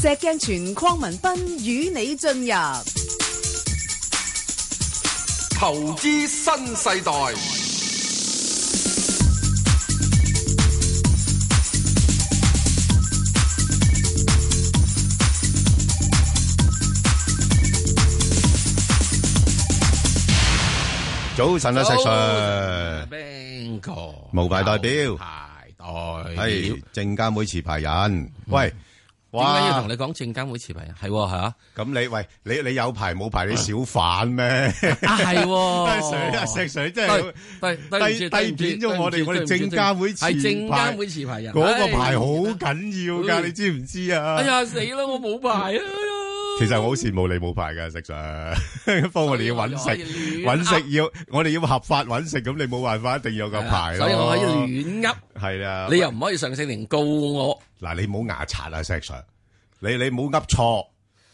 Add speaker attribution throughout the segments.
Speaker 1: 石鏡泉鄺民彬與你進入
Speaker 2: 投資新世代，
Speaker 3: 早晨啊，石
Speaker 2: 早
Speaker 3: Sir，
Speaker 2: 邊個
Speaker 3: 無牌代表
Speaker 2: 牌代表，
Speaker 3: 係證
Speaker 2: 點
Speaker 3: 監會持牌人。喂，哇
Speaker 2: 解要同你講證監會持牌人？係喎係啊，
Speaker 3: 咁你喂你你有牌冇牌你小販咩？
Speaker 2: 啊係
Speaker 3: 石 Sir，
Speaker 2: 喎。
Speaker 3: 石 Sir 真係低低
Speaker 2: 對對對唔住
Speaker 3: 貶
Speaker 2: 對唔
Speaker 3: 咗
Speaker 2: 住
Speaker 3: 我哋我哋
Speaker 2: 對唔住
Speaker 3: 證監會持牌
Speaker 2: 係證監會持牌人，
Speaker 3: 嗰個牌好
Speaker 2: 唉
Speaker 3: 緊要㗎，
Speaker 2: 唉
Speaker 3: 你知唔知啊
Speaker 2: 哎？呀死啦！我冇牌啊！
Speaker 3: 其實我好羨慕你冇牌㗎，石 Sir，幫我哋要揾食，
Speaker 2: 亂
Speaker 3: 揾食要我哋要合法揾食，咁你冇辦法一定要有個牌咯。
Speaker 2: 所以我可以亂噏，
Speaker 3: 係啊，
Speaker 2: 你又唔可以上四庭告我。
Speaker 3: 嗱，你唔好牙刷啊，石 Sir，你你唔好噏錯，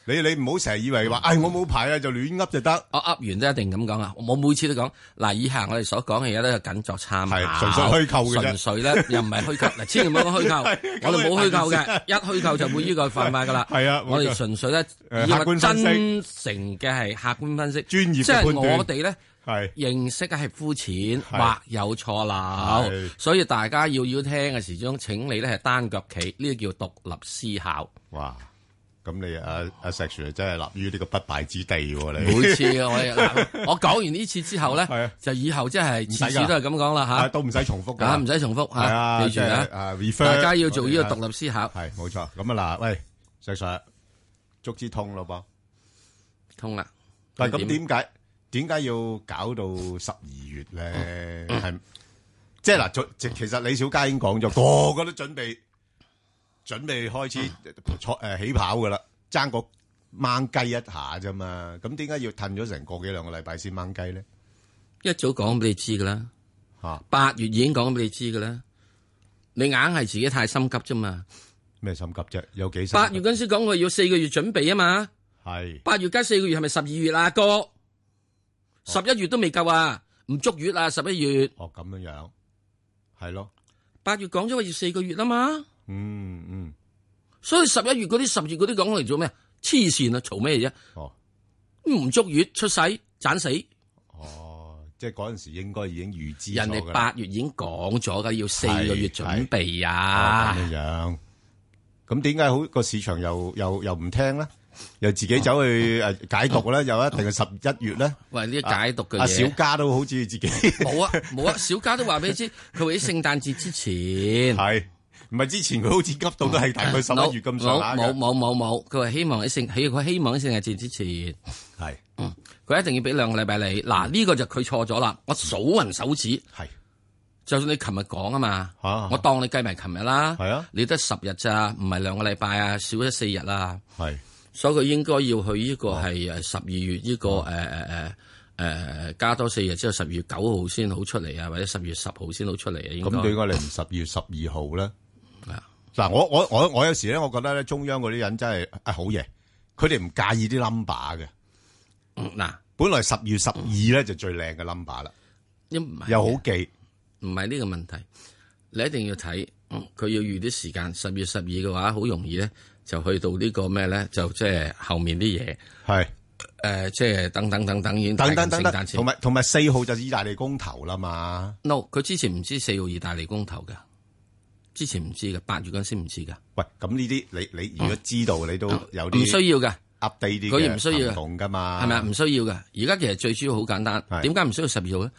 Speaker 3: 你你唔好成日以
Speaker 2: 嗯
Speaker 3: 為話，唉，我冇牌啊，就亂噏就得，
Speaker 2: 我噏完都一定咁講啊！我每次都講嗱，以下我哋所講嘅嘢咧，僅作參
Speaker 3: 係
Speaker 2: 考，
Speaker 3: 純粹虛構嘅啫
Speaker 2: 純粹咧又唔係虛 構，嗱，千祈唔好講
Speaker 3: 係
Speaker 2: 虛構，我哋冇虛構
Speaker 3: 咁係
Speaker 2: 嘅，一虛構就會呢個犯法噶啦。
Speaker 3: 係係啊冇錯
Speaker 2: 我哋純粹咧
Speaker 3: 誒
Speaker 2: 以一
Speaker 3: 客
Speaker 2: 個
Speaker 3: 觀分
Speaker 2: 真
Speaker 3: 析
Speaker 2: 誠嘅係客觀分析，
Speaker 3: 專業嘅
Speaker 2: 即係
Speaker 3: 判斷
Speaker 2: 我哋咧。
Speaker 3: 係
Speaker 2: 認識係膚淺
Speaker 3: 係
Speaker 2: 或有錯
Speaker 3: 係
Speaker 2: 漏，所以大家要要聽嘅時鐘，請你咧係單腳企，呢個叫獨立思考。
Speaker 3: 哇！咁你阿阿石 Sir 真係立於呢個不敗之地喎，
Speaker 2: 每
Speaker 3: 啊你
Speaker 2: 次啊 我哋我講完呢次之後
Speaker 3: 係啊
Speaker 2: 咧，就以後即係次
Speaker 3: 使
Speaker 2: 次
Speaker 3: 㗎
Speaker 2: 都係咁講啦
Speaker 3: 啊
Speaker 2: 吓。
Speaker 3: 都唔使重複
Speaker 2: 啊，
Speaker 3: 㗎，
Speaker 2: 唔使重複
Speaker 3: 係啊，
Speaker 2: 啊，記
Speaker 3: 即
Speaker 2: 住
Speaker 3: 係
Speaker 2: 啊，
Speaker 3: 啊，refer 啊
Speaker 2: 大家要做呢個獨立思考，
Speaker 3: 係冇錯。咁啊嗱，喂，石 Sir 足之痛咯噃，
Speaker 2: 通啦。
Speaker 3: 但係咁
Speaker 2: 咁
Speaker 3: 點解點解要搞到十二月咧？
Speaker 2: 嗯
Speaker 3: 係即係嗱，做其其實李小嘉已經 講咗，個個都準備準備開始坐誒起跑噶啦，爭個掹雞一下啫嘛。咁點解要褪咗成個幾兩個禮拜先掹雞咧？
Speaker 2: 一早講俾你知噶啦，
Speaker 3: 嚇
Speaker 2: 八月已經講俾你知噶啦，你硬係自己太心急啫嘛。
Speaker 3: 咩心急啫？有幾心急？
Speaker 2: 八月嗰陣時講我要四個月準備啊嘛，
Speaker 3: 係
Speaker 2: 八月加四個月係咪十二月啊哥？十一月都未夠啊，唔足月啊！十一月
Speaker 3: 哦咁樣樣係咯，
Speaker 2: 八月講咗話要四個月啊嘛，
Speaker 3: 嗯嗯
Speaker 2: 所以十一月嗰啲十月嗰啲講嚟做咩？黐線啊，嘈咩啫？
Speaker 3: 哦。
Speaker 2: 唔足月出世斬死！
Speaker 3: 哦，即係嗰陣時應該已經預知咗
Speaker 2: 人哋
Speaker 3: 㗎啦
Speaker 2: 八月已經講咗噶，要四個月準備啊！
Speaker 3: 咁樣咁點解好個市場又又又唔聽咧？又自己走去誒解讀咧？又一定係十一月咧？
Speaker 2: 喂，呢啲解讀嘅
Speaker 3: 阿小
Speaker 2: 嘢
Speaker 3: 家都好似自己係
Speaker 2: 冇啊冇啊！小家都話俾你知，佢會喺聖誕節之前，啊
Speaker 3: 唔係之前佢好似急到都係大概十一月咁上下
Speaker 2: 冇
Speaker 3: 嘅
Speaker 2: 冇冇冇冇，佢話希望喺聖，佢希望喺聖誕節之前，嗯
Speaker 3: 係
Speaker 2: 佢一定要俾兩個禮拜你。嗱，呢個就佢錯咗啦。我數勻手指，
Speaker 3: 係
Speaker 2: 就算你琴日講啊嘛
Speaker 3: 啊，
Speaker 2: 我當你計埋琴日啦。
Speaker 3: 係啊
Speaker 2: 你得十日咋，唔係兩個禮拜啊，少咗四日啦。
Speaker 3: 係哦
Speaker 2: 所以佢應該要去呢個係誒十二月呢、個誒誒誒誒加多四日之後，十二月九號先好出嚟啊，或者十二月十號先好出嚟啊，應
Speaker 3: 咁點
Speaker 2: 該
Speaker 3: 解你唔十二月十二號咧？
Speaker 2: 啊
Speaker 3: 嗱，我我我我有時咧，我覺得咧，中央嗰啲人真係啊好嘢，佢哋唔介意啲 number 嘅。
Speaker 2: 嗯嗱，
Speaker 3: 本來十二月十二咧就最靚嘅 number 啦，
Speaker 2: 因唔係
Speaker 3: 又好記。
Speaker 2: 唔係呢個問題，你一定要睇嗯佢要預啲時間。十月十二嘅話，好容易咧就去到呢個咩咧，就即係後面啲嘢
Speaker 3: 係
Speaker 2: 誒，即係等等等等已經
Speaker 3: 等等等
Speaker 2: 大近聖誕
Speaker 3: 等，
Speaker 2: 節
Speaker 3: 同埋同埋四號就意大利公投啦嘛。
Speaker 2: no，佢之前唔知四號意大利公投㗎，之前唔知㗎，八月嗰陣時唔知㗎，嗯
Speaker 3: 喂，咁呢啲你你如果知道，你都有
Speaker 2: 唔
Speaker 3: 啲
Speaker 2: 需要㗎。
Speaker 3: update 啲
Speaker 2: 佢唔需要
Speaker 3: 嘅
Speaker 2: 嘅
Speaker 3: 行動噶嘛？
Speaker 2: 係咪啊？唔需要嘅。而家其實最主要好簡單
Speaker 3: 係，
Speaker 2: 點解唔需要十二號咧？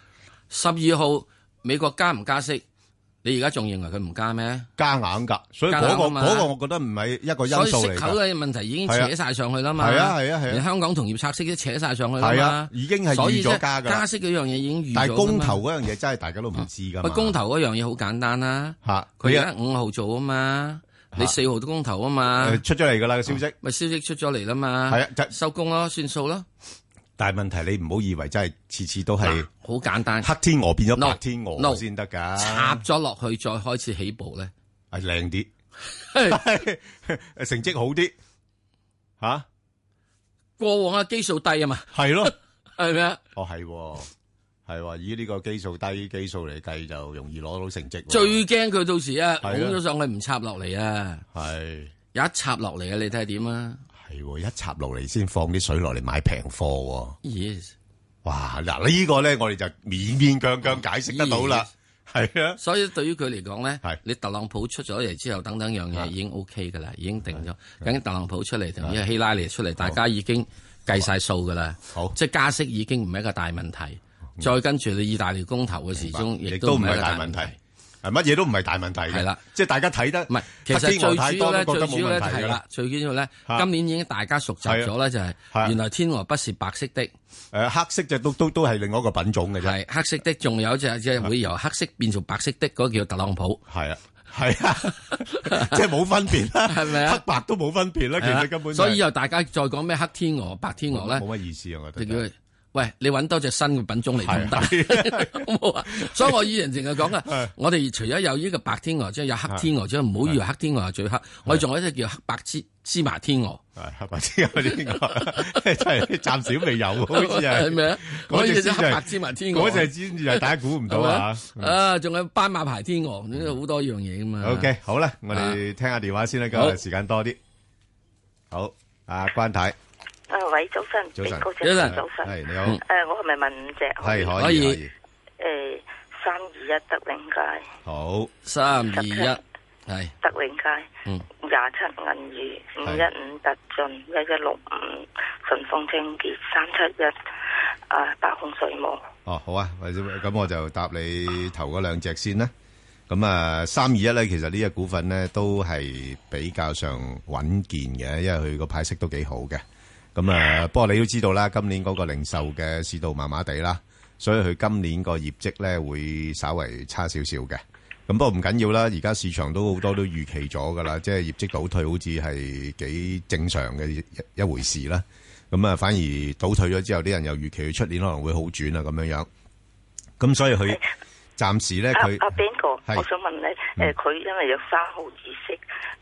Speaker 2: 十二號美國加唔加息？你而家仲認為佢唔加咩？
Speaker 3: 加硬㗎，所以
Speaker 2: 加
Speaker 3: 嗰個
Speaker 2: 硬㗎啊嘛
Speaker 3: 嗰個我覺得唔係一個因
Speaker 2: 所以
Speaker 3: 素
Speaker 2: 息
Speaker 3: 嚟
Speaker 2: 口
Speaker 3: 㗎。
Speaker 2: 嘅問題已經扯晒上去啦嘛。
Speaker 3: 係啊係啊係啊
Speaker 2: 連香港同業拆息都扯晒上去啦
Speaker 3: 係
Speaker 2: 嘛
Speaker 3: 啊。已經係
Speaker 2: 所以
Speaker 3: 預咗
Speaker 2: 即係
Speaker 3: 加㗎啦
Speaker 2: 加息嗰樣嘢已經預咗㗎嘛。
Speaker 3: 但係公投嗰樣嘢真係大家都唔知㗎嘛。
Speaker 2: 喂，公投嗰樣嘢好簡單啦。
Speaker 3: 嚇，佢
Speaker 2: 佢而家五號做啊嘛，你四號都公投啊嘛，哦
Speaker 3: 誒出咗嚟㗎啦個消息。
Speaker 2: 咪消息出咗嚟啦嘛。
Speaker 3: 係啊就
Speaker 2: 收工咯，算數咯。
Speaker 3: 但係問題你唔好以為真係次次都係
Speaker 2: 嗱好簡單，
Speaker 3: 黑天鵝變咗
Speaker 2: No，
Speaker 3: 白天鵝
Speaker 2: no，
Speaker 3: 先得㗎。
Speaker 2: 插咗落去再開始起步咧。
Speaker 3: 啊係靚啲。
Speaker 2: 嘿
Speaker 3: 成績好啲吓，
Speaker 2: 過往嘅基數低啊嘛，
Speaker 3: 係咯，
Speaker 2: 係咪啊？
Speaker 3: 哦係喎，係喎，以呢個基數低基數嚟計就容易攞到成績喎，
Speaker 2: 最驚佢到時啊，
Speaker 3: 係啊
Speaker 2: 拱咗上去唔插落嚟啊！
Speaker 3: 係
Speaker 2: 有一插落嚟嘅，你睇下點啊
Speaker 3: 係喎一插落嚟先放啲水落嚟買平貨喎。
Speaker 2: ？Yes，
Speaker 3: 哇！嗱，呢個咧我哋就勉勉強強解釋得到啦，係啊，
Speaker 2: 所以對於佢嚟講
Speaker 3: 係
Speaker 2: 咧，你特朗普出咗嚟之後，等等樣嘢已經 OK 噶啦，已經定咗。究竟特朗普出嚟同呢個希拉里出嚟，大家已經計晒數噶啦。
Speaker 3: 好嗯
Speaker 2: 即係加息已經唔係一個大問題。再跟住你意大利公投嘅時鐘，
Speaker 3: 亦
Speaker 2: 亦
Speaker 3: 都
Speaker 2: 都
Speaker 3: 唔
Speaker 2: 唔係一
Speaker 3: 係
Speaker 2: 個
Speaker 3: 大
Speaker 2: 大
Speaker 3: 問題
Speaker 2: 問題。，
Speaker 3: 係啊乜嘢都唔係大問題嘅，
Speaker 2: 係啦
Speaker 3: 即係大家睇得
Speaker 2: 唔係，其實
Speaker 3: 黑天鵝太
Speaker 2: 最主
Speaker 3: 多
Speaker 2: 要咧，
Speaker 3: 都覺得
Speaker 2: 最主要
Speaker 3: 冇問
Speaker 2: 咧
Speaker 3: 題
Speaker 2: 係
Speaker 3: 㗎啦
Speaker 2: 啦，。最緊要咧
Speaker 3: 嚇，
Speaker 2: 今年已經大家熟習咗咧，就係
Speaker 3: 係啊
Speaker 2: 原來天鵝不是白色的，
Speaker 3: 誒黑色就都都都係另外一個品種嘅啫，
Speaker 2: 係黑色的，仲有就即係會由黑色變做白色的，嗰個叫特朗普。
Speaker 3: 係啊，係啊， 即係冇分別啦，
Speaker 2: 係咪啊
Speaker 3: 黑白都冇分別啦，其
Speaker 2: 係啦
Speaker 3: 實根本就係
Speaker 2: 所以又大家再講咩黑天鵝、白天鵝
Speaker 3: 冇
Speaker 2: 咧，
Speaker 3: 乜意思啊，我覺
Speaker 2: 你叫
Speaker 3: 得
Speaker 2: 佢喂，你揾多隻新嘅品種嚟得 唔
Speaker 3: 係
Speaker 2: 得？好冇啊！ 所以我以前成日 講啊，我哋除咗有呢個白天鵝之外，有黑天鵝之外，唔好以為黑天鵝係最黑，我哋仲有一隻叫黑白芝芝麻天鵝。
Speaker 3: 係黑白之外呢個 真係暫時都 未有，好似
Speaker 2: 係
Speaker 3: 係
Speaker 2: 咪啊？
Speaker 3: 嗰
Speaker 2: 嗰
Speaker 3: 隻
Speaker 2: 隻
Speaker 3: 先
Speaker 2: 黑
Speaker 3: 係
Speaker 2: 白芝麻天鵝，
Speaker 3: 嗰隻先至係大家估唔到
Speaker 2: 係咪
Speaker 3: 啊
Speaker 2: 啊。啊，仲有斑馬牌天鵝，呢度好多樣嘢噶嘛。啊
Speaker 3: OK，好啦，我哋聽下電話先啦，今
Speaker 2: 好
Speaker 3: 日時間多啲。好，阿關太，
Speaker 4: 啊，喂，早晨，
Speaker 3: 早晨
Speaker 4: 高姐
Speaker 2: 早晨嗯
Speaker 4: 早晨，
Speaker 3: 係你
Speaker 4: 誒、我係咪問五隻？
Speaker 3: 好，係可
Speaker 2: 可
Speaker 3: 以
Speaker 2: 以
Speaker 3: 可以，
Speaker 4: 誒，三二一德永街，
Speaker 3: 好
Speaker 2: 三二一，係
Speaker 4: 德永街，
Speaker 2: 嗯
Speaker 4: 廿七銀魚，五一五特進，一一六五順風清潔，三七一啊，白控水務，
Speaker 3: 哦，好啊，或者咁我就答你頭嗰兩隻先啦。咁啊，三二一咧，其實呢只股份咧都係比較上穩健嘅，因為佢個派息都幾好嘅。咁啊，不過你都知道啦，今年嗰個零售嘅市道麻麻地啦，所以佢今年個業績咧會稍為差少少嘅。咁不過唔緊要啦，而家市場都好多都預期咗噶啦，即係業績倒退好似係幾正常嘅一一回事啦。咁啊，反而倒退咗之後，啲人又預期佢出年可能會好轉啊，咁樣樣。咁所以佢暫時咧，
Speaker 4: 啊
Speaker 3: 佢
Speaker 4: 啊邊個？
Speaker 3: 係嗯
Speaker 4: 我想問咧，誒，佢因為有三毫二息，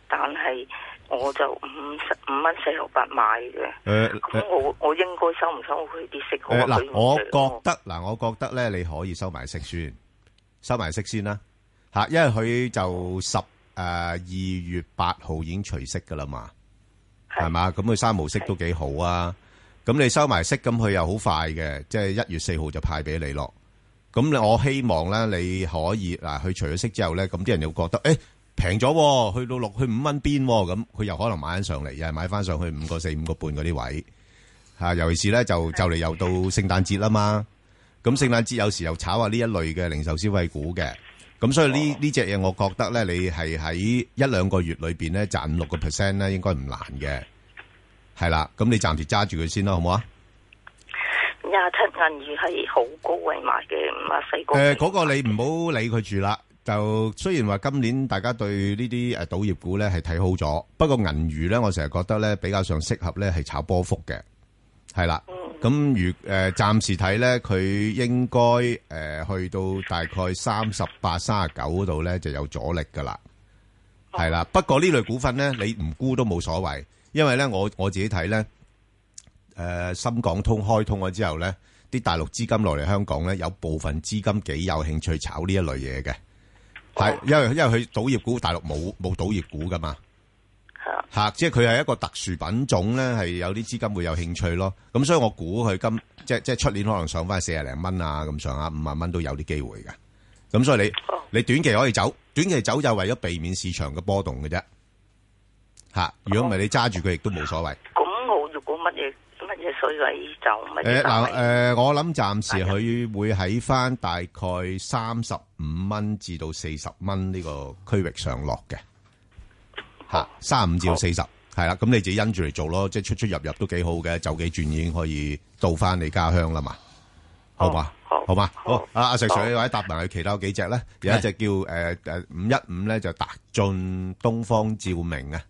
Speaker 4: 但係我就五十五蚊四毫八買嘅，
Speaker 3: 誒誒
Speaker 4: 咁我我應該收唔收佢啲息好啊
Speaker 3: 誒呃嗱，
Speaker 4: 佢唔
Speaker 3: 我
Speaker 4: 想
Speaker 3: 覺得嗱，我覺得咧，你可以收埋息先，收埋息先啦嚇，因為佢就十誒呃二月八號已經除息噶啦嘛，
Speaker 4: 係
Speaker 3: 係嘛？咁佢三無息都幾好啊。咁你收埋息，咁佢又好快嘅，即係一月四號就派俾你咯。咁你我希望咧，你可以嗱，佢除咗息之後咧，咁啲人又覺得誒平咗喎，去到六去五蚊邊喎，咁佢又可能買翻上嚟，又係買翻上去五個四、五個半嗰啲位。吓，啊尤其是咧就就嚟又到聖誕節啦嘛，咁聖誕節有時又炒下呢一類嘅零售消費股嘅，咁所以呢呢只嘢我覺得咧，你係喺一兩個月裏邊咧賺五六個 percent 咧，應該唔難嘅，係啦，咁你暫時揸住佢先啦，好唔好啊？
Speaker 4: 廿七銀魚係好高位買嘅，五啊四個。
Speaker 3: 誒，嗰個你唔好理佢住啦。就雖然話今年大家對呢啲誒賭業股咧係睇好咗，不過銀娛咧，我成日覺得咧比較上適合咧係炒波幅嘅，係啦。咁如誒暫時睇咧，佢應該誒、呃去到大概三十八、三十九嗰度咧就有阻力噶啦，係啦。不過呢類股份咧，你唔沽都冇所謂，因為咧我我自己睇咧。誒、呃深港通開通咗之後咧，啲大陸資金落嚟香港咧，有部分資金幾有興趣炒呢一類嘢嘅，
Speaker 4: 哦
Speaker 3: 係、因為因為佢賭業股大陸冇冇賭業股噶嘛，
Speaker 4: 嚇
Speaker 3: 嚇、即係佢係一個特殊品種咧，係有啲資金會有興趣咯。咁所以我估佢今即即係出年可能上翻四廿零蚊啊，咁上下五萬蚊都有啲機會嘅。咁所以你
Speaker 4: 哦
Speaker 3: 你短期可以走，短期走就為咗避免市場嘅波動嘅啫。嚇、如果唔係你揸住佢亦都冇所謂。
Speaker 4: 咁我如果乜嘢乜嘢水位就乜
Speaker 3: 诶
Speaker 4: 嘢
Speaker 3: 嗱，诶、
Speaker 4: 單位
Speaker 3: 我諗暫時佢會喺翻大概三十五蚊至到四十蚊呢個區域上落嘅，吓三五至到四十，係啦，咁你自己因住嚟做咯，即係出出入入都幾好嘅，走幾轉已經可以到翻你家鄉啦嘛，好嘛？
Speaker 4: 好
Speaker 3: 好嘛？
Speaker 4: 好
Speaker 3: 好，阿阿石
Speaker 4: 好
Speaker 3: Sir，你或者搭埋佢其他幾隻咧，有一隻叫诶诶五一五咧就達進東方照明啊，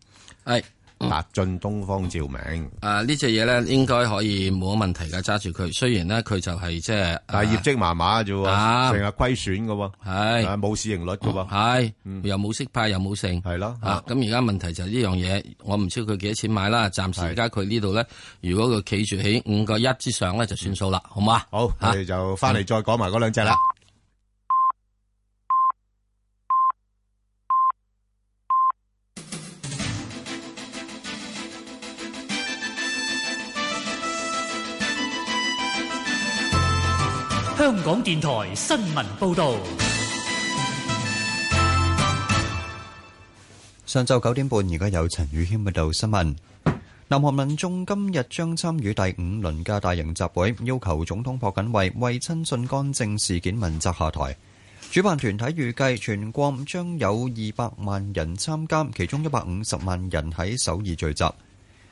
Speaker 2: 係。
Speaker 3: 達進東方照明，
Speaker 2: 啊！呢只嘢咧，應該可以冇乜問題㗎，揸住佢。雖然咧，佢就係即係，
Speaker 3: 但係業績麻麻啫喎，
Speaker 2: 啊
Speaker 3: 成日虧損嘅喎。
Speaker 2: 係
Speaker 3: 啊，冇市盈率噶喎，嗯
Speaker 2: 係又冇息派，又冇剩，
Speaker 3: 係咯
Speaker 2: 啊！咁而家問題就係呢樣嘢，我唔知佢幾多錢買啦。暫時而家佢呢度咧，如果佢企住喺五個一之上咧，就算數啦，好嘛？
Speaker 3: 嗯
Speaker 2: 啊嗯
Speaker 3: 好，我
Speaker 2: 嚇
Speaker 3: 哋就翻嚟再講埋嗰兩隻啦。
Speaker 5: 香港電台新聞報導。
Speaker 6: 上晝九點半，而家有陳宇軒報道新聞。南韓民眾今日將參與第五輪嘅大型集會，要求總統朴槿惠為親信干政事件問責下台。主辦團體預計全國將有二百萬人參加，其中一百五十萬人喺首爾聚集。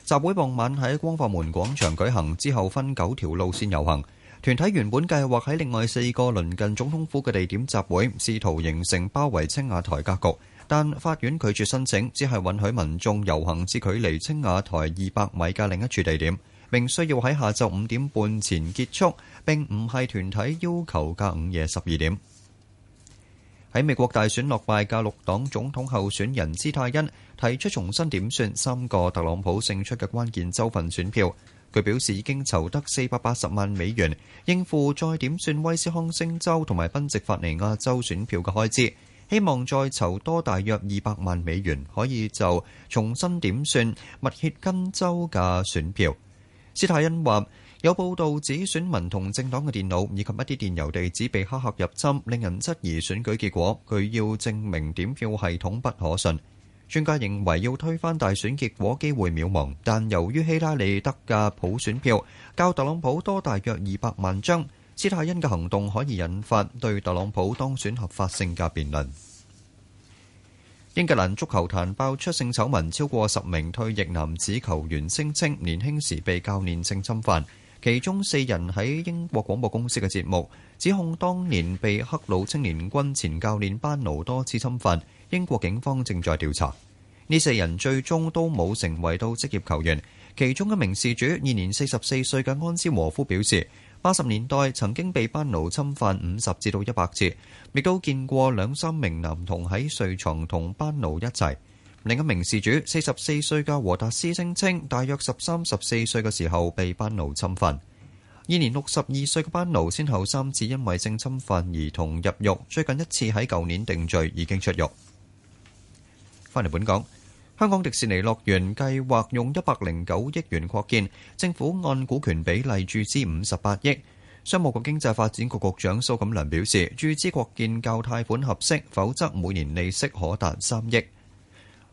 Speaker 6: 集會傍晚喺光化門廣場舉行，之後分九條路線遊行。團體原本計劃喺另外四個鄰近總統府嘅地點集會，試圖形成包圍青瓦台格局。但法院拒絕申請，只係允許民眾遊行至距離青瓦台二百米嘅另一處地點，並需要喺下晝五點半前結束，並唔係團體要求嘅午夜十二點。喺美國大選落敗嘅綠黨總統候選人施泰因提出重新點算三個特朗普勝出嘅關鍵州份選票。佢表示已經籌得四百八十萬美元，應付再點算威斯康星州同埋賓夕法尼亞州選票嘅開支。希望再籌多大約二百萬美元，可以就重新點算密歇根州嘅選票。斯泰恩話：有報道指選民同政黨嘅電腦以及一啲電郵地址被黑客入侵，令人質疑選舉結果。佢要證明點票系統不可信。專家認為要推翻大選結果機會渺茫，但由於希拉里得嘅普選票較特朗普多大約二百萬張。斯泰因嘅行動可以引發對特朗普當選合法性嘅辯論。英格蘭足球壇爆出性醜聞，超過十名退役男子球員聲稱年輕時被教練性侵犯，其中四人喺英國廣播公司嘅節目指控當年被克魯青年軍前教練班奴多次侵犯。英國警方正在調查，呢四人最終都冇成為到職業球員。其中一名事主現年四十四歲嘅安斯和夫表示。八十年代曾經被班奴侵犯五十至到一百次，亦都見過兩三名男童喺睡床同班奴一齊。另一名事主四十四歲嘅和達斯聲稱，大約十三、十四歲嘅時候被班奴侵犯。現年六十二歲嘅班奴，先後三次因為性侵犯兒童入獄，最近一次喺舊年定罪，已經出獄。翻嚟本港。香港迪士尼樂園計劃用一百零九億元擴建，政府按股權比例注資五十八億。商務及經濟發展局局長蘇錦良表示，注資擴建較貸款合適，否則每年利息可達三億。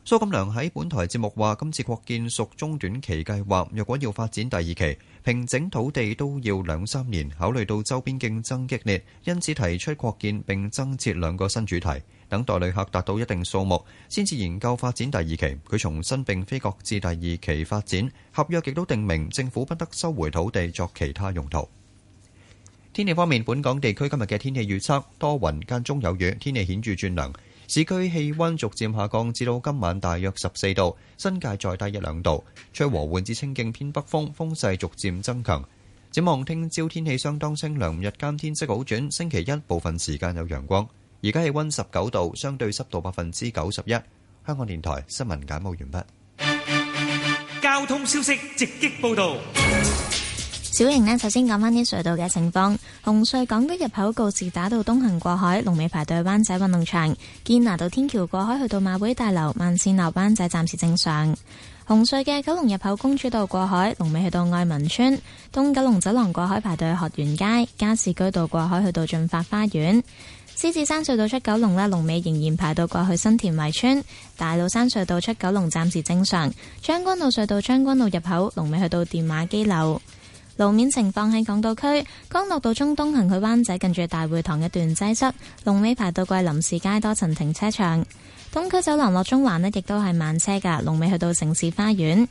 Speaker 6: 蘇錦良喺本台節目話，今次擴建屬中短期計劃，若果要發展第二期，平整土地都要兩三年。考慮到周邊競爭激烈，因此提出擴建並增設兩個新主題。等待旅客達到一定數目，先至研究發展第二期。佢重申並非擱置第二期發展，合約亦都定明政府不得收回土地作其他用途。天氣方面，本港地區今日嘅天氣預測多雲間中有雨，天氣顯著轉涼。市區氣温逐漸下降，至到今晚大約十四度，新界再低一兩度。吹和緩至清勁偏北風，風勢逐漸增強。展望聽朝天氣相當清涼，日間天色好轉。星期一部分時間有陽光。而家氣温十九度，相對濕度百分之九十一。香港電台新聞簡報完
Speaker 5: 畢。交通消息直擊報導。
Speaker 7: 小瑩呢，首先講翻啲隧道嘅情況。紅隧港島入口告士打道東行過海，龍尾排隊灣仔運動場；堅拿道天橋過海去到馬會大樓，慢線落灣仔暫時正常。紅隧嘅九龍入口公主道過海，龍尾去到愛民村；東九龍走廊過海排隊學園街，加士居道過海去到駿發花園。獅子山隧道出九龍啦，龍尾仍然排到過去新田圍村；大老山隧道出九龍暫時正常；將軍澳隧道將軍澳入口龍尾去到電話機樓。路面情況喺港島區，干諾道中東行去灣仔近住大會堂一段擠塞，龍尾排到桂林市街多層停車場。東區走廊落中環呢，亦都係慢車㗎，龍尾去到城市花園。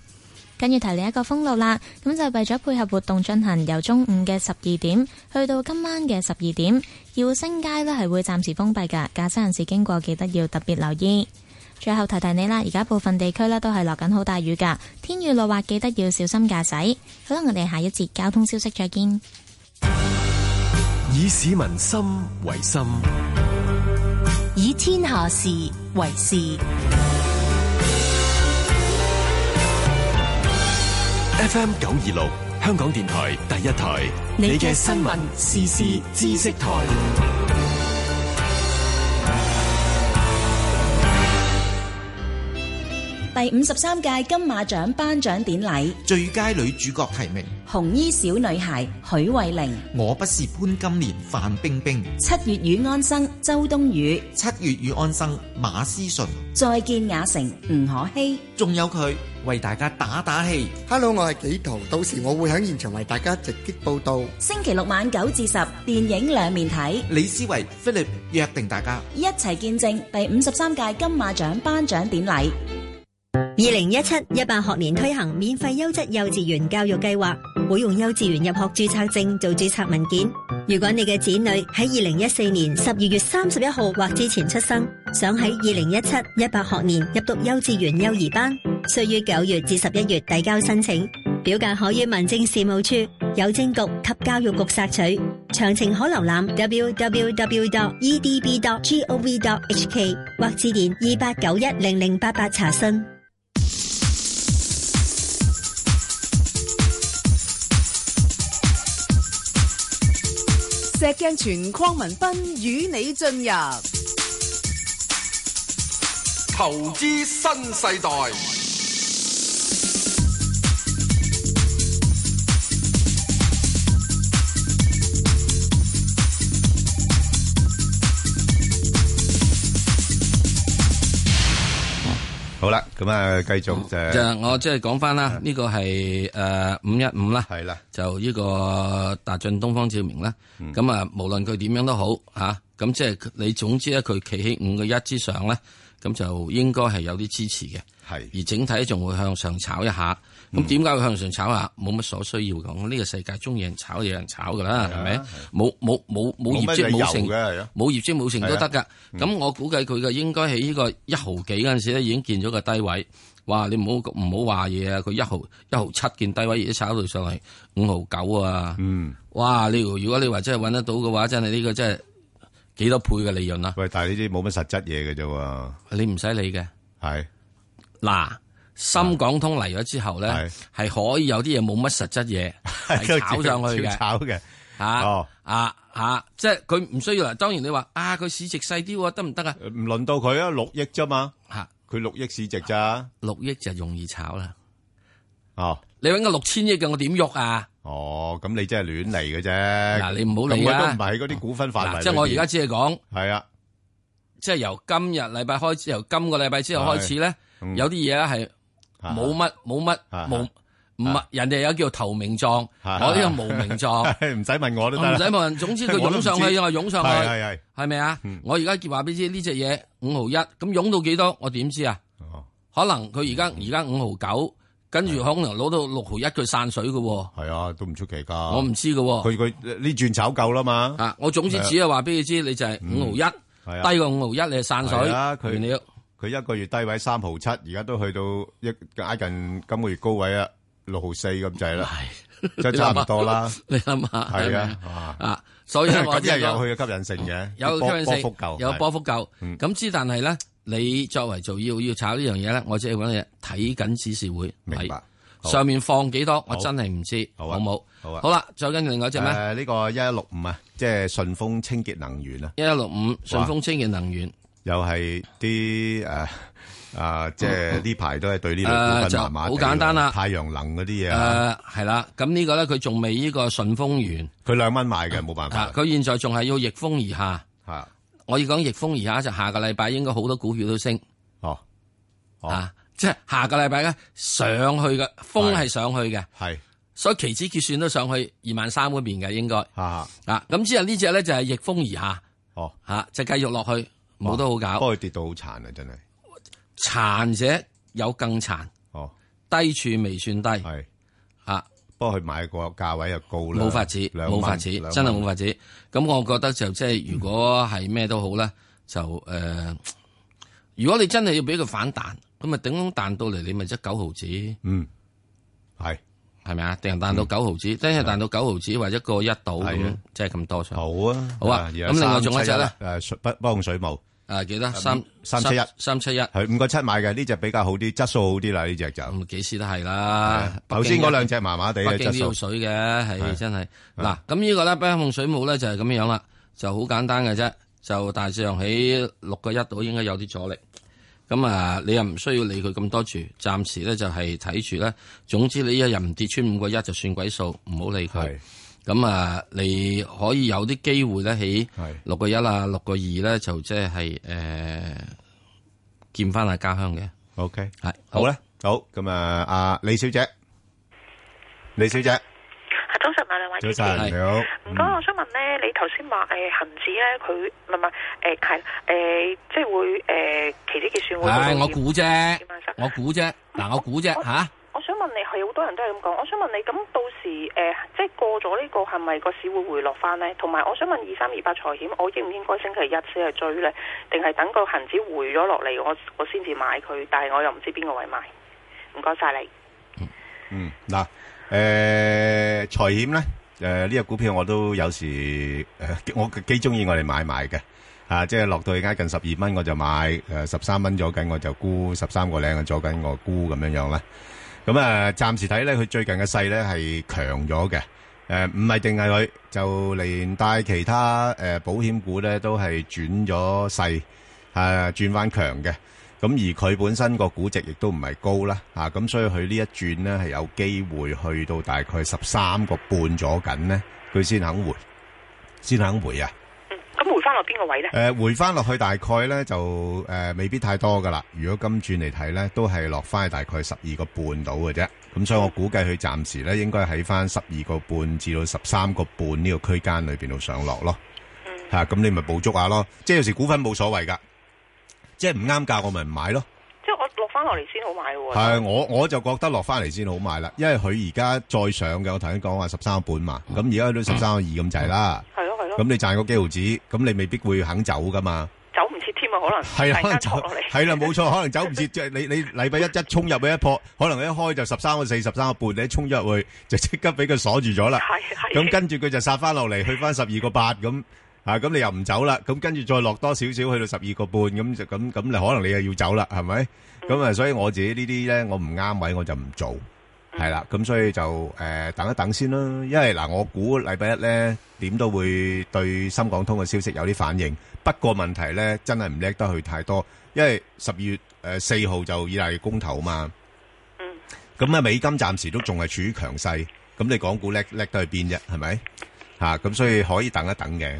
Speaker 7: 跟住提你一個封路啦，咁就為咗配合活動進行，由中午嘅十二點去到今晚嘅十二點，耀星街呢係會暫時封閉㗎，駕駛人士經過記得要特別留意。最後提提你啦，而家部分地區呢都係落緊好大雨㗎，天雨路滑，記得要小心駕駛。好啦，我哋下一節交通消息再見。
Speaker 8: 以市民心為心，
Speaker 9: 以天下事為事。
Speaker 8: FM 九二六，香港電台第一台，你嘅新聞、時事、知識台。
Speaker 7: 第
Speaker 10: 第五十三屆金馬獎頒獎典禮
Speaker 11: 最佳女主角提名，
Speaker 10: 紅衣小女孩許慧玲，
Speaker 11: 我不是潘金蓮范冰冰，
Speaker 10: 七月與安生周冬雨，
Speaker 11: 七月與安生馬思純，
Speaker 10: 再見雅城吳可希，
Speaker 11: 仲有佢為大家打打氣。
Speaker 12: Hello，我係紀陶，到時我會喺現場為大家直擊報道。
Speaker 10: 星期六晚九至十，電影兩面睇，
Speaker 11: 李思維 Philip 約定大家
Speaker 10: 一齊見證第五十三屆金馬獎頒獎典禮。
Speaker 13: 二零一七一八學年推行免費優質幼稚園教育計劃，會用幼稚園入學注冊證做注冊文件。如果你嘅子女喺二零一四年十二月三十一號或之前出生，想喺二零一七一八學年入讀幼稚園幼兒班，需於九月至十一月遞交申請，表格可於民政事務處、郵政局及教育局索取。詳情可瀏覽 e www.edb.gov.hk 或致電二八九一零零八八查詢。
Speaker 1: 石鏡泉鄺民彬與你進入
Speaker 14: 投資新世代。
Speaker 3: 好啦，咁啊，繼續就
Speaker 2: 哦就係我即係講翻啦，呢個係誒五一五啦，
Speaker 3: 啊係啦，嗯
Speaker 2: 就呢個達進東方照明啦。咁啊，無論佢點樣都好嚇，咁即係你總之咧，啊佢企喺五個一之上咧，咁就應該係有啲支持嘅。
Speaker 3: 係，嗯
Speaker 2: 而整體仲會向上炒一下。咁點解會向上炒下？冇乜所需要講。呢個世界中有人炒，有人炒㗎啦，係咪？冇冇冇冇
Speaker 3: 啊冇
Speaker 2: 業績
Speaker 3: 乜理由
Speaker 2: 冇成，
Speaker 3: 嘅係啊
Speaker 2: 冇業績冇成都
Speaker 3: 係
Speaker 2: 得㗎
Speaker 3: 啊。
Speaker 2: 咁我估計佢嘅應該喺呢個一毫幾嗰陣時咧，已經見咗個低位。哇！你唔好唔好話嘢啊！佢一毫一毫七見低位，而家炒到上嚟五毫九啊！
Speaker 3: 嗯，
Speaker 2: 哇！你如果你話真係揾得到嘅話，真係呢個真係幾多倍嘅利潤啊！
Speaker 3: 喂，但係呢啲冇乜實質嘢嘅啫喎，
Speaker 2: 你唔使理嘅。
Speaker 3: 係
Speaker 2: 嗱，深港通嚟咗之後咧，係可以有啲嘢冇乜實 質嘢係炒上去嘅。
Speaker 3: 炒嘅哦
Speaker 2: 嚇啊嚇！即係佢唔需要啦。當然你話啊，佢市值細啲喎，得唔得啊？
Speaker 3: 唔輪到佢啊，六億啫嘛，
Speaker 2: 嚇
Speaker 3: 佢六億市值咋，
Speaker 2: 六億就容易炒啦。
Speaker 3: 哦，
Speaker 2: 你揾個六千億嘅，我點喐啊？
Speaker 3: 哦，咁你真係亂嚟嘅啫。
Speaker 2: 嗱你唔好理
Speaker 3: 咁佢
Speaker 2: 啊
Speaker 3: 都唔係喺嗰啲股份範圍。
Speaker 2: 嗱即係我而家只係講，
Speaker 3: 係啊，
Speaker 2: 即係由今日禮拜開始，由今個禮拜之後開始咧，有啲嘢咧係冇乜冇乜冇唔係人哋有叫投名狀，我呢個無名狀。
Speaker 3: 唔使問我都得。
Speaker 2: 唔使問，總之佢
Speaker 3: 我都唔知
Speaker 2: 湧上去，我湧上去，
Speaker 3: 係係係
Speaker 2: 係咪啊？我而家叫話俾你知呢只嘢五毫一，咁湧到幾多我點知啊？可能佢而家
Speaker 3: 嗯
Speaker 2: 而家五毫九，跟住可能攞到六毫一，佢散水嘅喎。
Speaker 3: 啊係啊，都唔出奇㗎。
Speaker 2: 我唔知㗎喎
Speaker 3: 佢佢呢轉炒夠啦嘛。
Speaker 2: 啊，我總之只係話俾你知，你就係五毫
Speaker 3: 係
Speaker 2: 一，
Speaker 3: 啊
Speaker 2: 低過五毫一，你係散水。
Speaker 3: 係啊佢
Speaker 2: 完了
Speaker 3: 佢一個月低位三毫七，而家都去到一挨近今個月高位啊，六毫四咁滯啦，即係差唔多啦。
Speaker 2: 你諗下，
Speaker 3: 係啊
Speaker 2: 係咪
Speaker 3: 啊
Speaker 2: 啊，所以咧我
Speaker 3: 咁
Speaker 2: 即係
Speaker 3: 又
Speaker 2: 講
Speaker 3: 有佢嘅吸引性嘅，
Speaker 2: 有
Speaker 3: 波
Speaker 2: 吸引性
Speaker 3: 波幅夠，
Speaker 2: 有波
Speaker 3: 幅
Speaker 2: 幅夠。
Speaker 3: 嗯
Speaker 2: 咁之但係咧，你作為做要要炒呢樣嘢咧，我只係揾嘢睇緊指示會，明白
Speaker 3: 好
Speaker 2: 上面放幾多，我
Speaker 3: 好
Speaker 2: 真係唔知，
Speaker 3: 好
Speaker 2: 好
Speaker 3: 啊
Speaker 2: 冇？
Speaker 3: 好啊
Speaker 2: 好啦，再跟住另外一隻咩？
Speaker 3: 誒呢個一一六五啊，即係順豐清潔能源啊，
Speaker 2: 一一六五順豐清潔能源，
Speaker 3: 又係啲誒啊，即 係呢排都係對呢類
Speaker 2: 誒
Speaker 3: 股
Speaker 2: 就
Speaker 3: 份麻麻地
Speaker 2: 好
Speaker 3: 喎
Speaker 2: 簡單啦。
Speaker 3: 太陽能嗰啲嘢啊，
Speaker 2: 誒係啦，咁呢個咧佢仲未呢個順豐完，
Speaker 3: 佢兩蚊買嘅冇辦
Speaker 2: 啊
Speaker 3: 法，
Speaker 2: 佢現在仲係要逆風而下。
Speaker 3: 嚇
Speaker 2: 我要講逆風而下就下個禮拜應該好多股票都升。
Speaker 3: 哦，
Speaker 2: 啊，即係下個禮拜咧上去嘅風係上去嘅，
Speaker 3: 係，
Speaker 2: 所以期指結算都上去二萬三嗰邊嘅應該。
Speaker 3: 啊
Speaker 2: 咁之後呢只咧就係逆風而下，
Speaker 3: 哦
Speaker 2: 嚇就繼續落去，冇得好搞。
Speaker 3: 不過佢跌到好殘啊，真係
Speaker 2: 殘者有更殘，
Speaker 3: 哦，
Speaker 2: 低處未算低，
Speaker 3: 係
Speaker 2: 啊，
Speaker 3: 不過佢買個價位又高啦，
Speaker 2: 冇法子，
Speaker 3: 兩蚊
Speaker 2: 冇法子，
Speaker 3: 兩蚊
Speaker 2: 真係冇法子。咁我覺得就即係如果係咩都好啦，就誒、呃如果你真係要俾佢反彈，咁咪頂籠彈到嚟，你咪即係九毫子。
Speaker 3: 嗯，係嗯
Speaker 2: 係咪啊？定係彈到九毫子，真係彈到九毫子或者個一到
Speaker 3: 係
Speaker 2: 咁
Speaker 3: 啊，
Speaker 2: 即係咁多上。
Speaker 3: 好啊，
Speaker 2: 好啊。咁另外仲有一隻咧，
Speaker 3: 誒水北北控水務
Speaker 2: 誒幾多？三
Speaker 3: 三七一
Speaker 2: 三七一。
Speaker 3: 係五個七買嘅，呢只比較好啲，質素好啲啦，呢只就
Speaker 2: 咁幾時都係啦。
Speaker 3: 頭先嗰兩隻麻麻地嘅
Speaker 2: 北京
Speaker 3: 質
Speaker 2: 都要
Speaker 3: 素，
Speaker 2: 水嘅，係
Speaker 3: 係
Speaker 2: 真係嗱。咁呢個咧，北控水母咧就係咁樣啦，就好簡單嘅啫，就大致上喺六個一度應該有啲阻力。咁啊，你又唔需要理佢咁多住，暫時咧就係睇住咧。總之你一日唔跌穿五個一就算鬼數，唔好理佢。咁啊，你可以有啲機會咧喺六個一啊，六個二咧就即係誒見翻下家鄉嘅。
Speaker 3: OK，
Speaker 2: 係
Speaker 3: 好咧，好咁啊，阿李小姐，李小姐。
Speaker 15: 早晨啊，兩位
Speaker 3: 早
Speaker 15: 嗯
Speaker 3: 晨，你好。
Speaker 15: 唔該，我想問咧，你頭先話誒恒指咧，佢唔係唔係誒係誒，即係會誒期指結算會。
Speaker 2: 唉，我估啫，我估啫，嗱，我估啫吓。
Speaker 15: 啊我想問你，係好多人都係咁講。我想問你，咁到時誒，即係過咗呢個係咪個市會回落翻咧？同埋，我想問二三二八財險，我應唔應該星期一先係追咧？定係等個恒指回咗落嚟，我我先至買佢？但係我又唔知邊個位買。唔該晒你。
Speaker 3: 嗯，嗱。誒財險咧，誒呢隻股票我都有時誒，我幾中意我哋買賣嘅嚇，即係落到去挨近十二蚊我就買，誒十三蚊左緊我就沽，十三個零我左緊我沽咁樣樣啦。咁啊，暫時睇咧，佢最近嘅勢咧係強咗嘅。誒唔係淨係佢，就連帶其他誒保險股咧都係轉咗勢，誒啊轉翻強嘅。咁而佢本身個估值亦都唔係高啦，啊咁所以佢呢一轉呢，係有機會去到大概十三個半咗緊呢，佢先肯回，先肯回啊！
Speaker 15: 咁回翻落邊個位呢？
Speaker 3: 誒，呃回翻落去大概呢，就誒未必太多噶啦。如果今轉嚟睇呢，都係落翻去大概十二個半到嘅啫。咁所以我估計佢暫時呢，應該喺翻十二個半至到十三個半呢個區間裏邊度上落咯。
Speaker 15: 嗯
Speaker 3: 嚇，咁你咪捕捉下咯。即係有時股份冇所謂㗎。即係唔啱價，我咪唔買咯。
Speaker 15: 即係我落翻落嚟先好買喎。
Speaker 3: 係我我就覺得落翻嚟先好買啦，因為佢而家再上嘅，我頭先講話十三個半嘛，咁而家去到十三個二咁滯啦。
Speaker 15: 嗯係咯係咯。
Speaker 3: 咁你賺個幾毫子，咁你未必會肯走噶嘛。
Speaker 15: 走唔切添啊，可能
Speaker 3: 係啦，可能走係啦，冇錯，可能走唔切。即係你你禮拜一一衝入去一破，可能一開就十三個四、十三個半，你一衝入去就即刻俾佢鎖住咗啦。
Speaker 15: 係
Speaker 3: 係。咁跟住佢就殺翻落嚟，去翻十二個八咁。啊，咁你又唔走啦，咁跟住再落多少少去到十二個半，咁就咁咁，你可能你又要走啦，係咪？咁啊，所以我自己呢啲咧，我唔啱位我就唔做，係啦，咁所以就誒等一等先啦，因為嗱，我估禮拜一咧點都會對深港通嘅消息有啲反應，不過問題咧真係唔叻得去太多，因為十二月誒四號就意大利公投嘛，咁啊美金暫時都仲係處於強勢，咁你港股叻叻得去邊啫，係咪？嚇，咁所以可以等一等嘅。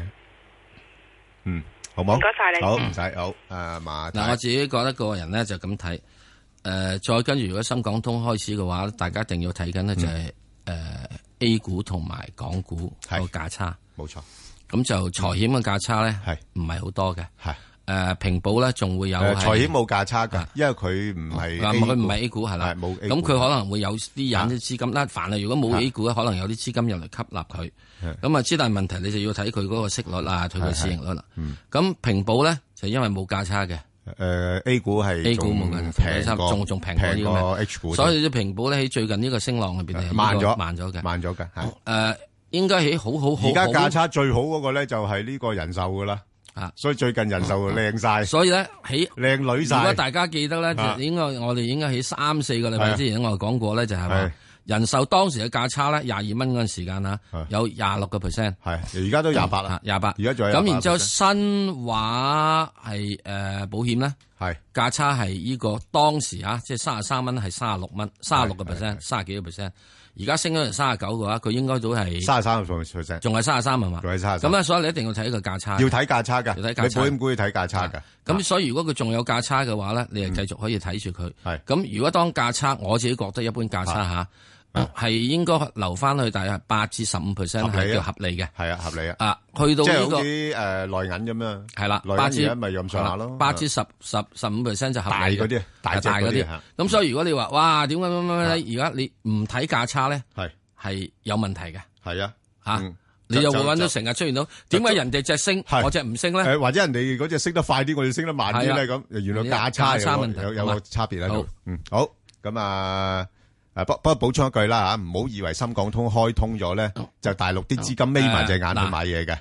Speaker 3: 嗯，好冇？
Speaker 15: 唔該晒你嗯
Speaker 3: 好唔使好。誒，馬
Speaker 2: 嗱，我自己覺得個人咧就咁睇。誒，再跟住如果深港通開始嘅話，大家一定要睇緊呢就係誒
Speaker 3: 嗯
Speaker 2: A 股同埋港股個價差。
Speaker 3: 冇錯。
Speaker 2: 咁就財險嘅價差咧，係唔係好多嘅？
Speaker 3: 係
Speaker 2: 誒平保咧，仲會有
Speaker 3: 誒財險冇價差㗎，因為佢唔係
Speaker 2: 佢唔係 A 股係啦，
Speaker 3: 冇。啊
Speaker 2: 咁佢可能會有啲引啲資金啦，凡係如果冇 A 股咧，可能有啲資金入嚟吸納佢。咁啊，之但係問題你就要睇佢嗰個息率啊，佢嘅市盈率啦。咁平保咧就因為冇價差嘅。
Speaker 3: 嗯誒 A 股係
Speaker 2: A 股冇嘅，
Speaker 3: 平過
Speaker 2: 仲仲平過呢個
Speaker 3: 過 H 股，
Speaker 2: 所以啲平保咧喺最近呢個升浪入邊係
Speaker 3: 慢咗
Speaker 2: 慢咗嘅，
Speaker 3: 慢咗嘅。
Speaker 2: 誒應該喺好好好
Speaker 3: 而家價差最好嗰個咧就係呢個人壽㗎啦。
Speaker 2: 啊，
Speaker 3: 所以最近人壽靚晒，
Speaker 2: 所以咧喺
Speaker 3: 靚女晒。
Speaker 2: 如果大家記得咧，
Speaker 3: 啊
Speaker 2: 就應該我哋應該喺三四個禮拜之前我哋講過咧，就係話
Speaker 3: 係
Speaker 2: 人壽當時嘅價差咧廿二蚊嗰陣時間啊，有廿六個 percent，嗯啊
Speaker 3: 係而家都廿八啦，
Speaker 2: 廿八。
Speaker 3: 而家仲有
Speaker 2: 咁然之後
Speaker 3: 28%
Speaker 2: 新華係誒保險咧，
Speaker 3: 係
Speaker 2: 價差係呢個當時啊，即係三十三蚊係三十六蚊，三十六個 percent，三十幾個 percent。而家升咗成三十九嘅話，佢應該都係
Speaker 3: 三十三個 percent，
Speaker 2: 仲係三十三係嘛？
Speaker 3: 仲係33
Speaker 2: 咁咧，所以你一定要睇個價差。
Speaker 3: 要睇價差㗎，
Speaker 2: 要睇
Speaker 3: 你
Speaker 2: 價差啊
Speaker 3: 保險股要睇價差㗎。啊
Speaker 2: 咁所以如果佢仲有價差嘅話咧，你係繼續可以睇住佢。
Speaker 3: 係啊
Speaker 2: 咁，如果當價差，我自己覺得一般價差吓，嗯係應該留翻去大約八至十五 percent
Speaker 3: 合理
Speaker 2: 係
Speaker 3: 啊
Speaker 2: 叫合理嘅。
Speaker 3: 係啊，合理啊。
Speaker 2: 啊，去到
Speaker 3: 即係
Speaker 2: 呢
Speaker 3: 好
Speaker 2: 個
Speaker 3: 似誒內銀咁啊，
Speaker 2: 係啦，
Speaker 3: 內
Speaker 2: 八
Speaker 3: 銀
Speaker 2: 至
Speaker 3: 而家咪咁上下咯，啊
Speaker 2: 八至十十十五 percent 就合理嘅
Speaker 3: 大嗰啲啊大隻
Speaker 2: 大
Speaker 3: 嗰
Speaker 2: 嗰
Speaker 3: 啲
Speaker 2: 啲
Speaker 3: 嚇。
Speaker 2: 咁所以如果你話哇點解乜乜乜咧，而家你唔睇價差咧，
Speaker 3: 係
Speaker 2: 係有問題嘅。
Speaker 3: 係啊，
Speaker 2: 嚇你又會揾到成日出現到點解人哋隻升，我隻唔升咧？
Speaker 3: 誒，或者人哋嗰只升得快啲，我哋升得慢啲咧，
Speaker 2: 係啊
Speaker 3: 咁原來價差
Speaker 2: 價差問
Speaker 3: 有
Speaker 2: 題
Speaker 3: 有有個
Speaker 2: 好嘛
Speaker 3: 差別喺度
Speaker 2: 好。
Speaker 3: 嗯，好咁啊。誒不不過補充一句啦嚇，唔好以為深港通開通咗咧，就大陸啲資金眯埋隻眼去
Speaker 2: 嗱
Speaker 3: 買嘢嘅，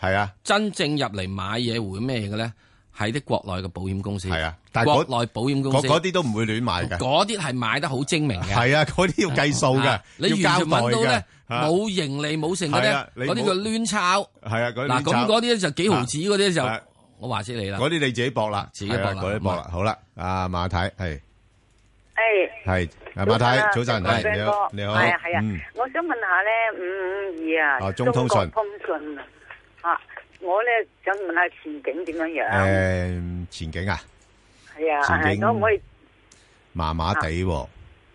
Speaker 3: 係啊，
Speaker 2: 真正入嚟買嘢會咩嘅咧？係啲國內嘅保險公司，係啊，
Speaker 3: 但係
Speaker 2: 國
Speaker 3: 嗰
Speaker 2: 內保險公
Speaker 3: 嗰
Speaker 2: 司
Speaker 3: 嗰啲都唔會亂買嘅，
Speaker 2: 嗰啲係買得好精明嘅，
Speaker 3: 係啊，嗰啲要計數嘅
Speaker 2: 啊，你完
Speaker 3: 要
Speaker 2: 全
Speaker 3: 交代
Speaker 2: 揾到
Speaker 3: 嘅
Speaker 2: 咧，
Speaker 3: 啊
Speaker 2: 冇盈利冇剩嗰
Speaker 3: 係啊
Speaker 2: 啲，
Speaker 3: 你
Speaker 2: 嗰啲
Speaker 3: 冇
Speaker 2: 叫攣抄。
Speaker 3: 係啊，嗰啲啊亂
Speaker 2: 嗱，咁
Speaker 3: 炒
Speaker 2: 嗰啲咧就幾毫子嗰啲就我話知你啦，
Speaker 3: 嗰啲你自己搏啦，
Speaker 2: 自己搏啦
Speaker 3: 係啊嗰啲搏啦。好啦，阿馬太係
Speaker 16: 诶，
Speaker 3: 係阿馬太，早晨，
Speaker 16: 啊
Speaker 3: 係你好，你
Speaker 16: ，Ben
Speaker 3: 好，
Speaker 16: 啊
Speaker 11: à,
Speaker 16: 哥係啊係啊
Speaker 3: 嗯，
Speaker 16: 我想問下咧，
Speaker 11: Ừ,
Speaker 16: 五五二
Speaker 3: 啊
Speaker 16: 啊，
Speaker 3: 中通
Speaker 16: 國
Speaker 3: 訊
Speaker 16: 通訊啊，啊，我咧想問下前景點樣
Speaker 3: Ờ,
Speaker 16: 樣？
Speaker 3: 誒前景啊，
Speaker 16: 係嗯
Speaker 11: à,
Speaker 16: 啊，
Speaker 3: 前
Speaker 16: 係
Speaker 3: 景
Speaker 16: 可唔可以？
Speaker 3: 麻麻地喎，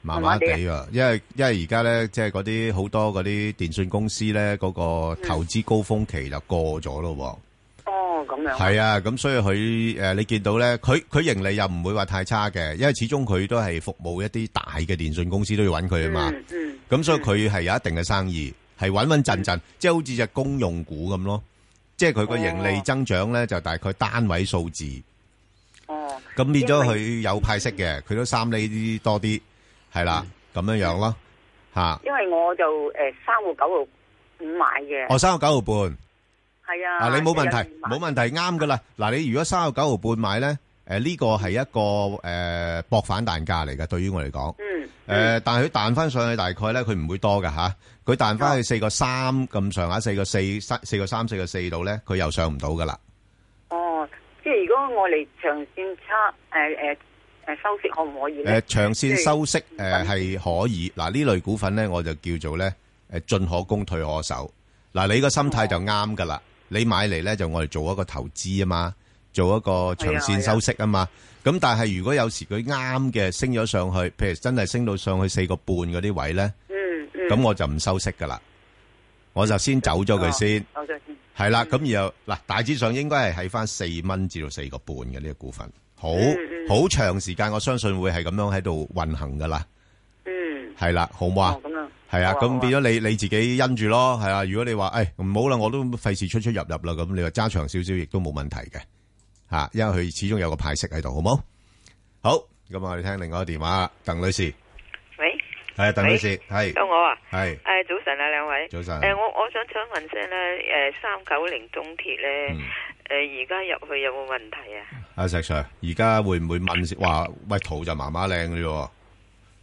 Speaker 3: 麻麻
Speaker 16: 麻
Speaker 3: 地
Speaker 16: 地啊
Speaker 3: 喎，因為因為而家咧，即係嗰啲好多嗰啲電信公司咧，嗰個投資高峰期就過咗咯喎。
Speaker 16: 哦，咁樣。
Speaker 3: 系啊，咁所以佢诶、呃你見到咧，佢佢盈利又唔會話太差嘅，因為始終佢都係服務一啲大嘅電信公司都要揾佢啊嘛。咁、
Speaker 16: 嗯
Speaker 3: 所以佢係有一定嘅生意，係穩穩陣陣，即係好似只公用股咁咯。即係佢個盈利增長咧，就大概單位數字。
Speaker 16: 哦。
Speaker 3: 咁變咗佢有派息嘅，佢都三厘多啲，係啦，咁樣樣咯，吓、
Speaker 16: 因為我就诶三個九號五買嘅。
Speaker 3: 我三個九毫半。
Speaker 16: 係
Speaker 11: à,
Speaker 16: 啊。
Speaker 3: 啊，你冇問題，
Speaker 16: 有
Speaker 3: 冇問題，啱噶啦。嗱，你如果三個九毫半買咧，誒呢個係一個誒博反彈價嚟嘅，對於我嚟講。
Speaker 16: 嗯。
Speaker 3: 誒，但係佢彈翻上去大概咧，佢唔會多嘅吓，佢彈翻去四個三咁上下，四個四、三四個三、四個四度咧，佢又上唔到噶啦。
Speaker 11: Ờ,
Speaker 16: 哦，即係如果我嚟長線差诶诶诶收息可唔可以
Speaker 3: 誒
Speaker 16: 咧？，
Speaker 3: 呃長線收息呃
Speaker 16: 即係
Speaker 3: 誒係可以。嗱，呢類股份咧，我就叫做咧誒進可攻退可守。嗱，你個心
Speaker 16: 哦
Speaker 3: 態就啱噶啦。你買嚟咧就我哋做一個投資啊嘛，做一個長線收息啊嘛。咁但係如果有時佢啱嘅升咗上去，譬如真係升到上去四個半嗰啲位咧，
Speaker 16: 嗯嗯。
Speaker 3: 咁我就唔收息噶啦，我就先走咗佢先。
Speaker 16: 哦走咗先
Speaker 3: 係啦，咁然後嗱，大致上應該係喺翻四蚊至到四個半嘅呢個股份，好
Speaker 16: 嗯嗯
Speaker 3: 好長時間，我相信會係咁樣喺度運行噶啦，
Speaker 16: 嗯。
Speaker 3: 係啦，好唔好啊
Speaker 16: 哦？咁樣
Speaker 3: 係啊，
Speaker 16: 好啊好
Speaker 3: 咁
Speaker 16: 啊
Speaker 3: 變咗你你自己因住咯，係啊。如果你話誒唔好啦，我都費事出出入入啦，咁你話揸長少少亦都冇問題嘅嚇，因為佢始終有個派息喺度，好冇？好，咁我哋聽另外一個電話啦，鄧女士，
Speaker 17: 喂，
Speaker 3: 係啊鄧女士
Speaker 17: 喂，
Speaker 3: 係
Speaker 17: 到我啊，
Speaker 3: 係
Speaker 17: 诶、早晨啊，兩位，
Speaker 3: 早晨
Speaker 17: 诶、我我想想問聲咧，诶、三九零中鐵咧，诶、而家入去有冇問題啊？
Speaker 3: 阿石 Sir，而家會唔會問先話喂圖就麻麻靚嘅啫喎？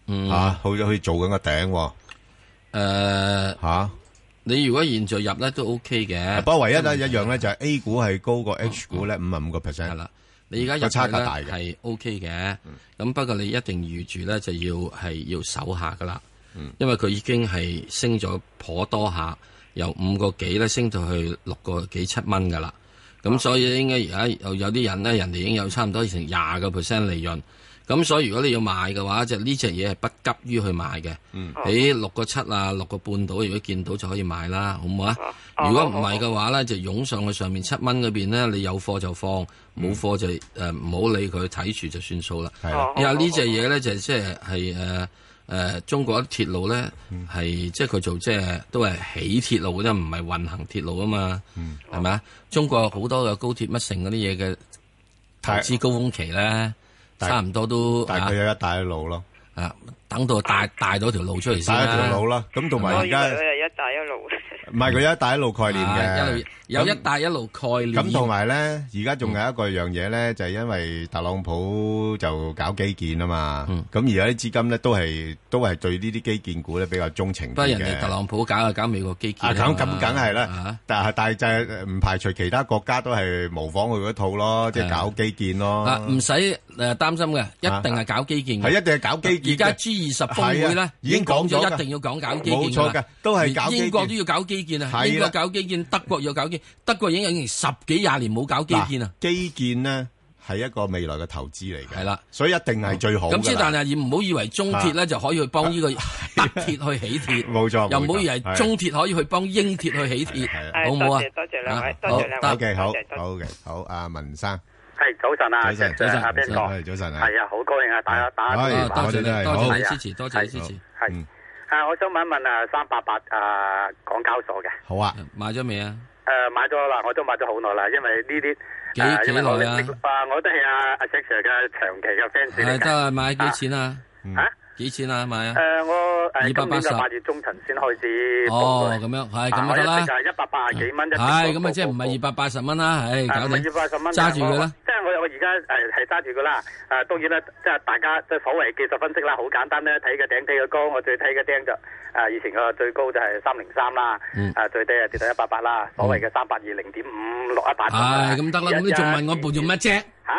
Speaker 2: 嗯
Speaker 3: 嚇，好似好似做緊個頂喎。
Speaker 2: 誒
Speaker 3: 嚇，啊
Speaker 2: 你如果現在入咧都 OK 嘅，
Speaker 3: 不過唯一咧一樣咧就係 A 股係高過 H 股咧五十五個 percent。係
Speaker 2: 啦，你而家
Speaker 3: 個
Speaker 2: 入
Speaker 3: 差
Speaker 2: 差
Speaker 3: 價
Speaker 2: 價
Speaker 3: 大
Speaker 2: 大
Speaker 3: 嘅嗯
Speaker 2: 係 O K 嘅，咁不過你一定預住咧就要係要守下噶啦，
Speaker 6: 嗯
Speaker 2: 因為佢已經係升咗頗多下，由五個幾咧升到去六個幾七蚊噶啦，咁所以應該而家有有啲人咧，人哋已經有差唔多成廿個 percent 利潤，咁所以如果你要買嘅話，就呢只嘢係不急於去買嘅，喺六個七啊六個半度，如果見到就可以買啦，好唔好啊？如果唔係嘅話咧，就湧上去上面七蚊嗰邊咧，你有貨就放，冇貨就誒唔好理佢，睇住就算數啦。
Speaker 3: 係
Speaker 17: 啊
Speaker 2: 因為呢只嘢咧就即係係誒誒中國鐵路咧係即係佢做即係都係起鐵路嘅啫，唔係運行鐵路啊嘛，係咪啊？中國好多嘅高鐵乜城嗰啲嘢嘅投資高峰期咧，
Speaker 3: 但
Speaker 2: 差唔多都
Speaker 3: 大概
Speaker 2: 啊
Speaker 3: 有一帶一路咯。
Speaker 2: 啊，等到大大咗條路出嚟先
Speaker 3: 大咗條路啦咁同埋
Speaker 17: 我
Speaker 3: 而
Speaker 17: 以
Speaker 3: 家
Speaker 17: 為佢係一帶一路，
Speaker 3: 唔係佢有一帶一路概念
Speaker 2: 啊一
Speaker 3: 嘅
Speaker 2: 路，有
Speaker 3: 咁
Speaker 2: 一帶一路概念。
Speaker 3: 咁同埋咧，而家仲有一個樣嘢咧，就係因為特朗普就搞基建啊嘛，咁而家啲資金咧都係都係對呢啲基建股咧比較鍾情啲嘅。
Speaker 2: 不過人哋特朗普搞啊搞美國基建
Speaker 3: 啊，
Speaker 2: 啊
Speaker 3: 咁
Speaker 2: 嘛
Speaker 3: 咁梗係啦，但係但係就係唔排除其他國家都係模仿佢嗰套咯，即係搞基建咯。
Speaker 2: 啊，唔使誒擔心嘅，一定係搞基建嘅，
Speaker 3: 係一定係搞基建嘅
Speaker 2: 而家 G 二十峰會
Speaker 3: 係
Speaker 2: 咧
Speaker 3: 啊已經講咗㗎
Speaker 2: 咗，一定要講搞基建
Speaker 3: 冇錯㗎都係搞基建
Speaker 2: 英國都要搞基建
Speaker 3: 係
Speaker 2: 啊，
Speaker 3: 啦
Speaker 2: 英國搞基建，德國要搞基建，德國已經有成十幾廿年冇搞基建啊。
Speaker 3: 基建咧係一個未來嘅投資嚟嘅，
Speaker 2: 係啦，
Speaker 3: 所以一定係最好㗎啦。
Speaker 2: 咁之，但係唔好以為中鐵咧就可以去幫呢個德鐵去起鐵，
Speaker 3: 冇錯
Speaker 2: 又唔
Speaker 3: 哦冇錯
Speaker 2: 好以為
Speaker 3: 係
Speaker 2: 中鐵可以去幫英鐵去起鐵，好唔好啊？
Speaker 18: 多謝多謝兩位
Speaker 2: 啊
Speaker 18: 多謝兩位
Speaker 2: 好
Speaker 3: OK，好
Speaker 18: 多謝多謝
Speaker 3: 好嘅，好阿文生，
Speaker 18: 系早晨啊，
Speaker 3: 早晨
Speaker 18: 即係
Speaker 3: 早晨
Speaker 18: 阿 Ben 哥，
Speaker 3: 係早晨啊
Speaker 18: 系啊，好高興啊，打打
Speaker 3: 係
Speaker 18: 電話
Speaker 3: 多謝你
Speaker 18: 嚟
Speaker 3: 多謝你
Speaker 18: 係啊
Speaker 3: 支持多謝你支持
Speaker 18: 係
Speaker 2: 嗯
Speaker 18: 啊，我想問一問啊，三八八啊，港交所嘅，
Speaker 3: 好啊，
Speaker 2: 買咗未啊？
Speaker 18: 誒買咗啦，我都買咗好耐啦，因為呢啲
Speaker 2: 幾
Speaker 18: 誒因為我
Speaker 2: 幾耐啊
Speaker 18: 啊，我都係阿阿 Sir 嘅長期嘅 fans 嚟
Speaker 2: 係
Speaker 18: 㗎
Speaker 3: 嗯
Speaker 2: 得啊，買幾錢啊？
Speaker 18: 啊？
Speaker 2: 幾錢啊？買啊？
Speaker 18: 誒，我誒今
Speaker 2: 280
Speaker 18: 年嘅八月中旬先開始報
Speaker 2: 哦，
Speaker 18: 嘅
Speaker 2: 咁樣係咁就得啦
Speaker 18: 啊我一直就。係一百八十幾蚊一直報。
Speaker 2: 係咁啊，即係唔係二百八十蚊啦？唉，搞
Speaker 18: 唔
Speaker 2: 掂
Speaker 18: 係啊二百八十蚊，
Speaker 2: 揸住佢啦。
Speaker 18: 但係我。即係我我而家誒係揸住佢啦。誒當然啦，即係大家即係所謂技術分析啦，好簡單咧，睇個頂睇個高，我最睇個頂就誒以前個最高就係三零三啦，
Speaker 2: 嗯
Speaker 18: 誒最低啊跌到一百八啦，所謂嘅三百二零點五六一八。
Speaker 2: 唉，咁得啦。咁你仲問我部做乜啫？
Speaker 18: 嚇？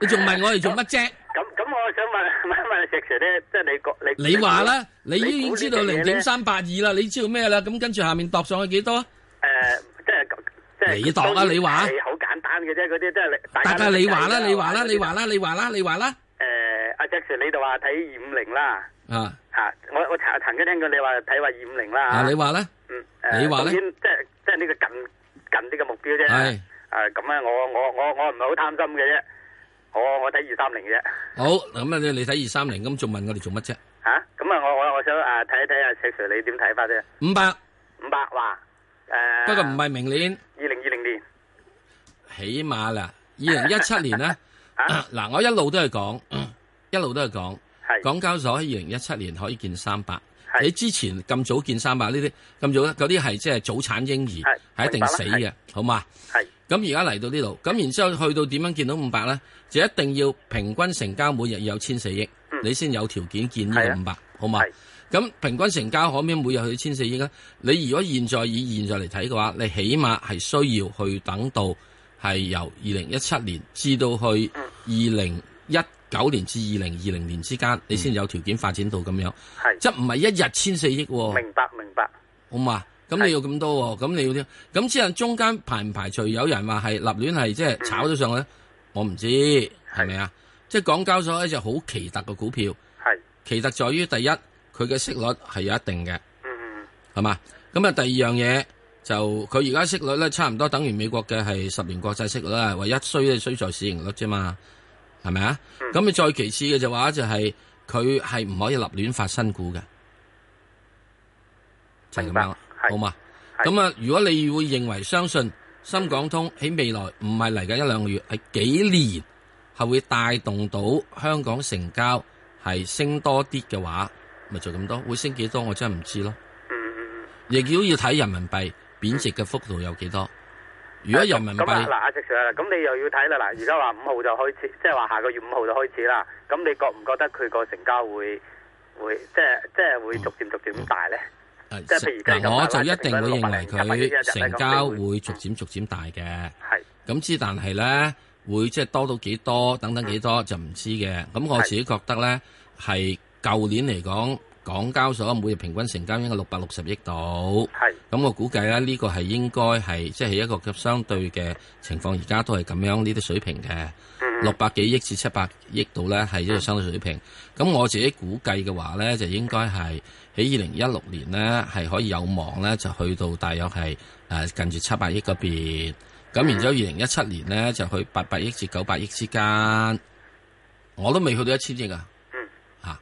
Speaker 2: 你仲問我哋做乜啫？
Speaker 18: 咁咁，我想問 問一問石 Sir 咧，即係你個你
Speaker 2: 你話啦，你已經知道
Speaker 18: 估呢隻
Speaker 2: 零
Speaker 18: 嘢呢
Speaker 2: 點三八二啦，你知道咩啦？咁跟住下面度上去幾多啊？
Speaker 18: 誒，即係即係
Speaker 2: 你度啊你話
Speaker 18: 係好簡單嘅啫，嗰啲即係
Speaker 2: 大家你話啦，
Speaker 18: 都
Speaker 2: 你話啦，你話啦，你話啦，你話啦。
Speaker 18: 誒，阿 Jack Sir 你度話睇二五零啦，
Speaker 2: 啊
Speaker 18: 嚇！我我曾曾經聽過你話睇話二五零啦，
Speaker 2: 啊，你話啦。
Speaker 18: 嗯，
Speaker 2: 你話呢
Speaker 18: 當然即係即係呢個近近啲嘅目標啫。
Speaker 2: 係
Speaker 18: 誒咁啊，我我我我唔係好貪心嘅啫，我我睇二三零嘅啫。
Speaker 2: 好，咁啊，你你睇二三零，咁仲問我哋做乜啫？
Speaker 18: 嚇！咁啊，我我我想誒睇一睇阿石 Sir 你點睇法啫？
Speaker 2: 五百，
Speaker 18: 五百哇！誒，
Speaker 2: 不過唔係明年，
Speaker 18: 二零二零年。
Speaker 2: 起碼啦，二零一七年 咧，
Speaker 18: 啊
Speaker 2: 嗱，我一路都係講， 一路都係講，港交所喺二零一七年可以見三百。你之前咁早見三百呢啲咁早咧，嗰啲係即係早產嬰兒，係一定死
Speaker 18: 明白
Speaker 2: 嘅
Speaker 18: 啦，
Speaker 2: 好嘛？
Speaker 18: 係。
Speaker 2: 咁而家嚟到呢度，咁然之後去到點樣見到五百咧？就一定要平均成交每日要有千四億，你先有條件見呢
Speaker 18: 嗯係
Speaker 2: 個
Speaker 18: 啊
Speaker 2: 五百，好嘛？咁平均成交可唔可以每日去千四億咧？你如果現在以現在嚟睇嘅話，你起碼係需要去等到係由二零一七年至到去二零一九年至二零二零年之間，你先有條件發展到咁樣。
Speaker 18: 嗯係
Speaker 2: 即係唔係一日千四億喎？
Speaker 18: 明白明白。嗯
Speaker 2: 好嘛？咁你要咁多喎，咁你要啲，咁之後中間排唔排除有人話係立亂係即係炒咗上
Speaker 18: 嗯
Speaker 2: 去咧？我唔知係咪啊？即係港交所一隻好奇特嘅股票，
Speaker 18: 係
Speaker 2: 奇特在於第一，佢嘅息率係有一定嘅，
Speaker 18: 嗯
Speaker 2: 係嘛？咁啊，第二樣嘢就佢而家息率咧，差唔多等於美國嘅係十年國際息率啦，唯一衰咧衰在市盈率啫嘛，係咪啊？咁你再其次嘅就話就係佢係唔可以立亂發新股嘅，就係咁樣啦，好嘛？咁啊，如果你會認為相信深港通喺未來唔係嚟緊一兩個月，係幾年係會帶動到香港成交係升多啲嘅話，咪就咁多，會升幾多我真係唔知咯。
Speaker 18: 嗯
Speaker 2: 亦都要睇人民幣貶值嘅幅度有幾多。如果人民
Speaker 18: 咁啊，嗱，
Speaker 2: 幣
Speaker 18: 阿石 Sir 啦，咁你又要睇啦，嗱，而家話五號就開始，即係話下個月五號就開始啦。咁你覺唔覺得佢個成交會會即係即係會逐漸逐漸咁大咧？即係譬如計
Speaker 2: 啊嗱，
Speaker 18: 咁
Speaker 2: 我
Speaker 18: 話
Speaker 2: 就一定會認為
Speaker 18: 100一日
Speaker 2: 佢
Speaker 18: 咧
Speaker 2: 成交會逐漸逐漸大嘅。咁之，但係咧會即係多到幾多，等等幾
Speaker 18: 嗯
Speaker 2: 多就唔知嘅。咁我自己覺得咧係舊年嚟講，港交所每日平均成交應該六百六十億度。
Speaker 18: 係。
Speaker 2: 咁我估計咧呢個係應該係即係一個相對嘅情況，而家都係咁樣呢啲水平嘅。六百幾億至七百億度咧，係一個相對水平。咁我自己估計嘅話咧，就應該係喺二零一六年呢，係可以有望咧，就去到大約係誒、呃近住七百億嗰邊。咁然之後，二零一七年呢，就去八百億至九百億之間。我都未去到一千億啊！嚇，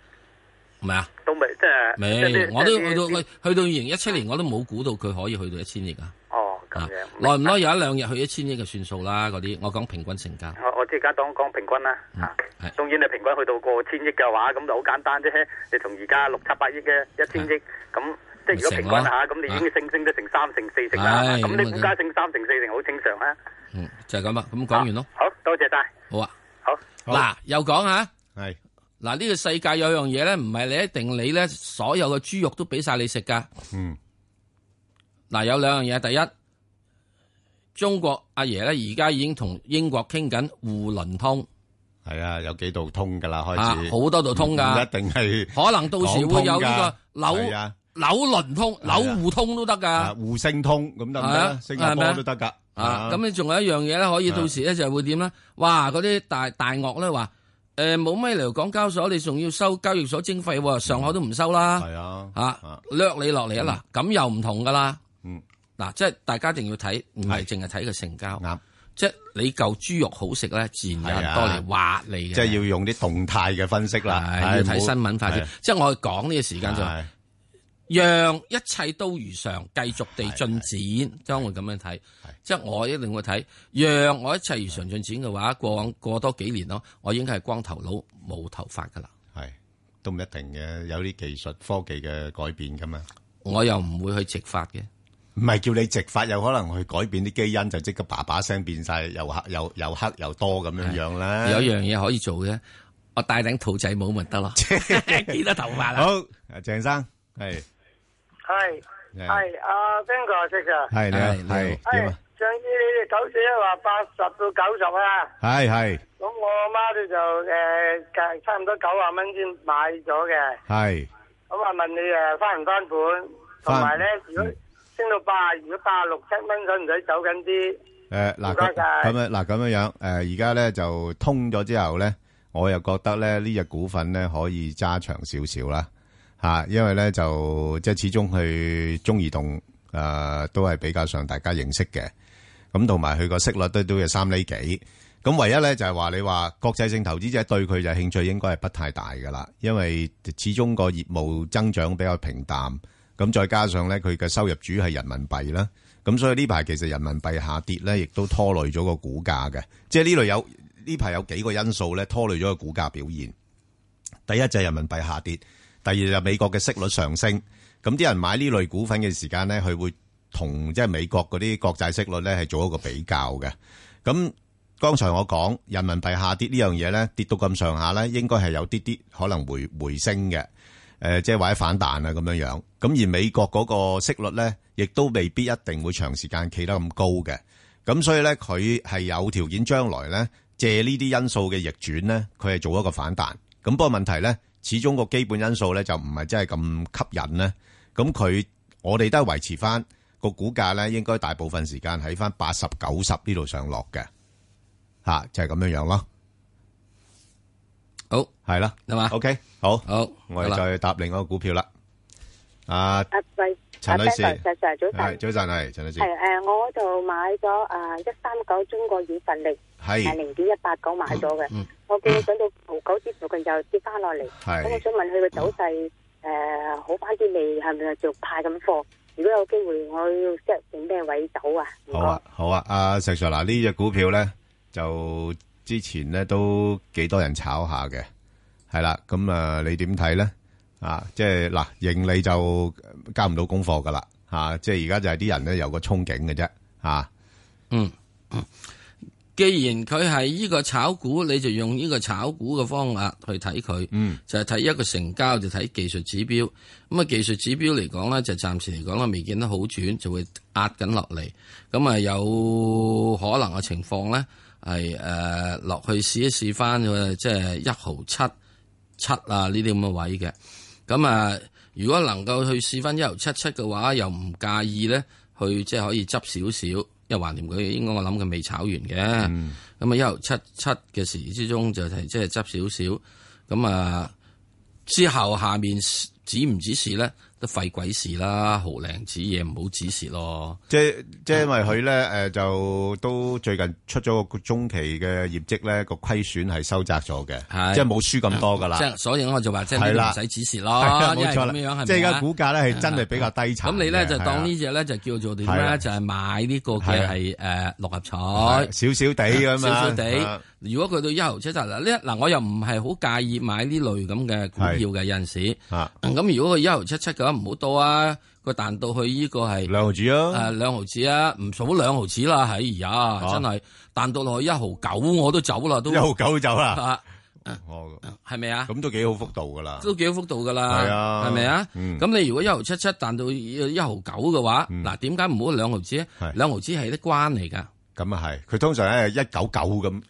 Speaker 2: 係咪啊？
Speaker 18: 都未即係即
Speaker 2: 未
Speaker 18: 係，
Speaker 2: 我都
Speaker 18: 即係
Speaker 2: 去到
Speaker 18: 啲
Speaker 2: 去到二零一七年，我都冇估到佢可以去到一千億啊！
Speaker 18: 哦咁
Speaker 2: 啊
Speaker 18: 樣。
Speaker 2: 耐唔耐有一兩日去一千億就算數啦，嗰啲我講平均成交。嗯
Speaker 18: 我我即係而家當講平均啦，嚇、
Speaker 2: 係
Speaker 18: 當然你平均去到過千億嘅話，咁就好簡單啫。你從而家六七百億嘅一千億，咁即係如
Speaker 2: 咪
Speaker 18: 果平均
Speaker 2: 成咯
Speaker 18: 下，咁你已經升升得成三成四成啦。
Speaker 2: 係
Speaker 18: 咁
Speaker 2: 咁
Speaker 18: 你
Speaker 2: 啊
Speaker 18: 股價升三成四成好正常啊。
Speaker 2: 嗯，就係咁啊，咁講完咯。
Speaker 18: 好多謝晒。
Speaker 2: 好啊，
Speaker 18: 好
Speaker 2: 嗱，又講下，
Speaker 3: 係
Speaker 2: 嗱呢個世界有樣嘢咧，唔係你一定你咧所有嘅豬肉都俾晒你食噶。
Speaker 3: 嗯，
Speaker 2: 嗱有兩樣嘢，第一，中國阿爺咧而家已經同英國傾緊互聯通，
Speaker 3: 係啊，有幾度通噶啦，開
Speaker 2: 啊
Speaker 3: 始
Speaker 2: 好多度通
Speaker 3: 唔
Speaker 2: 㗎
Speaker 3: 一定係
Speaker 2: 可能到時會有呢個
Speaker 3: 港通㗎
Speaker 2: 紐
Speaker 3: 係啊
Speaker 2: 紐倫通、紐互通都得噶。
Speaker 3: 互星通咁得唔
Speaker 2: 係
Speaker 3: 得
Speaker 2: 啊
Speaker 3: 啊？新加
Speaker 2: 係咪
Speaker 3: 坡
Speaker 2: 啊
Speaker 3: 都得㗎啊
Speaker 2: 啊，咁你仲有一樣嘢咧，可以到時咧就會點咧？哇！嗰啲大大鱷咧話，誒冇咩理由港交所，你仲要收交易所徵費喎，上海都唔收啦。
Speaker 3: 係啊，
Speaker 2: 嚇掠你落嚟啊！嗱，咁又唔同噶啦。
Speaker 3: 嗯，
Speaker 2: 嗱，即係大家一定要睇，唔係淨係睇個成交。
Speaker 3: 啱，啊
Speaker 2: 即係你嚿豬肉好食咧，自然有人多嚟挖你嘅。
Speaker 3: 即係要用啲動態嘅分析啦，
Speaker 2: 係要睇新聞發展。即係我講呢個時間就係
Speaker 3: 係
Speaker 2: 讓一切都如常，繼續地進展，將會咁樣睇。即係我一定會睇，讓我一切如常進展嘅話，過往過多幾年咯，我應該係光頭佬冇頭髮噶啦。
Speaker 3: 係都唔一定嘅，有啲技術科技嘅改變噶嘛。
Speaker 2: 我又唔會去直發嘅，
Speaker 3: 唔係叫你直發，有可能去改變啲基因，就即刻叭叭聲變晒又黑又又黑又多咁樣樣啦。
Speaker 2: 有一樣嘢可以做嘅，我戴頂兔仔帽咪得 咯，幾多頭髮啦。
Speaker 3: 好，阿鄭生係
Speaker 19: 係係阿邊個識啊？
Speaker 3: 係你好係點啊？
Speaker 19: 上次你哋九四一話八十到九十啊，
Speaker 3: 係係
Speaker 19: 咁我媽咧就誒計差唔多九啊蚊先買咗嘅，
Speaker 3: 係
Speaker 19: 咁啊問你誒翻唔翻本，同埋咧如
Speaker 3: 嗯
Speaker 19: 果升到八，如果八六七蚊使唔使走緊啲？
Speaker 3: 誒嗱
Speaker 19: 唔該
Speaker 3: 咁
Speaker 19: 晒
Speaker 3: 咁樣嗱咁樣樣誒而家咧就通咗之後咧，我又覺得咧呢只股份咧可以揸長少少啦嚇，因為咧就即係始終去中移動誒、呃都係比較上大家認識嘅，咁同埋佢個息率都都有三厘幾。咁唯一咧就係話你話國際性投資者對佢就興趣應該係不太大㗎啦，因為始終個業務增長比較平淡，咁再加上咧佢嘅收入主要係人民幣啦，咁所以呢排其實人民幣下跌咧，亦都拖累咗個股價嘅，即係呢類有呢排有幾個因素咧拖累咗個股價表現。第一就係人民幣下跌，第二就係美國嘅息率上升。咁啲人買呢類股份嘅時間咧，佢會同即係美國嗰啲國債息率咧係做一個比較嘅。咁剛才我講人民幣下跌呢樣嘢咧，跌到咁上下咧，應該係有啲啲可能回回升嘅。誒、即係或者反彈啊咁樣樣。咁而美國嗰個息率咧，亦都未必一定會長時間企得咁高嘅。咁所以咧，佢係有條件將來咧，借呢啲因素嘅逆轉咧，佢係做一個反彈。咁不過問題咧，始終個基本因素咧就唔係真係咁吸引咧。咁佢我哋都係維持翻個股價咧，應該大部分時間喺翻八十九十呢度上落嘅。吓、就係咁樣樣咯。
Speaker 2: 好，
Speaker 3: 係啦，
Speaker 2: 係嘛
Speaker 3: ？OK，好，
Speaker 2: 好，
Speaker 3: 我
Speaker 2: 好
Speaker 3: 哋
Speaker 2: 啦
Speaker 3: 再答另外一個股票啦。啊，
Speaker 20: 阿喂，
Speaker 3: 陳女士
Speaker 20: 阿啊 Ben 哥早晨，早
Speaker 3: 係
Speaker 20: 晨，
Speaker 3: 早晨，係陳女士
Speaker 20: 係，誒，我就買咗啊一三九中國軟實力，
Speaker 3: 係嗯
Speaker 20: 零點一八九買咗嘅，我見佢上到九九之附近又跌翻落嚟，
Speaker 21: 係
Speaker 20: 咁我想問佢個走勢誒好翻啲未？係咪就派緊貨？如果有機會，我要即係整咩位走啊？
Speaker 3: 好啊，好啊，阿石 Sir 嗱，呢只股票咧就之前咧都幾多人炒下嘅，係啦，咁啊，你點睇咧？啊，即係嗱，盈利就呃交唔到功課噶啦，吓，即係而家就係啲人咧有個憧憬嘅啫，啊吓，
Speaker 2: 嗯，既然佢係呢個炒股，你就用呢個炒股嘅方法去睇佢，
Speaker 3: 嗯，
Speaker 2: 就係睇一個成交，就睇技術指標。咁啊，技術指標嚟講咧，就暫時嚟講咧未見得好轉，就會壓緊落嚟。咁啊，有可能嘅情況咧係誒落去試一試翻佢，即係一毫七七啊呢啲咁嘅位嘅。咁啊，如果能夠去試翻一由七七嘅話，又唔介意咧，去即係可以執少少，因為橫掂佢應該我諗佢未炒完嘅。
Speaker 3: 嗯
Speaker 2: 咁啊、一由七七嘅時之中就係即係執少少。咁啊，之後下面指唔指示咧，都費鬼事啦，毫零子嘢唔好指示咯。
Speaker 3: 即係即係因為佢咧诶就都最近出咗個中期嘅業績咧，個虧損係收窄咗嘅，
Speaker 2: 係
Speaker 3: 即係冇輸咁多噶啦
Speaker 2: 即。係所以我就話即係
Speaker 3: 係
Speaker 2: 你
Speaker 3: 啦
Speaker 2: 唔使指示
Speaker 3: 係
Speaker 2: 咯
Speaker 3: 啊，
Speaker 2: 因為
Speaker 3: 冇錯啦
Speaker 2: 咁樣係咪啊
Speaker 3: 即係而家股價咧係真係比較低殘嘅
Speaker 2: 咁你咧就
Speaker 3: 係啊
Speaker 2: 當呢只咧就叫做點
Speaker 3: 係啊
Speaker 2: 咧？就係買呢個
Speaker 3: 係
Speaker 2: 嘅
Speaker 3: 啊
Speaker 2: 係誒六合彩，
Speaker 3: 哎少少地咁啊
Speaker 2: 哎 少少地
Speaker 3: 啊。
Speaker 2: 如果佢到一毫七就嗱呢嗱，我又唔係好介意買呢類咁嘅股票嘅有陣時。
Speaker 3: 啊
Speaker 2: 咁如果佢一毫七七嘅話，唔好多啊。佢彈到去呢個係
Speaker 3: 兩毫子啊，
Speaker 2: 誒兩毫子啊，唔數兩毫子啦，哎呀，真係彈到落去一毫九我都走啦，都
Speaker 3: 哦一毫九走啦
Speaker 2: 啊
Speaker 3: 哦，
Speaker 2: 係咪啊？
Speaker 3: 咁都幾好幅度噶啦。
Speaker 2: 都幾好幅度噶啦，
Speaker 3: 係啊
Speaker 2: 係咪啊？
Speaker 3: 嗯
Speaker 2: 咁你如果一毫七七彈到一毫九嘅話，嗱點解唔好兩毫子咧？兩毫子係啲關嚟㗎，
Speaker 3: 咁啊係，佢通常咧一九九咁，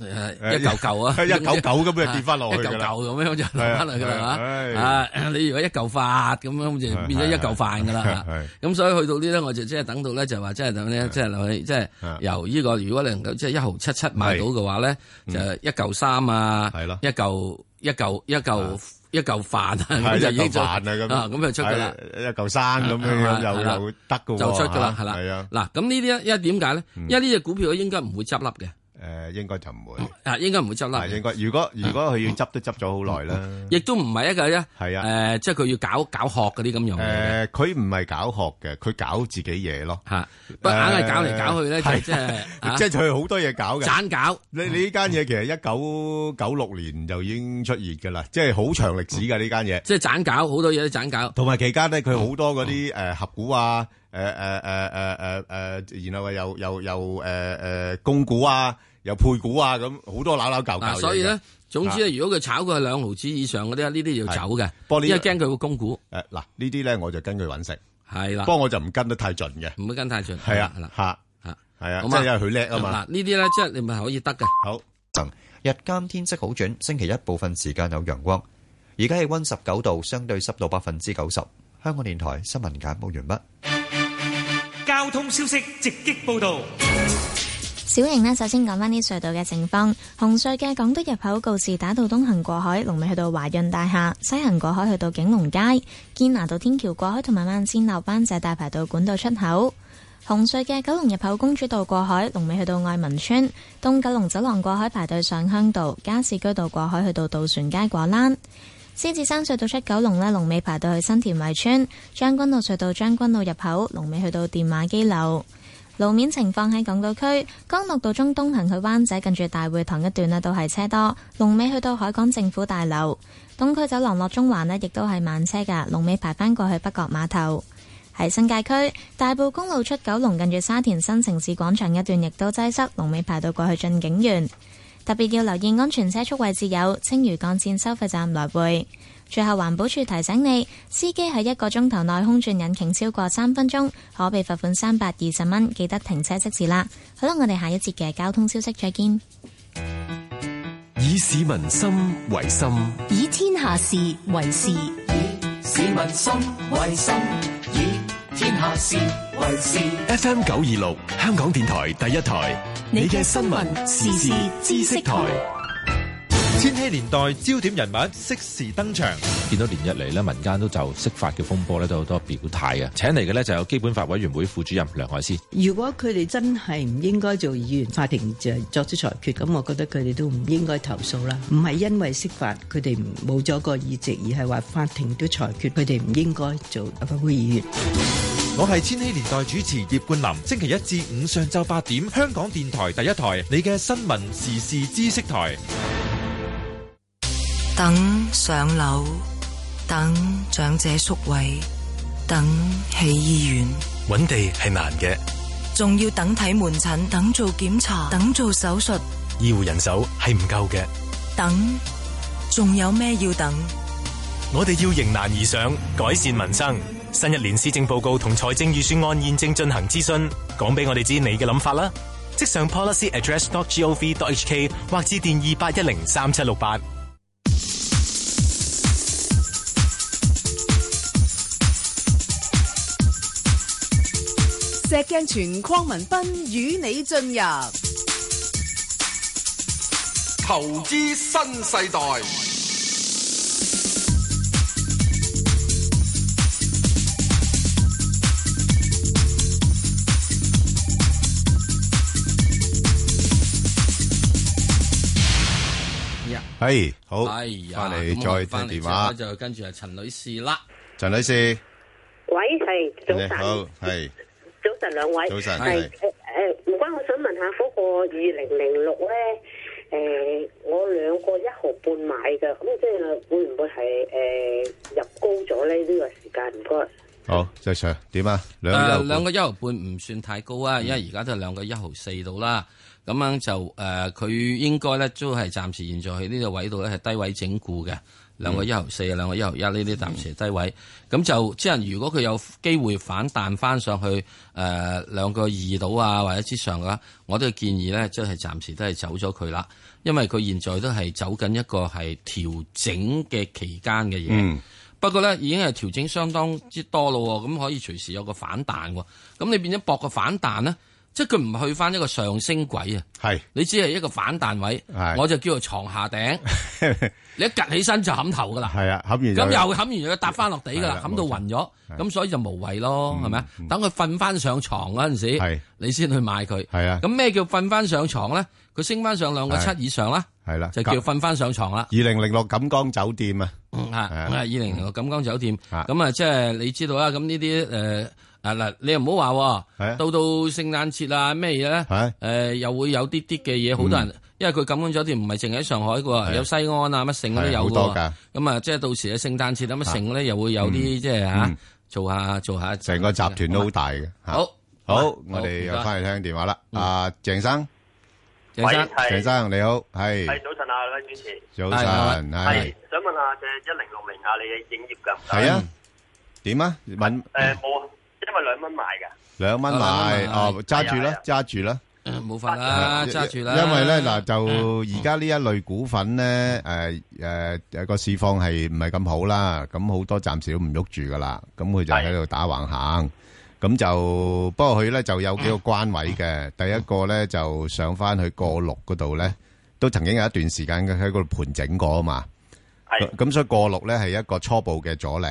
Speaker 2: 誒一嚿嚿啊，
Speaker 3: 一 嚿嚿咁就跌返落去
Speaker 2: 一
Speaker 3: 㗎
Speaker 2: 嚿嚿
Speaker 3: 啦
Speaker 2: 咁樣就落翻嚟㗎
Speaker 3: 係
Speaker 2: 啦
Speaker 3: 啊
Speaker 2: 嚇。
Speaker 3: 係
Speaker 2: 啊，你如果一嚿發咁樣就變咗一嚿飯㗎啦
Speaker 3: 係係
Speaker 2: 咁所以去到呢咧，我就即係等到咧，就話即係等咧，即係落去，即係
Speaker 3: 啊
Speaker 2: 由呢個，如果你能夠即係一毫七七買到嘅話咧，
Speaker 3: 嗯
Speaker 2: 就一嚿三啊，係咯，一嚿一嚿一嚿一嚿飯啊， 咁
Speaker 3: 係
Speaker 2: 就
Speaker 3: 一
Speaker 2: 已經
Speaker 3: 嚿
Speaker 2: 出
Speaker 3: 飯啊咁，
Speaker 2: 啊，咁就出㗎啦。
Speaker 3: 係一嚿山咁樣
Speaker 2: 啊
Speaker 3: 樣
Speaker 2: 係啦
Speaker 3: 又又得噶，
Speaker 2: 就出㗎啦，係
Speaker 3: 係啊嗯
Speaker 2: 啦。嗱，咁呢啲因為點解咧？因為呢只股票應該唔會執笠嘅。
Speaker 3: 诶，应该就唔會。
Speaker 2: 啊，應該唔會執啦。
Speaker 3: 係應該，如果如果佢要執都執咗好耐啦。
Speaker 2: 亦都唔係一個啫。
Speaker 3: 係啊，
Speaker 2: 诶，即係佢要搞搞學嗰啲咁用。
Speaker 3: 诶，佢唔係搞學嘅，佢搞自己嘢咯。
Speaker 2: 吓，不過硬係搞嚟搞去咧，就 即係啊
Speaker 3: 即係佢好多嘢搞嘅。
Speaker 2: 盞搞。
Speaker 3: 你你呢間嘢其實一九九六年就已經出現㗎啦，即係好長歷史㗎呢間嘢。
Speaker 2: 即係盞搞，好多嘢都盞搞。
Speaker 3: 同埋期間咧，佢好多嗰啲誒合股啊，誒誒誒誒誒誒，然後又又又誒誒供股啊，又配股啊，咁好多扭扭舊舊嘢
Speaker 2: 嗱，
Speaker 3: 嘅啊
Speaker 2: 所以咧，總之咧，如果佢炒佢係兩毫子以上嗰啲咧，呢啲要走嘅。
Speaker 3: 不過呢
Speaker 2: 因為驚佢會供股。
Speaker 3: 誒嗱，呢啲咧我就跟佢揾食，
Speaker 2: 係啦
Speaker 3: 不過我就唔跟得太盡嘅，
Speaker 2: 唔會跟太盡。
Speaker 3: 係啊
Speaker 2: 係啦，
Speaker 3: 嚇
Speaker 2: 嚇
Speaker 3: 係啊，即
Speaker 2: 好嘛
Speaker 3: 係因為佢叻啊嘛
Speaker 2: 嗱，。呢啲咧即係你咪可以得嘅。
Speaker 3: 好。
Speaker 6: 日間天色好轉，星期一部分時間有陽光。而家氣温十九度，相對濕度百分之九十。香港電台新聞簡報完畢。
Speaker 5: 交通消息直擊報道。
Speaker 7: 小型呢，首先講翻啲隧道嘅情況。紅隧嘅港島入口告示打到東行過海，龍尾去到華潤大廈；西行過海去到景隆街、堅拿道天橋過海同埋慢線落班仔大排到管道出口。紅隧嘅九龍入口公主道過海，龍尾去到愛民村；東九龍走廊過海排隊上鄉道，加士居道過海去到渡船街果欄。獅子山隧道出九龍呢，龍尾排到去新田圍村；將軍澳隧道將軍澳入口，龍尾去到電話機樓。路面情況喺港島區，江樂道中東行去灣仔，近住大會堂一段呢都係車多，龍尾去到海港政府大樓。東區走廊落中環呢亦都係慢車㗎，龍尾排返過去北角碼頭。喺新界區，大埔公路出九龍近住沙田新城市廣場一段，亦都擠塞，龍尾排到過去進景園。特別要留意安全車速位置有青嶼幹線收費站來回。最後，環保署提醒你，司機喺一個鐘頭內空轉引擎超過三分鐘，可被罰款三百二十蚊。記得停車熄匙啦。好啦，我哋下一節嘅交通消息再見。
Speaker 8: 以市民心為心，
Speaker 9: 以天下事為事，以市民心為心，以天下事為事。
Speaker 8: FM 九二六，香港電台第一台，你嘅新聞時事知識台。
Speaker 21: 千禧年代焦點人物適時登場。
Speaker 22: 見到連日嚟咧，民間都就釋法嘅風波咧，都好多表態嘅。請嚟嘅咧就有基本法委員會副主任梁愛詩。
Speaker 23: 如果佢哋真係唔應該做議員，法庭就作出裁決，咁我覺得佢哋都唔應該投訴啦。唔係因為釋法佢哋冇咗個議席，而係話法庭都裁決佢哋唔應該做立法會議員。
Speaker 21: 我係千禧年代主持葉冠霖，星期一至五上晝八點，香港電台第一台，你嘅新聞時事知識台。
Speaker 24: 等上樓，等長者宿位，等喺醫院，
Speaker 25: 揾地係難嘅，
Speaker 24: 仲要等睇門診，等做檢查，等做手術，
Speaker 25: 醫護人手係唔夠嘅，
Speaker 24: 等仲有咩要等？
Speaker 25: 我哋要迎難而上，改善民生。新一年施政報告同財政預算案現正進行諮詢，講俾我哋知你嘅諗法啦。即上 policyaddress.gov.hk 或致電二八一零三七六八。
Speaker 1: 石鏡泉邝文斌與你進入
Speaker 14: 投資新世代，
Speaker 3: 係好，
Speaker 2: 哎呀，
Speaker 3: 翻嚟
Speaker 2: 咁我
Speaker 3: 再
Speaker 2: 返嚟
Speaker 3: 聽電
Speaker 2: 之後
Speaker 3: 話
Speaker 2: 呢，就跟住係陳女士啦。
Speaker 3: 陳女士，
Speaker 26: 喂，係早
Speaker 3: 你
Speaker 26: 晨，
Speaker 3: 好，係
Speaker 26: 早晨兩位，
Speaker 3: 早晨
Speaker 26: 係誒誒，唔該，我想問下嗰個二零零六咧，誒，我兩個一毫半買嘅，咁即係會唔會係誒入高咗咧？呢個時間唔該。
Speaker 3: 好，石 Sir 點啊？
Speaker 2: 誒
Speaker 3: 兩
Speaker 2: 呃兩
Speaker 3: 個
Speaker 2: 個一毫半唔算太高啊，因為而家都係兩個一毫四到啦。咁樣就誒，呃佢、應該咧都係暫時現在喺呢個位度咧係低位整固嘅，兩個一毫四啊，兩個一毫一呢啲暫時係低位。咁就即係如果佢有機會反彈翻上去誒兩個二到啊或者之上嘅話，我都建議咧即係暫時都係走咗佢啦，因為佢現在都係走緊一個係調整嘅期間嘅嘢。
Speaker 27: 嗯
Speaker 2: 不過咧，已經係調整相當之多咯喎，咁可以隨時有個反彈喎。咁你變咗搏個反彈咧，即係佢唔去翻一個上升軌啊。
Speaker 3: 係，
Speaker 2: 你只係一個反彈位，我就叫做床下 頂。你一趌起身就冚頭噶啦。
Speaker 3: 係啊，冚完啊
Speaker 2: 咁又冚完又搭翻落地噶啦，冚到暈咗，
Speaker 3: 係嗯
Speaker 2: 咁所以就無謂咯，係咪啊？等佢瞓翻上床嗰陣時，你先去買佢。
Speaker 3: 係啊
Speaker 2: 咁咩叫瞓翻上床咧？佢升翻上兩個七
Speaker 3: 係
Speaker 2: 以上啦，
Speaker 3: 係啦
Speaker 2: 就叫瞓翻上床啦。
Speaker 3: 2006錦江酒店啊。
Speaker 2: 啊，
Speaker 3: 係啊。
Speaker 2: 咁啊，二零零六錦江酒店，咁啊，即係你知道啦，咁呢啲誒啊嗱，你又唔好
Speaker 3: 係
Speaker 2: 話
Speaker 3: 啊
Speaker 2: 喎，到到聖誕節啊咩
Speaker 3: 係
Speaker 2: 嘢
Speaker 3: 嗯
Speaker 2: 咧，誒又會有啲啲嘅嘢，好多人，因為佢錦江酒店唔係淨喺上海嘅
Speaker 3: 啊
Speaker 2: 喎，有西安啊乜城都
Speaker 3: 係
Speaker 2: 有
Speaker 3: 好
Speaker 2: 嘅
Speaker 3: 多
Speaker 2: 喎
Speaker 3: 㗎，
Speaker 2: 咁啊，即係到時嘅聖誕節啊乜城咧又會有
Speaker 3: 嗯
Speaker 2: 啲即係嚇
Speaker 3: 嗯
Speaker 2: 做下做下，
Speaker 3: 成個集團都好大嘅，嚇。
Speaker 2: 好。
Speaker 3: 好，
Speaker 2: 好，
Speaker 3: 我哋又
Speaker 2: 唔該。
Speaker 3: 返去聽電話啦。啊，鄭生。
Speaker 2: 鄭生。
Speaker 4: 喂，係。
Speaker 3: 鄭生，你好，係。
Speaker 4: 系早晨啊，兩位主持。
Speaker 3: 早晨係
Speaker 4: 系想問
Speaker 18: ờ,
Speaker 4: 下只一零六零啊，你嘅營業㗎？
Speaker 3: 係啊，。點啊？問-
Speaker 4: 诶，冇啊，因為兩蚊買㗎。
Speaker 3: 兩蚊
Speaker 2: 啊兩蚊買。
Speaker 3: 買，哦，揸住啦，揸住啦。
Speaker 2: 呃冇法啦，
Speaker 3: 啊因-
Speaker 2: 啊揸住啦，嗯
Speaker 3: 因為呢，嗱，就而家呢一類股份呢，誒，誒，誒，個市況係唔係咁好啦，咁好多暫時都唔喐住㗎啦，咁佢就喺度打橫行，咁就-不過佢呢，就有幾個關位嘅，第一個呢，就上返去過六嗰度呢，都曾經有一段時間佢喺嗰度盤整過啊嘛，咁所以過六呢，係一個初步嘅阻力，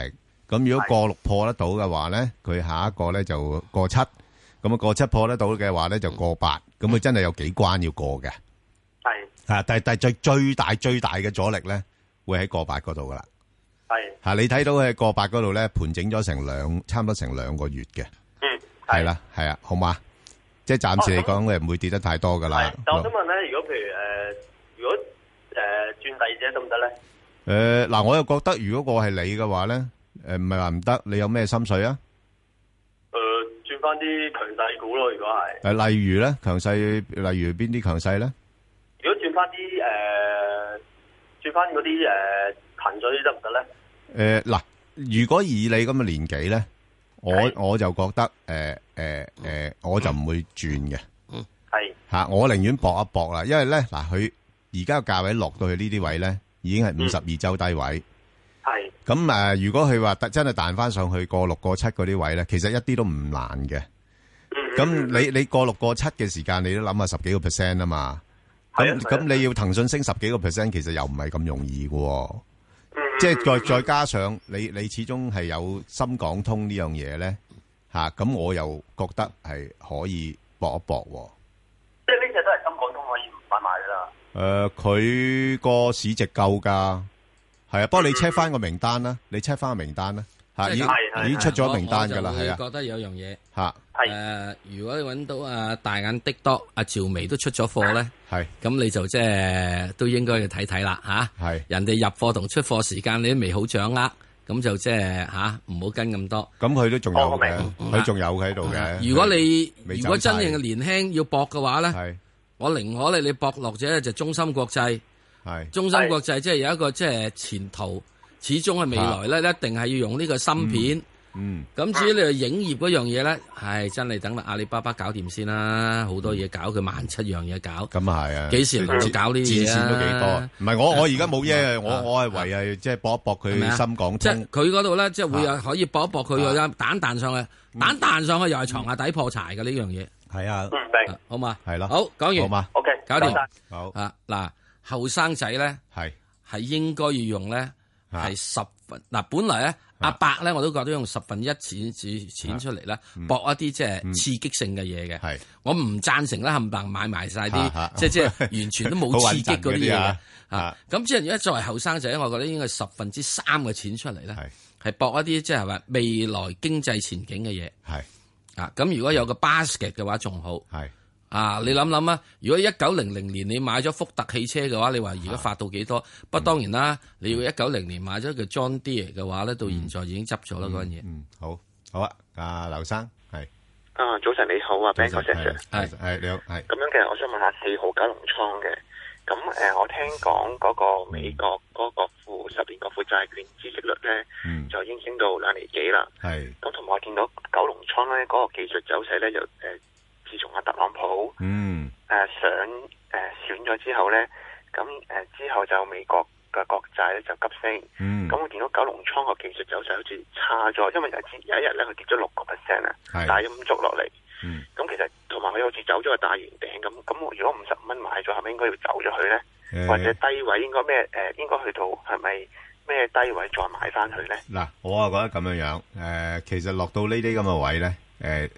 Speaker 3: 咁如果嗯過六破得到嘅話呢，佢下一個呢，就過七，咁啊過七破得到嘅話呢，就過八，咁佢真係有幾關要過嘅。
Speaker 4: 係
Speaker 3: 啊，但系但系最最大最大嘅阻力咧，會喺過八嗰度噶啦。
Speaker 4: 係
Speaker 3: 吓、你睇到佢喺過八嗰度咧，盤整咗成兩，差唔多成兩個月嘅。
Speaker 18: Ừ.
Speaker 4: 嗯，
Speaker 3: 係啦，係啊，好嘛？即系暫時嚟講，佢唔會跌得太多噶啦。
Speaker 4: 但我想問咧，如果譬如
Speaker 18: ờ,
Speaker 4: 诶，如果诶转第二隻得唔得咧？
Speaker 3: 诶，嗱、我又覺得如果我係你嘅話咧，诶、唔係話唔得，你有咩心水啊？
Speaker 4: 诶，呃轉翻啲強勢股咯，如果係。
Speaker 3: 诶、例如咧，強勢，例如邊啲強勢咧？
Speaker 4: 如果轉翻啲诶，轉翻嗰啲诶騰訊啲得唔得咧？
Speaker 3: 诶，呃嗱、如果以你咁嘅年紀咧，我我就覺得诶诶诶，我就唔會轉嘅。
Speaker 4: 係
Speaker 3: 吓、我寧願搏一搏啦，因為咧嗱，佢而家個價位落到去呢啲位咧，已經係五十二周低位。
Speaker 4: 係
Speaker 3: 咁誒、呃如果佢話突真係彈翻上去過六過七嗰啲位咧，其實一啲都唔難嘅。咁你你過六過七嘅時間，你都諗下十幾個 percent 啊嘛。咁咁你要騰訊升十幾個 percent，其實又唔係咁容易嘅喎。即係再再加上你你始終係有深港通呢樣嘢咧嚇，咁、我又覺得係可以搏一搏喎、
Speaker 4: 即係呢隻都係深港通可以唔買賣㗎啦。
Speaker 3: 诶，呃佢個市值夠㗎，係啊。不過你 check 翻個名單啦，你 check 翻個名單啦，吓已
Speaker 2: 即
Speaker 3: 經
Speaker 2: 係咁
Speaker 3: 已經出咗名單㗎啦，係
Speaker 2: 我我就會
Speaker 3: 啊，
Speaker 2: 覺得有樣嘢。
Speaker 3: 吓
Speaker 2: 誒，如果你揾到啊大眼的多阿趙薇都出咗貨咧，
Speaker 3: 係
Speaker 2: 咁你就即係都應該要睇睇啦嚇。
Speaker 3: 係
Speaker 2: 人哋入貨同出貨時間你都未好掌握，咁就即係嚇唔好跟咁多。
Speaker 3: 咁佢都仲有嘅，佢仲有喺度嘅。
Speaker 2: 如果你
Speaker 3: 未
Speaker 2: 如果
Speaker 3: 走
Speaker 2: 真
Speaker 3: 晒
Speaker 2: 正嘅年輕要搏嘅話咧，我寧可你你搏落者就中心國際，
Speaker 3: 係
Speaker 2: 中心國際即係有一個即係前途，始終係未來咧，一定係要用呢個芯片。
Speaker 3: 嗯，
Speaker 2: 咁至於你話影業嗰樣嘢咧，係真係等阿阿里巴巴搞掂先啦，好多嘢搞，佢萬七樣嘢搞。
Speaker 3: 嗯咁啊係啊，
Speaker 2: 幾時輪到搞呢啲嘢
Speaker 3: 戰線
Speaker 2: 啊
Speaker 3: 都幾多？唔係我我而家冇嘢，
Speaker 2: 啊
Speaker 3: 我我係唯係即係搏一搏
Speaker 2: 係咪
Speaker 3: 佢
Speaker 2: 啊
Speaker 3: 深港
Speaker 2: 即
Speaker 3: 通啊
Speaker 2: 係。佢嗰度咧，即係會有可以搏一搏佢個蛋彈上去，蛋彈上去又係床下底破柴嘅呢樣嘢。
Speaker 3: 嗯係啊，
Speaker 2: 明好嘛？
Speaker 3: 係啦，
Speaker 2: 好講完
Speaker 3: 好嘛
Speaker 2: ，OK，搞
Speaker 3: 多
Speaker 2: 掂
Speaker 3: 謝。好
Speaker 2: 啊，嗱，後生仔咧
Speaker 3: 係
Speaker 2: 係應該要用咧
Speaker 3: 啊
Speaker 2: 係十分嗱，本來咧阿伯咧我都覺得用十分一錢錢錢出嚟咧
Speaker 3: 嗯
Speaker 2: 搏一啲即係刺激性嘅嘢嘅。
Speaker 3: 係
Speaker 2: 我唔贊成咧冚唪唥買埋晒
Speaker 3: 啊啊
Speaker 2: 啲即係 即係完全都冇
Speaker 3: 好穩
Speaker 2: 刺激
Speaker 3: 陣
Speaker 2: 嗰啲
Speaker 3: 嗰
Speaker 2: 嘢
Speaker 3: 啲
Speaker 2: 嘅
Speaker 3: 啊。
Speaker 2: 啊，咁即係如果作為後生仔，我覺得應該十分之三嘅錢出嚟咧，係搏一啲即係話未來經濟前景嘅嘢。
Speaker 3: 係
Speaker 2: 啊，咁如果有個 basket 嘅話，仲好。
Speaker 3: 係
Speaker 2: 啊，你諗諗啊，如果一九零零年你買咗福特汽車嘅話，你話而家發到幾多？不過當然啦，你要一九零年買咗個 John Deere 嘅話咧，到現在已經執咗啦嗰樣嘢。
Speaker 3: 嗯，好，好啊，阿劉生係
Speaker 10: 啊，早晨你好啊，Ben 哥 Sir。
Speaker 3: 係係你好係
Speaker 10: 咁樣嘅，我想問下四號九龍倉嘅。咁誒、呃我聽講嗰
Speaker 3: 嗯
Speaker 10: 個美國嗰個負十年國負債券孳息率咧，就已經升到兩厘幾啦。
Speaker 3: 嗯係
Speaker 10: 咁同埋我見到九龍倉咧嗰、個技術走勢咧，就誒、呃自從阿特朗普
Speaker 3: 嗯
Speaker 10: 誒、呃上誒、呃、選咗之後咧，咁誒、呃之後就美國嘅國債咧就急升。
Speaker 3: 嗯
Speaker 10: 咁我見到九龍倉個技術走勢好似差咗，因為有一次有一日咧佢跌咗六個 percent 啊，
Speaker 3: 係嗯
Speaker 10: 但係咁捉落嚟。咁其實同埋佢好似走咗個大圓頂咁，咁我如果五十蚊買咗，係咪應該要走咗佢咧？
Speaker 3: 誒
Speaker 10: 或者低位應該咩？誒、應該去到係咪咩低位再買翻佢咧？
Speaker 3: 嗱，我啊覺得咁樣樣，誒、其實落到呢啲咁嘅位咧，誒、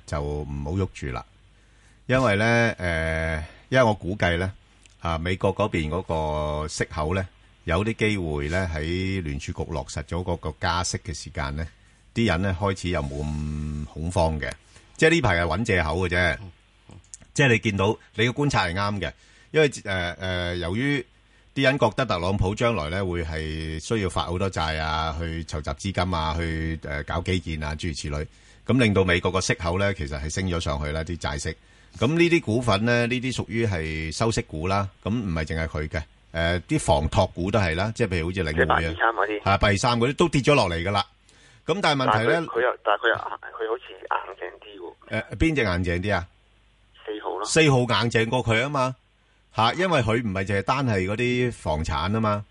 Speaker 3: 誒、就唔好喐住啦，因為咧，誒、因為我估計咧，啊美國嗰邊嗰個息口咧，有啲機會咧喺聯儲局落實咗嗰個加息嘅時間咧，啲人咧開始又冇咁恐慌嘅，即係呢排係揾藉口嘅啫。即係你見到你嘅觀察係啱嘅，因為誒誒、呃呃由於啲人覺得特朗普將來咧會係需要發好多債啊，去籌集資金啊，去誒、呃搞基建啊，諸如此類，咁令到美國個息口咧其實係升咗上去啦，啲債息。咁呢啲股份咧，呢啲屬於係收息股啦，咁唔係淨係佢嘅，誒、啲房託股都係啦，即係譬如好似領
Speaker 10: 即係八二
Speaker 3: 匯
Speaker 10: 三嗰啲
Speaker 3: 啊，啊八二三嗰啲都跌咗落嚟噶啦。咁但係問題咧
Speaker 10: 但係，佢佢又但係佢又硬佢好似硬淨啲喎，
Speaker 3: 誒邊只硬淨啲啊？
Speaker 10: 四號咯。
Speaker 3: 四號硬淨過佢啊嘛，吓、因為佢唔係淨係單係嗰啲房產啊嘛，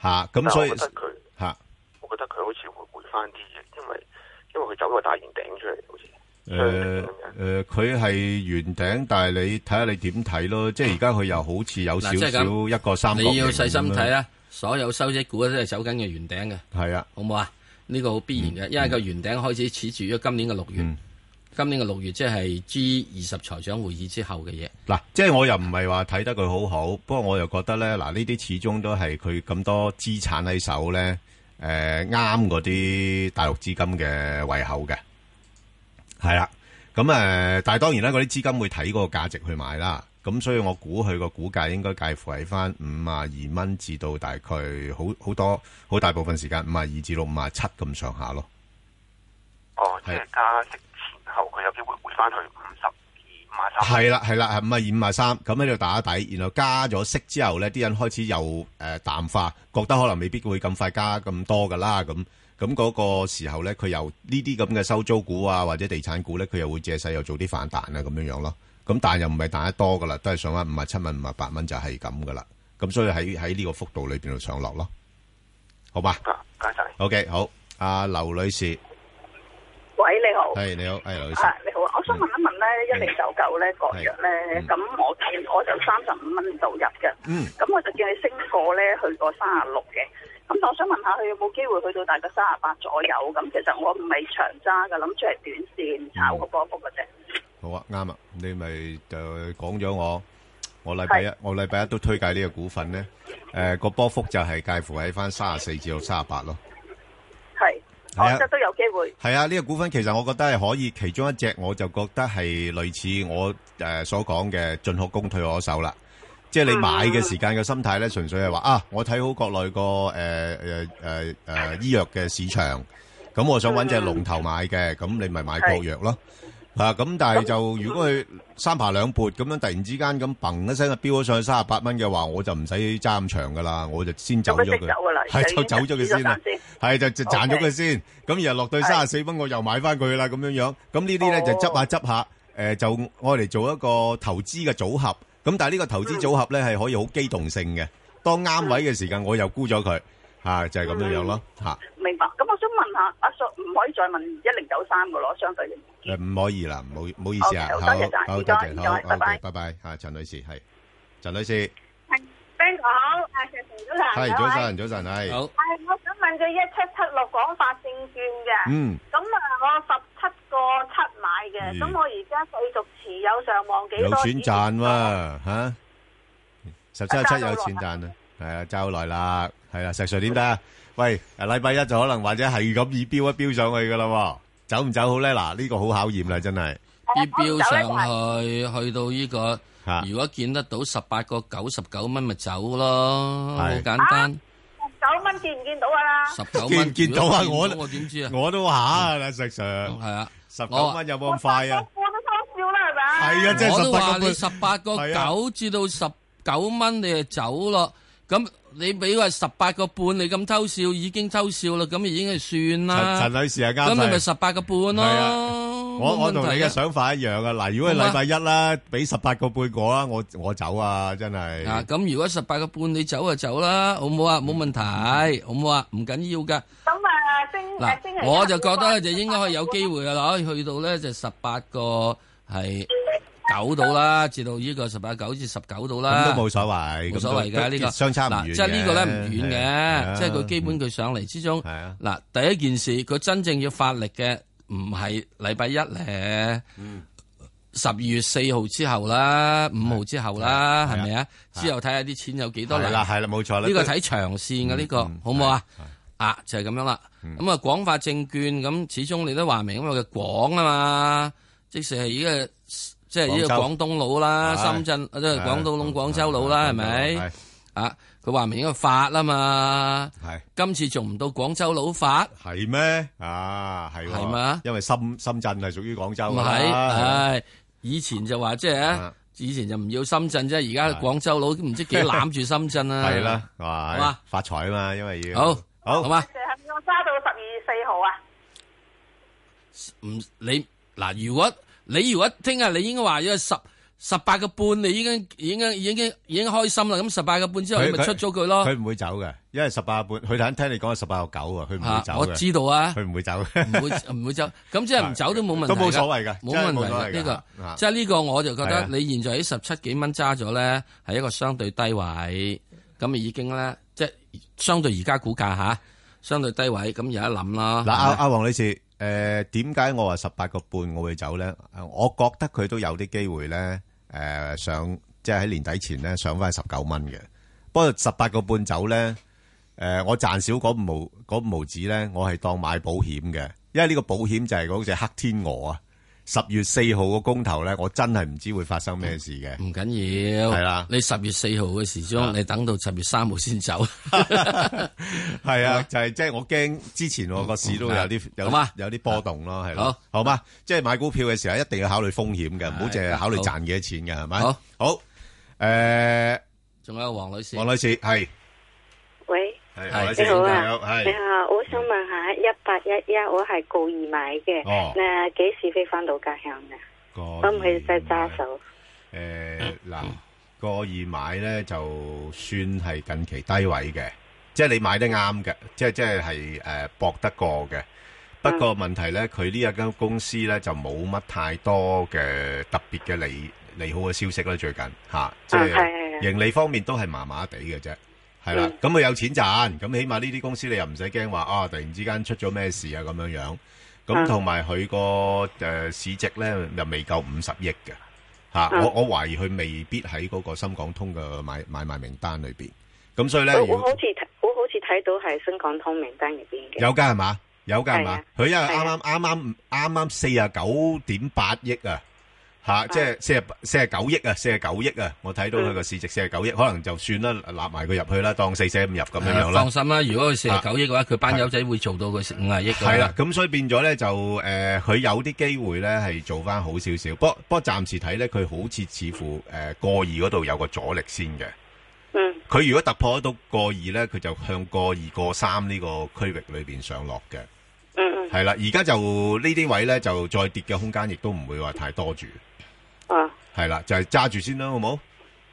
Speaker 3: 吓、咁
Speaker 10: 但
Speaker 3: 所以
Speaker 10: 我覺得佢，
Speaker 3: 吓、
Speaker 10: 我覺得佢好似會回翻啲嘅，因為因為佢走個大圓頂出嚟，好似
Speaker 3: 誒誒，佢係圓頂，但係你睇下你點睇咯，即係而家佢又好似有少
Speaker 2: 嗱即係
Speaker 3: 少
Speaker 2: 咁
Speaker 3: 一個三角形
Speaker 2: 你要細心睇
Speaker 3: 啊，
Speaker 2: 啦，所有收益股都係走緊嘅圓頂嘅，
Speaker 3: 係啊，
Speaker 2: 好唔好啊？呢個好必
Speaker 3: 嗯
Speaker 2: 然嘅，因為個圓頂開始始住咗今年嘅六月，今年嘅六月即係 G 二十財長會議之後嘅嘢。
Speaker 3: 嗱，即係我又唔係話睇得佢好好，不過我又覺得咧，嗱呢啲始終都係佢咁多資產喺手咧，誒啱嗰啲大陸資金嘅胃口嘅，係啦。咁誒、呃但係當然啦，嗰啲資金會睇嗰個價值去買啦。咁所以我估佢個股價應該介乎喺翻五啊二蚊至到大概好好多好大部分時間五啊二至到五啊七咁上下咯。
Speaker 10: 哦，即係加息前後佢有機會回翻去五十二、五十三。
Speaker 3: 係啦，係啦，五啊二五啊三，咁喺度打底，然後加咗息之後咧，啲人開始又誒、呃淡化，覺得可能未必會咁快加咁多噶啦，咁咁嗰個時候咧，佢又呢啲咁嘅收租股啊，或者地產股咧，佢又會借勢又做啲反彈啊，咁樣樣咯。咁但係又唔係彈得多噶啦，都係上翻五啊七蚊、五啊八蚊就係咁噶啦。咁所以喺喺呢個幅度裏邊度上落咯，好吧？
Speaker 10: 加晒。
Speaker 3: OK，好，阿、劉女士，
Speaker 11: 喂，你好。
Speaker 3: 係你好，係劉女士，
Speaker 11: 啊，你好，我想問一問咧，一零九九咧國藥咧，咁我見我就三十五蚊度入嘅，
Speaker 3: 嗯
Speaker 11: 咁我就見佢升過咧，去過三十六嘅，咁我想問下佢有冇機會去到大概三十八左右？咁其實我唔係長揸嘅，諗住係短線炒個波幅嘅啫。
Speaker 3: 好啊，啱啊，你咪就講咗我，我禮拜一我禮拜一都推介呢個股份咧，诶、個波幅就係介乎喺翻三十四至到三十八咯。
Speaker 11: 係，
Speaker 3: 係啊
Speaker 11: 我覺得都有機會。
Speaker 3: 係啊，呢、個股份其實我覺得係可以，其中一隻我就覺得係類似我诶、呃所講嘅進可攻退可守啦。即
Speaker 11: 啊
Speaker 3: 係你買嘅時間嘅心態咧，純粹係話啊，我睇好國內個诶诶诶诶医药嘅市場，咁我想揾隻龍頭買嘅，咁你咪買國藥咯。啊，咁但係就如果佢三爬兩撥咁樣，突然之間咁砰一聲就飆咗上去三十八蚊嘅話，我就唔使揸咁長噶啦，我就先走咗
Speaker 11: 咁咪即
Speaker 3: 佢
Speaker 11: 走㗎啦，
Speaker 3: 係
Speaker 11: 就
Speaker 3: 就
Speaker 11: 已
Speaker 3: 走
Speaker 11: 經
Speaker 3: 咗佢
Speaker 11: 止咗
Speaker 3: 先啦
Speaker 11: 賺先，
Speaker 3: 係就就賺咗佢先， 咁然後落到三十四蚊，我又買翻佢啦，咁樣樣，咁呢啲咧就執下執下，誒就我嚟做一個投資嘅組合，咁但係呢個投資組合咧係可以好機動性嘅，當啱位嘅時間我又沽咗佢，嚇就係咁樣樣咯，嚇
Speaker 11: 明白。咁我想問下阿叔，唔可以再問一零九三個咯，相對嚟。
Speaker 3: 誒唔可以啦，唔好唔好意思啊，
Speaker 11: 好
Speaker 3: 好
Speaker 11: 多謝晒
Speaker 3: 好
Speaker 11: 唔
Speaker 3: 多
Speaker 11: 該
Speaker 3: 謝，
Speaker 11: 唔該
Speaker 3: 好
Speaker 11: 拜拜
Speaker 3: OK，拜拜嚇，陳女士係陳女士。
Speaker 12: Ben 哥好，阿石 Sir 早晨，
Speaker 3: 系
Speaker 12: 兩位
Speaker 3: 早。晨，早晨系。好
Speaker 12: 啊係我想問佢一七七六廣發證券嘅，
Speaker 3: 嗯
Speaker 12: 咁啊，我十七個七買嘅，
Speaker 3: 咦
Speaker 12: 咁我而家繼續持有上望幾
Speaker 3: 有
Speaker 12: 多？
Speaker 3: 錢賺喎，吓十七七
Speaker 12: 揸
Speaker 3: 有
Speaker 12: 到
Speaker 3: 錢賺啊，係啊，揸好耐啦，係啊，石 Sir 點睇啊？喂，禮拜一就可能或者係咁以飆一飆上去噶啦喎，走唔走好咧？嗱，呢個好考驗啦，真係。
Speaker 2: 啲標上去，去到呢、個，如果見得到十八個九十九蚊，咪走咯，好簡單。
Speaker 12: 九蚊見唔見到啊？
Speaker 2: 十九
Speaker 3: 見
Speaker 2: 蚊
Speaker 3: 唔見到啊？
Speaker 2: 如果
Speaker 3: 我
Speaker 2: 見我點知啊？
Speaker 3: 我都話啦，石 Sir。係
Speaker 2: 啊，
Speaker 3: 十九蚊有冇咁快啊？
Speaker 12: 我都偷笑啦，係咪啊？
Speaker 3: 係啊，即係
Speaker 2: 我
Speaker 3: 十
Speaker 2: 都
Speaker 3: 八
Speaker 2: 話
Speaker 3: 個啊
Speaker 2: 你十八個九至到十九蚊，你就走咯。咁你俾佢十八個半，你咁偷笑已經偷笑啦，咁已經係算啦。
Speaker 3: 陳陳女士啊啱
Speaker 2: 咁你
Speaker 3: 晒
Speaker 2: 咪十八個半咯。
Speaker 3: 係啊我我同你嘅想法一樣啊！嗱，如果係禮拜一啦，俾十八個半我啦，我我走啊，真係。
Speaker 2: 啊，咁如果十八個半你走就走啦，好唔好啊？冇問題，好唔好啊？唔緊要噶。
Speaker 12: 咁啊，星
Speaker 2: 嗱
Speaker 12: 誒星期，一
Speaker 2: 我就覺得咧就應該係有機會噶啦，可以去到咧就十八個係九度啦，至到呢個十八九至十九度啦，
Speaker 3: 咁都冇所謂
Speaker 2: 冇所謂
Speaker 3: 咁都
Speaker 2: 嘅呢個
Speaker 3: 相差唔遠
Speaker 2: 嗱即係呢個咧唔遠
Speaker 3: 嘅係啊
Speaker 2: 嘅，即係佢基本佢上嚟之中，嗱第一件事佢真正要發力嘅唔係禮拜一咧。
Speaker 3: 嗯
Speaker 2: 十二月四號之後啦，五號之後啦，係咪啊？之後睇下啲錢有幾多嚟。
Speaker 3: 係啦係啦冇錯啦嗯
Speaker 2: 呢個
Speaker 3: 都
Speaker 2: 睇長線嘅呢個，好唔好啊？啊，就係咁樣啦。
Speaker 3: 嗯
Speaker 2: 咁啊，廣發證券咁，始終你都話明，因為佢廣啊嘛，即使係呢個即係呢個
Speaker 22: 廣
Speaker 2: 廣
Speaker 22: 州
Speaker 2: 東佬啦、
Speaker 22: 係
Speaker 2: 深圳啊即係
Speaker 22: 係
Speaker 2: 廣東佬、廣州佬啦，係咪？啊，佢話明因為發啊嘛，今次做唔到廣州佬發，
Speaker 3: 係咩？啊，係喎
Speaker 2: 係嘛？
Speaker 3: 因為深深圳係屬於廣州
Speaker 2: 唔
Speaker 3: 㗎啦啊
Speaker 2: 係，
Speaker 3: 係啊
Speaker 2: 唉，以前就話即係，以前就唔要深圳啫，而家廣州佬唔知幾攬住深圳啊！
Speaker 3: 啊係啦，哇
Speaker 2: 好嘛
Speaker 3: 發財啊嘛，因為要
Speaker 2: 好，
Speaker 3: 好
Speaker 2: 好嘛，
Speaker 12: 就係要揸到十二月四號啊！
Speaker 2: 唔你嗱，如果你如果聽日你應該話咗十十八個半，你已經已經已經已經開心啦，咁十八個半之後你咪
Speaker 3: 佢
Speaker 2: 出咗佢咯。
Speaker 3: 佢唔會走嘅，因為十八半，佢頭先聽你講係十八個九啊，佢唔會
Speaker 2: 啊
Speaker 3: 走
Speaker 2: 我
Speaker 3: 嘅
Speaker 2: 知道啊，
Speaker 3: 佢唔會走，
Speaker 2: 唔會唔會走，咁即係唔走都冇問題
Speaker 3: 都
Speaker 2: 㗎，
Speaker 3: 冇所謂㗎
Speaker 2: 冇
Speaker 3: 真係
Speaker 2: 問
Speaker 3: 冇
Speaker 2: 題
Speaker 3: 所謂
Speaker 2: 㗎
Speaker 3: 㗎
Speaker 2: 呢個
Speaker 3: 啊，
Speaker 2: 即係呢個我就覺
Speaker 3: 係
Speaker 2: 得
Speaker 3: 啊
Speaker 2: 你現在喺十七幾蚊揸咗咧，係一個相對低位，咁已經咧，即係相對而家股價吓，相對低位，咁有一諗啦。
Speaker 3: 嗱，阿阿黄女士，诶、點解我話十八個半我會走咧？呃我覺得佢都有啲機會咧，诶、上即係喺年底前咧上翻十九蚊嘅。不過十八個半走咧，诶、我賺少嗰五毫嗰五毫子咧，我係當買保險嘅，因為呢個保險就係嗰只黑天鵝啊。十月四號個公投咧，我真係唔知會發生咩事嘅。
Speaker 2: 唔緊要，
Speaker 3: 係啦，啊
Speaker 2: 你十月四號嘅時鐘，你等到十月三號先走。
Speaker 3: 係啊，就係即係我驚之前我個市都有啲有
Speaker 2: 嗯好嘛啊
Speaker 3: 有啲波動咯，係
Speaker 2: 好
Speaker 3: 咯，好嘛？即係買股票嘅時候一定要考慮風險嘅，唔好
Speaker 2: 係
Speaker 3: 淨係考慮
Speaker 2: 好
Speaker 3: 賺幾多錢嘅，係咪？
Speaker 2: 好，
Speaker 3: 好，誒，
Speaker 2: 仲有黃女士，
Speaker 3: 黃女士係
Speaker 13: 喂，
Speaker 3: 係黃女士
Speaker 13: 你好
Speaker 3: 你好
Speaker 13: 啊，
Speaker 3: 係
Speaker 13: 你好，我想问下一八一一，我系告二买嘅，
Speaker 3: 哦
Speaker 13: 誒幾時飛翻到家鄉嘅？
Speaker 3: 個
Speaker 13: 可唔可以再揸手？
Speaker 3: 誒嗱
Speaker 2: 嗯
Speaker 3: 個二買咧就算係近期低位嘅，即係你買得啱嘅，即係即係係誒搏得過嘅。不過問題咧，佢呢一間公司咧就冇乜太多嘅特別嘅利利好嘅消息啦，最近嚇、即
Speaker 13: 嗯
Speaker 19: 啊
Speaker 13: 係係
Speaker 3: 係
Speaker 13: 係
Speaker 3: 盈利方面都係麻麻地嘅啫，係
Speaker 13: 嗯
Speaker 3: 啦。咁佢、有錢賺，咁起碼呢啲公司你又唔使驚話啊，突然之間出咗咩事啊咁樣樣。咁
Speaker 13: 嗯
Speaker 3: 同埋佢個誒市值咧又未夠五十億嘅嚇、
Speaker 13: 嗯
Speaker 3: 我我懷疑佢未必喺嗰個深港通嘅買買賣名單裏邊。咁所以咧，
Speaker 13: 我
Speaker 3: 如
Speaker 13: 我
Speaker 3: 果
Speaker 13: 好似睇，我好似睇到係新港通名單入邊嘅。
Speaker 3: 有㗎係嘛？有㗎係
Speaker 13: 係
Speaker 3: 嘛
Speaker 13: 啊？
Speaker 3: 佢因為啱啱啱啱啱啱四啊九點八億啊，嚇，即係四啊四啊九億啊，四啊九億啊，我睇到佢個市值四啊九億，可能就算啦，納埋佢入去啦，當四捨五入咁樣樣啦
Speaker 2: 誒啊放。心啦，如果佢四十
Speaker 3: 啊
Speaker 2: 九億嘅話，佢班友仔會做到佢五廿億㗎
Speaker 3: 係啦，。咁所以變咗咧就誒，呃佢、有啲機會咧係做翻好少少，不過不過暫時睇咧，佢好似似乎誒、呃、過二嗰度有個阻力先嘅。
Speaker 13: 嗯。
Speaker 3: 佢如果突破得到過二咧，佢就向過二過三呢個區域裏邊上落嘅。
Speaker 13: 嗯嗯。
Speaker 3: 係啦，而家就呢啲位咧就再跌嘅空間亦都唔會話太多住。
Speaker 13: 啊，
Speaker 3: 係啦，就係揸住先啦，好冇？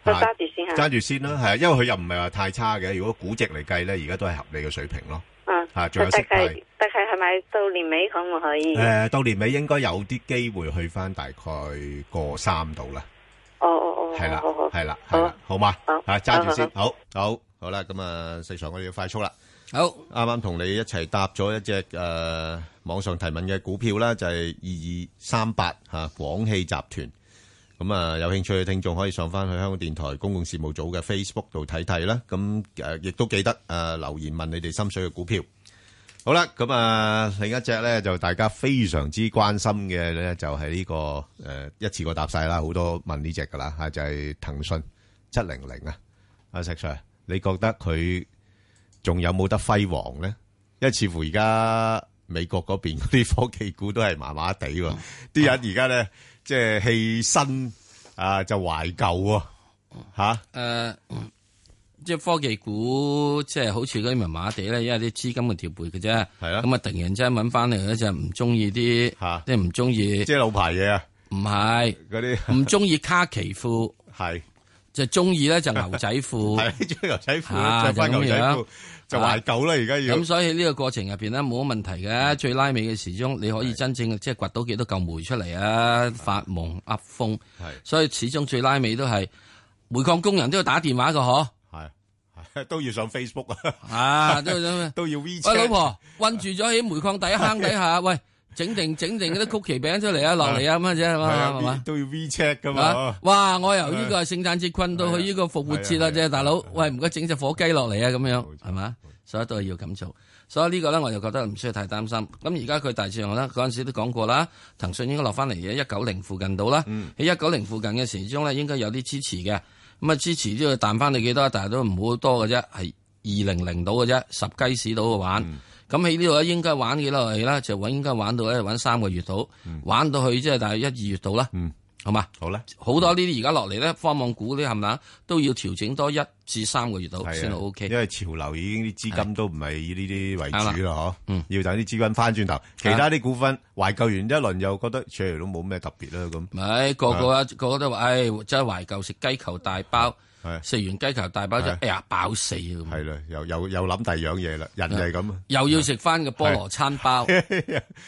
Speaker 13: 我
Speaker 3: 係
Speaker 13: 揸住先嚇。
Speaker 3: 揸住先啦，係啊，因為佢又唔係話太差嘅。如果估值嚟計咧，而家都係合理嘅水平咯。
Speaker 13: 嗯。
Speaker 3: 啊仲有
Speaker 13: 大
Speaker 3: 息派
Speaker 13: 概大概係咪到年尾可唔可以？
Speaker 3: 诶，到年尾應該有啲機會去翻大概過三度啦，
Speaker 13: 哦哦哦。
Speaker 3: 係啦
Speaker 13: 好好，
Speaker 3: 係啦，係啦，好嘛，啊，揸住先，
Speaker 13: 好
Speaker 3: 好，好，好啦，咁啊，四常我哋要快速啦，
Speaker 2: 好，啱
Speaker 3: 啱同你一齊答咗一隻诶网上提問嘅股票啦，就係二二三八吓廣汽集團。咁啊，有興趣嘅聽眾可以上翻去香港電台公共事務組嘅 Facebook 度睇睇啦。咁誒，亦都記得誒留言問你哋心水嘅股票。好啦，咁啊，另一隻咧就大家非常之關心嘅咧，就係呢、個誒、一次過答晒啦，好多問呢只噶啦啊嚇，就係、騰訊七零零啊，阿石 Sir，你覺得佢仲有冇得輝煌咧？因為似乎而家美國嗰邊嗰啲科技股都係麻麻地
Speaker 2: 嗯
Speaker 3: 喎，啲人而家咧即係棄新啊就懷舊喎、吓
Speaker 2: 誒、呃即係科技股，即係好似嗰啲麻麻地咧，因為啲資金嘅調配嘅啫。係
Speaker 3: 啊
Speaker 2: 咁啊，突然之間揾翻嚟咧，就唔中意啲，即係唔中意，即
Speaker 3: 係老牌嘢啊。
Speaker 2: 唔係
Speaker 3: 嗰啲，
Speaker 2: 唔中意卡其褲，
Speaker 3: 係
Speaker 2: 就中意咧就牛仔褲，
Speaker 3: 係中意牛仔褲
Speaker 2: 啊
Speaker 3: 着返牛仔褲
Speaker 2: 咁樣
Speaker 3: 就懷舊啦而家要
Speaker 2: 咁所以呢個過程入邊咧冇乜問題嘅，最拉尾嘅時鐘你可以真正即係掘到幾多嚿煤出嚟啊！發夢噏風，所以始終最拉尾都係煤礦工人都要打電話嘅嗬。
Speaker 3: 都要上 Facebook 啊，
Speaker 2: 啊，都要
Speaker 3: 都要 WeChat
Speaker 2: 喂，老婆，困住咗喺煤礦底坑底 下，喂，整定整定嗰啲曲奇餅出嚟啊，落嚟啊咁嘅啫，係
Speaker 3: 係啊
Speaker 2: 嘛係嘛，
Speaker 3: 都要 WeChat 噶
Speaker 2: 啊
Speaker 3: 嘛，哦
Speaker 2: 哇！我由呢個聖誕節困到去呢個復活節啦，啫大佬，喂，唔該整只火雞落嚟啊，咁樣係嘛？所以都係要咁做。所以呢個咧，我就覺得唔需要太擔心。咁而家佢大致上咧，嗰陣時都講過啦，騰訊應該落翻嚟嘅一九零附近到啦。
Speaker 3: 嗯
Speaker 2: 喺一九零附近嘅時鐘咧，應該有啲支持嘅。咁啊，支持都要彈翻你幾多，但係都唔好多嘅啫，係二零零到嘅啫，十雞屎到嘅玩。
Speaker 3: 嗯
Speaker 2: 咁喺呢度咧，應該玩幾耐啦？就揾應該玩到咧，玩三個月到，玩到去即係大概一二月到啦。好嘛？
Speaker 3: 嗯好啦，
Speaker 2: 好多呢啲而家落嚟咧，科網股啲冚唪唥啊都要調整多一至三個月到先好 OK。
Speaker 3: 啊因為潮流已經啲資金都唔係以呢啲為主
Speaker 2: 啱
Speaker 3: 啦，嗬，要等啲資金翻轉頭，其他啲股份懷舊完一輪又覺得出嚟都冇咩特別啦，咁，
Speaker 2: 咪個個啊，個個都話，唉，真係懷舊食雞球大包，食完雞球大包就
Speaker 3: 係
Speaker 2: 哎呀飽死啊！咁
Speaker 3: 係啦，又又又諗第二樣嘢啦，人就係咁啊，
Speaker 2: 又要食翻個菠蘿餐包。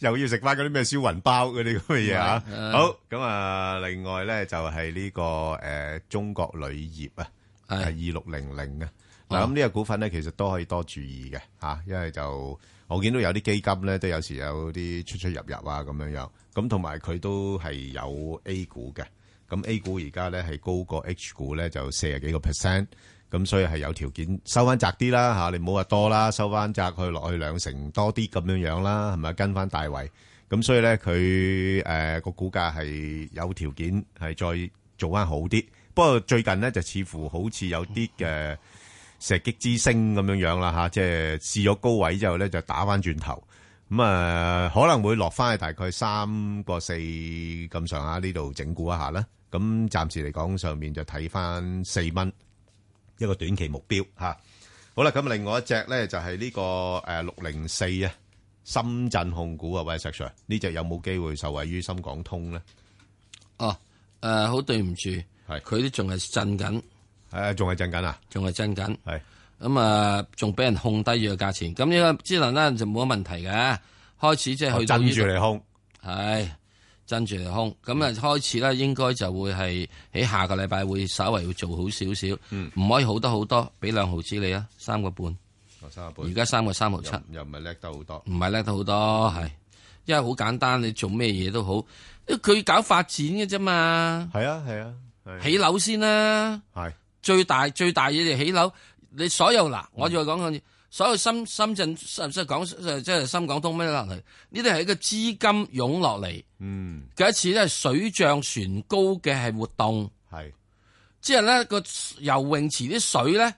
Speaker 3: 又要食翻嗰啲咩燒雲包嗰啲咁嘅嘢啊
Speaker 2: 係啊！
Speaker 3: 好咁啊，另外咧就係呢個誒中國鋁業啊，係二六零零啊。
Speaker 2: 哦
Speaker 3: 嗱，咁呢個股份咧其實都可以多注意嘅嚇，因為就我見到有啲基金咧都有時有啲出出入入啊咁樣樣，咁同埋佢都係有 A 股嘅，咁 A 股而家咧係高過 H 股咧就四十幾個 percent。咁所以係有條件收翻窄啲啦嚇，你唔好話多啦，收翻窄去落去兩成多啲咁樣樣啦，係咪跟翻大圍？咁所以咧，佢誒個股價係有條件係再做翻好啲。不過最近咧就似乎好似有啲嘅射擊之星咁樣樣啦嚇，即係試咗高位之後咧就打翻轉頭。咁啊、可能會落翻去大概三個四咁上下呢度整固一下啦。咁暫時嚟講，上面就睇翻四蚊。一個短期目標嚇、好啦，咁另外一隻咧就係、呢、個誒六零四啊，深圳控股啊，喂石 Sir，呢只有冇機會受惠於深港通咧？
Speaker 2: 哦，誒好對唔住，係佢都仲係震緊，
Speaker 3: 誒仲係震緊啊，
Speaker 2: 仲係震緊，
Speaker 3: 係
Speaker 2: 咁啊，仲俾人控低咗個價錢，咁呢個之能咧就冇乜問題嘅，開始即係去到
Speaker 3: 哦震
Speaker 2: 呢度
Speaker 3: 住嚟控，嗯
Speaker 2: 係震住嚟控，咁啊開始咧應該就會係喺下個禮拜會稍為會做好少少，
Speaker 3: 嗯
Speaker 2: 唔可以好得好多，俾兩毫子你啊，三個半，
Speaker 3: 三個半，
Speaker 2: 而家三個三毫七。
Speaker 3: 又又唔係叻得好多，
Speaker 2: 唔係叻得好多，係，因為好簡單，你做咩嘢都好，因為佢搞發展嘅啫嘛。
Speaker 3: 係啊係啊，係
Speaker 2: 起樓先啦。
Speaker 3: 係嗯
Speaker 2: 最大最大嘢就起樓，你所有嗱，我再講講，所有深深圳深即係講即係深港通咩落嚟，呢啲係一個資金湧落嚟
Speaker 3: 嗯
Speaker 2: 嘅一次咧水漲船高嘅係活動，
Speaker 3: 係
Speaker 2: 即係咧個游泳池啲水咧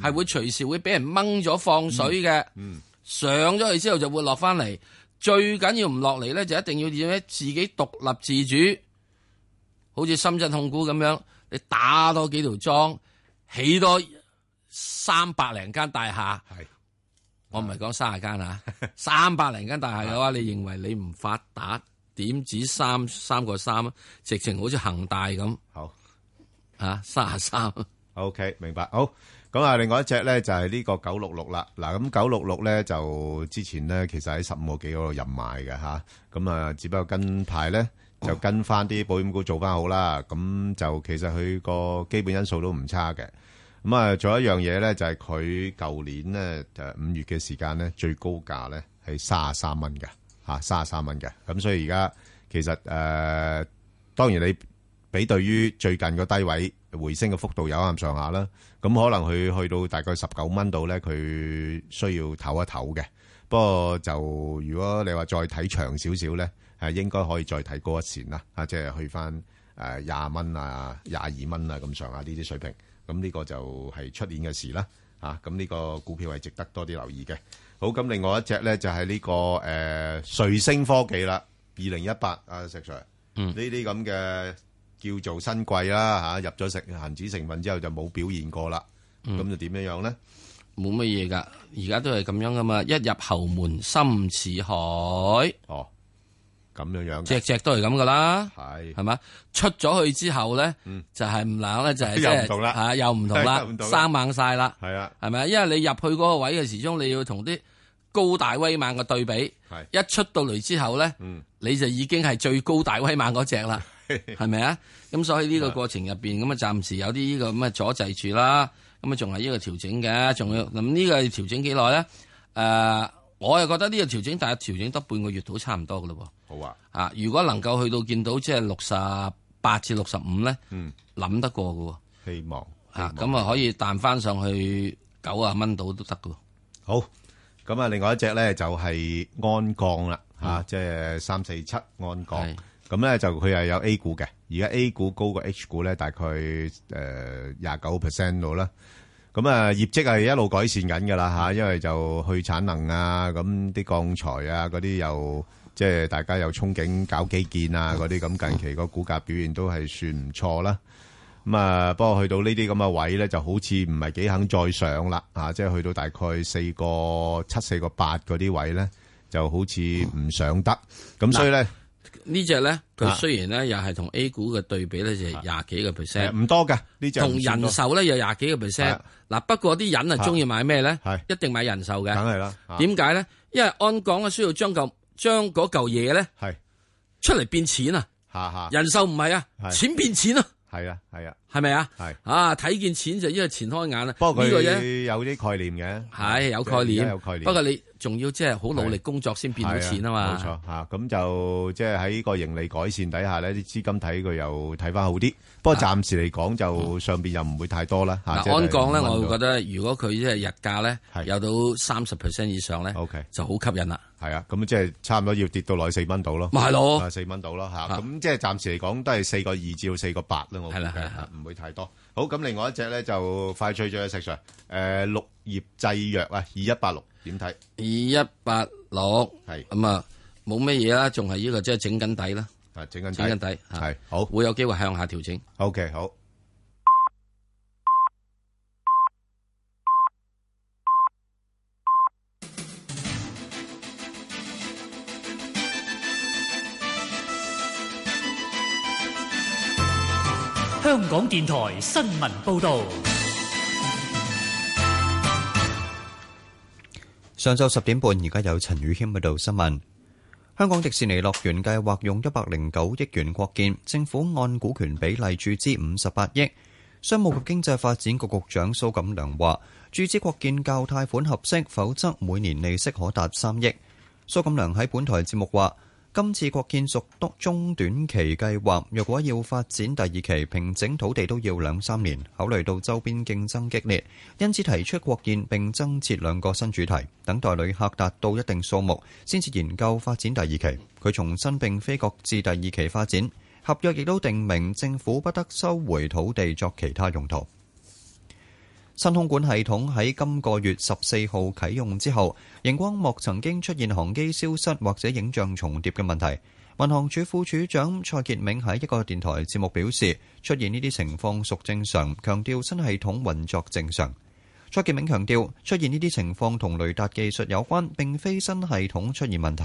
Speaker 2: 係會隨時會俾人掹咗放水嘅。
Speaker 3: 嗯
Speaker 2: 上咗去之後就會落翻嚟。最緊要唔落嚟咧，就一定要點咧？自己獨立自主，好似深圳控股咁樣，你打多幾條莊，起多三百零間大廈。
Speaker 3: 係，
Speaker 2: 我唔係講三十間啊，三百零間大廈嘅話，你認為你唔發達？點止三三個三啊？直情好似恒大咁。
Speaker 3: 好
Speaker 2: 啊，三十三。
Speaker 3: OK，明白。好，咁啊，另外一隻咧就係呢個九六六啦。嗱，咁九六六咧就之前咧其實喺十五個幾嗰度入賣嘅吓，咁啊，只不過跟排咧就跟翻啲保險股做翻好啦。咁就其實佢個基本因素都唔差嘅。咁啊，仲有一樣嘢咧，就係佢舊年咧誒五月嘅時間咧最高價咧係三十三蚊嘅吓，三十三蚊嘅。咁所以而家其實誒、呃，當然你。比對於最近個低位回升嘅幅度有啱上下啦，咁可能佢去到大概十九蚊度咧，佢需要唞一唞嘅。不過就如果你話再睇長少少咧，係應該可以再睇高一線啦，啊，即係去翻誒廿蚊啊、廿二蚊啊咁上下呢啲水平。咁呢個就係出年嘅事啦，啊，咁呢個股票係值得多啲留意嘅。好，咁另外一隻咧就係呢、個誒、呃瑞星科技啦，二零一八啊，石 Sir，呢啲咁嘅。叫做新貴啦嚇，入咗成恒指成分之後就冇表現過啦，咁就點樣樣咧？
Speaker 2: 嗯冇乜嘢噶，而家都係咁樣噶嘛，一入侯門深似海。
Speaker 3: 哦，咁樣樣
Speaker 2: 隻隻都係咁噶啦，
Speaker 3: 係嗯
Speaker 2: 係嘛？出咗去之後咧，就係唔冷咧，就係 即
Speaker 3: 又
Speaker 2: 係
Speaker 3: 唔同啦
Speaker 2: 嚇又唔同 啦
Speaker 3: 又唔，同啦
Speaker 2: 生猛晒啦，
Speaker 3: 係啦，
Speaker 2: 係咪啊？因為你入去嗰個位嘅時鐘，你要同啲高大威猛嘅對比，一出到嚟之後咧，你就已經係最高大威猛嗰只 啦，係咪啊？咁所以呢個
Speaker 3: 嗯
Speaker 2: 過程入邊咁啊，暫時有啲呢個咁嘅阻滯住啦，咁啊仲係呢個調整嘅，仲要咁呢個調整幾耐咧？誒，我又覺得呢個調整，但係調整得半個月到差唔多噶嘞喎。
Speaker 3: 好啊，
Speaker 2: 啊，如果能夠去到見到即係六十八至六十五咧，
Speaker 21: 嗯
Speaker 2: 諗得過嘅
Speaker 3: 喎。希望
Speaker 2: 啊，咁啊可以彈翻上去九啊蚊度都得嘅喎。
Speaker 3: 好，咁啊，另外一隻咧就係安鋼啦，吓，即係三四七安鋼。咁咧就佢係有 A 股嘅，而家 A 股高過 H 股咧，大概誒廿九 percent 度啦。咁啊，業績係一路改善緊㗎啦吓，因為就去產能啊，咁啲鋼材啊嗰啲又即係大家有憧憬搞基建啊嗰啲，咁近期個股價表現都係算唔錯啦。咁啊，不過去到呢啲咁嘅位咧，就好似唔係幾肯再上啦，啊，即係去到大概四個七、四個八嗰啲位咧，就好似唔上得。咁所以咧，
Speaker 2: 呢只咧，佢
Speaker 3: 啊
Speaker 2: 雖然咧又係同 A 股嘅對比咧就係廿幾個 percent，
Speaker 3: 誒唔多㗎呢隻唔
Speaker 2: 同
Speaker 3: 算多啊
Speaker 2: 人壽咧有廿幾個 percent。嗱，不過啲人啊中意買咩咧？一定買人壽嘅。
Speaker 3: 梗係啦啊
Speaker 2: 點解咧？因為安港啊需要將嚿將嗰嚿嘢咧，
Speaker 3: 係
Speaker 2: 出嚟變錢啊！
Speaker 3: 下下
Speaker 2: 人壽唔係啊，錢變錢啊！
Speaker 3: 係啊，係啊，
Speaker 2: 係咪啊？
Speaker 3: 係
Speaker 2: 啊，睇見錢就因為前開眼啦。啊
Speaker 3: 不過
Speaker 2: 呢個啫。
Speaker 3: 佢有啲概念嘅，
Speaker 2: 係有概
Speaker 3: 即係而
Speaker 2: 念，
Speaker 3: 家有概念。
Speaker 2: 不過你仲要即係好努力工作先變到錢啊嘛。
Speaker 3: 係啊冇錯嚇，咁就即係喺個盈利改善底下咧，啲資金睇佢又睇翻好啲。不過暫時嚟講，就上邊又唔會太多啦啊嚇。即
Speaker 2: 嗱，
Speaker 3: 係
Speaker 2: 安港咧，
Speaker 3: 五蚊
Speaker 2: 我會
Speaker 3: 度
Speaker 2: 覺得如果佢即係日價咧有到三十 percent 以上咧
Speaker 3: ，OK
Speaker 2: 就好吸引啦。
Speaker 3: 係啊，咁即係差唔多要跌到落去四蚊度咯，
Speaker 2: 咪係咯
Speaker 3: 啊四蚊度咯嚇。咁即係暫時嚟講都係四個二至到四個八啦，我估計嚇唔會太多。好，咁另外一隻咧就快脆咗嘅石 Sir，誒綠葉製藥啊，二一八六點睇？
Speaker 2: 二一八六
Speaker 3: 係
Speaker 2: 咁啊，冇乜嘢啦，仲係呢個即係整緊底啦。
Speaker 3: 啊，整緊
Speaker 2: 整緊底啊
Speaker 3: 係好，
Speaker 2: 會有機會向下調整。
Speaker 3: OK，好。
Speaker 5: 香港電台新聞報導，
Speaker 6: 上晝十點半，而家有陳宇軒報道新聞。香港迪士尼樂園計劃用一百零九億元擴建，政府按股權比例注資五十八億。商務及經濟發展局局長蘇錦良話：注資擴建較貸款合適，否則每年利息可達三億。蘇錦良喺本台節目話：今次擴建屬督中短期計劃，若果要發展第二期，平整土地都要兩三年。考慮到周邊競爭激烈，因此提出擴建並增設兩個新主題，等待旅客達到一定數目，先至研究發展第二期。佢重申並非擱置第二期發展，合約亦都定明政府不得收回土地作其他用途。新空管系統喺今個月十四號啟用之後，熒光幕曾經出現航機消失或者影像重疊嘅問題。民航處副處長蔡傑銘喺一個電台節目表示，出現呢啲情況屬正常，強調新系統運作正常。蔡建明強調，出現呢啲情況同雷達技術有關，並非新系統出現問題。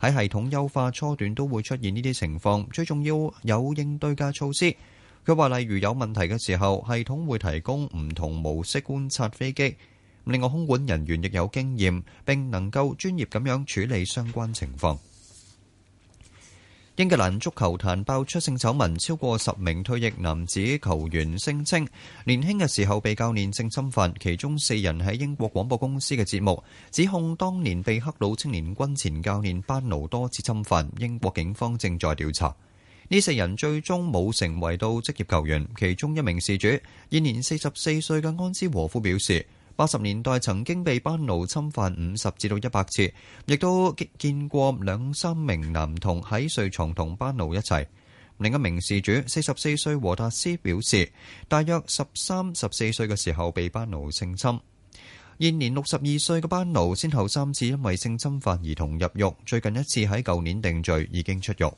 Speaker 6: 喺系統優化初段都會出現呢啲情況，最重要有應對嘅措施。佢話，例如有問題嘅時候，系統會提供唔同模式觀察飛機。另外，空管人員亦有經驗，並能夠專業咁樣處理相關情況。英格蘭足球壇爆出性醜聞，超過十名退役男子球員聲稱年輕嘅時候被教練性侵犯，其中四人喺英國廣播公司嘅節目指控當年被克魯青年軍前教練班奴多次侵犯，英國警方正在調查。呢四人最終冇成為到職業球員，其中一名事主現年四十四歲嘅安斯和夫表示，八十年代曾經被班奴侵犯五十至到一百次，亦都見過兩三名男童喺睡床同班奴一齊。另一名事主四十四歲和達斯表示，大約十三、十四歲嘅時候被班奴性侵。現年六十二歲嘅班奴先後三次因為性侵犯兒童入獄，最近一次喺舊年定罪，已經出獄。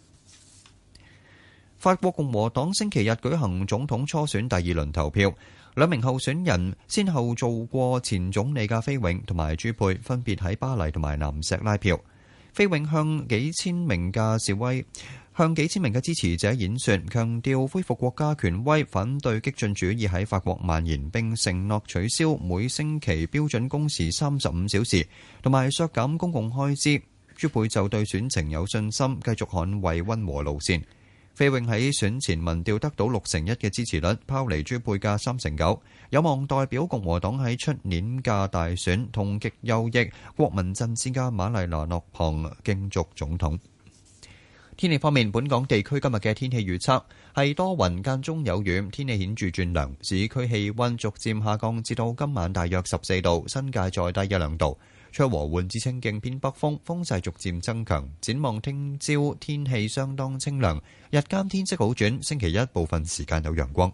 Speaker 6: 法國共和黨星期日舉行總統初選第二輪投票，兩名候選人先後做過前總理嘅菲永同埋朱佩，分別喺巴黎同埋南錫拉票。飛永向幾千名嘅示威。向幾千名嘅支持者演說，強調恢復國家權威，反對激進主義喺法國蔓延，並承諾取消每星期標準工時三十五小時，同埋削減公共開支。朱佩就對選情有信心，繼續捍衛溫和路線。費永喺選前民調得到六成一嘅支持率，拋離朱佩嘅三成九，有望代表共和黨喺出年嘅大選同極右翼國民陣線嘅馬麗娜諾龐競逐總統。天氣方面，本港地區今日嘅天氣預測係多雲間中有雨，天氣顯著轉涼，市區氣溫逐漸下降至到今晚大約十四度，新界再低一兩度。吹和緩至清勁偏北風，風勢逐漸增強。展望聽朝天氣相當清涼，日間天色好轉，星期一部分時間有陽光。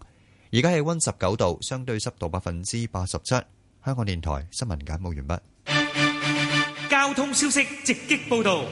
Speaker 6: 而家氣溫十九度，相對濕度百分之八十七。香港電台新聞簡報完
Speaker 5: 畢。交通消息直擊報導。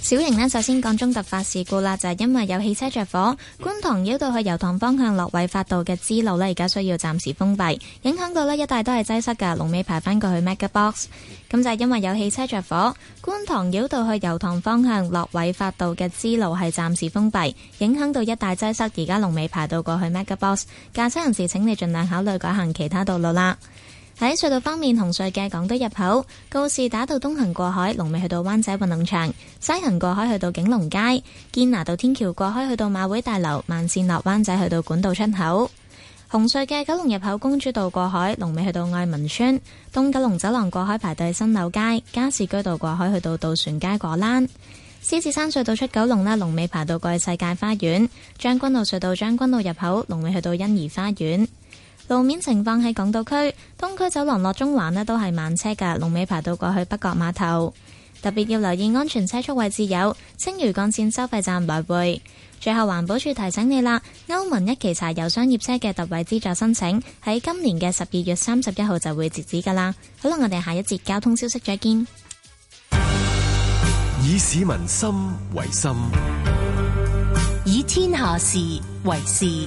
Speaker 7: 小型呢，首先講中突發事故啦，就係、是、因為有汽車着火，觀塘繞道去油塘方向落偉發道嘅支路呢，而家需要暫時封閉，影響到呢一帶都係擠塞㗎。龍尾排返過去 Mega Box，咁就係因為有汽車着火，觀塘繞道去油塘方向落偉發道嘅支路係暫時封閉，影響到一帶擠塞。而家龍尾排到過去 Mega Box，駕車人士請你盡量考慮改行其他道路啦。喺隧道方面，紅隧嘅港島入口告士打道東行過海，龍尾去到灣仔運動場；西行過海去到景隆街，堅拿道天橋過海去到馬會大樓，慢線落灣仔去到管道出口。紅隧嘅九龍入口公主道過海，龍尾去到愛民村；東九龍走廊過海排隊新柳街，加士居道過海去到渡船街果欄。獅子山隧道出九龍啦，龍尾排到過去世界花園；將軍澳隧道將軍澳入口，龍尾去到欣怡花園。路面情況喺港島區東區走廊落中環呢都係慢車㗎，龍尾排到過去北角碼頭。特別要留意安全車速位置有青嶼幹線收費站來回。最後環保署提醒你啦，歐盟一期柴油商業車嘅特惠資助申請喺今年嘅十二月三十一號就會截止㗎啦。好啦，我哋下一節交通消息再見。
Speaker 8: 以市民心為心，
Speaker 28: 以天下事為事。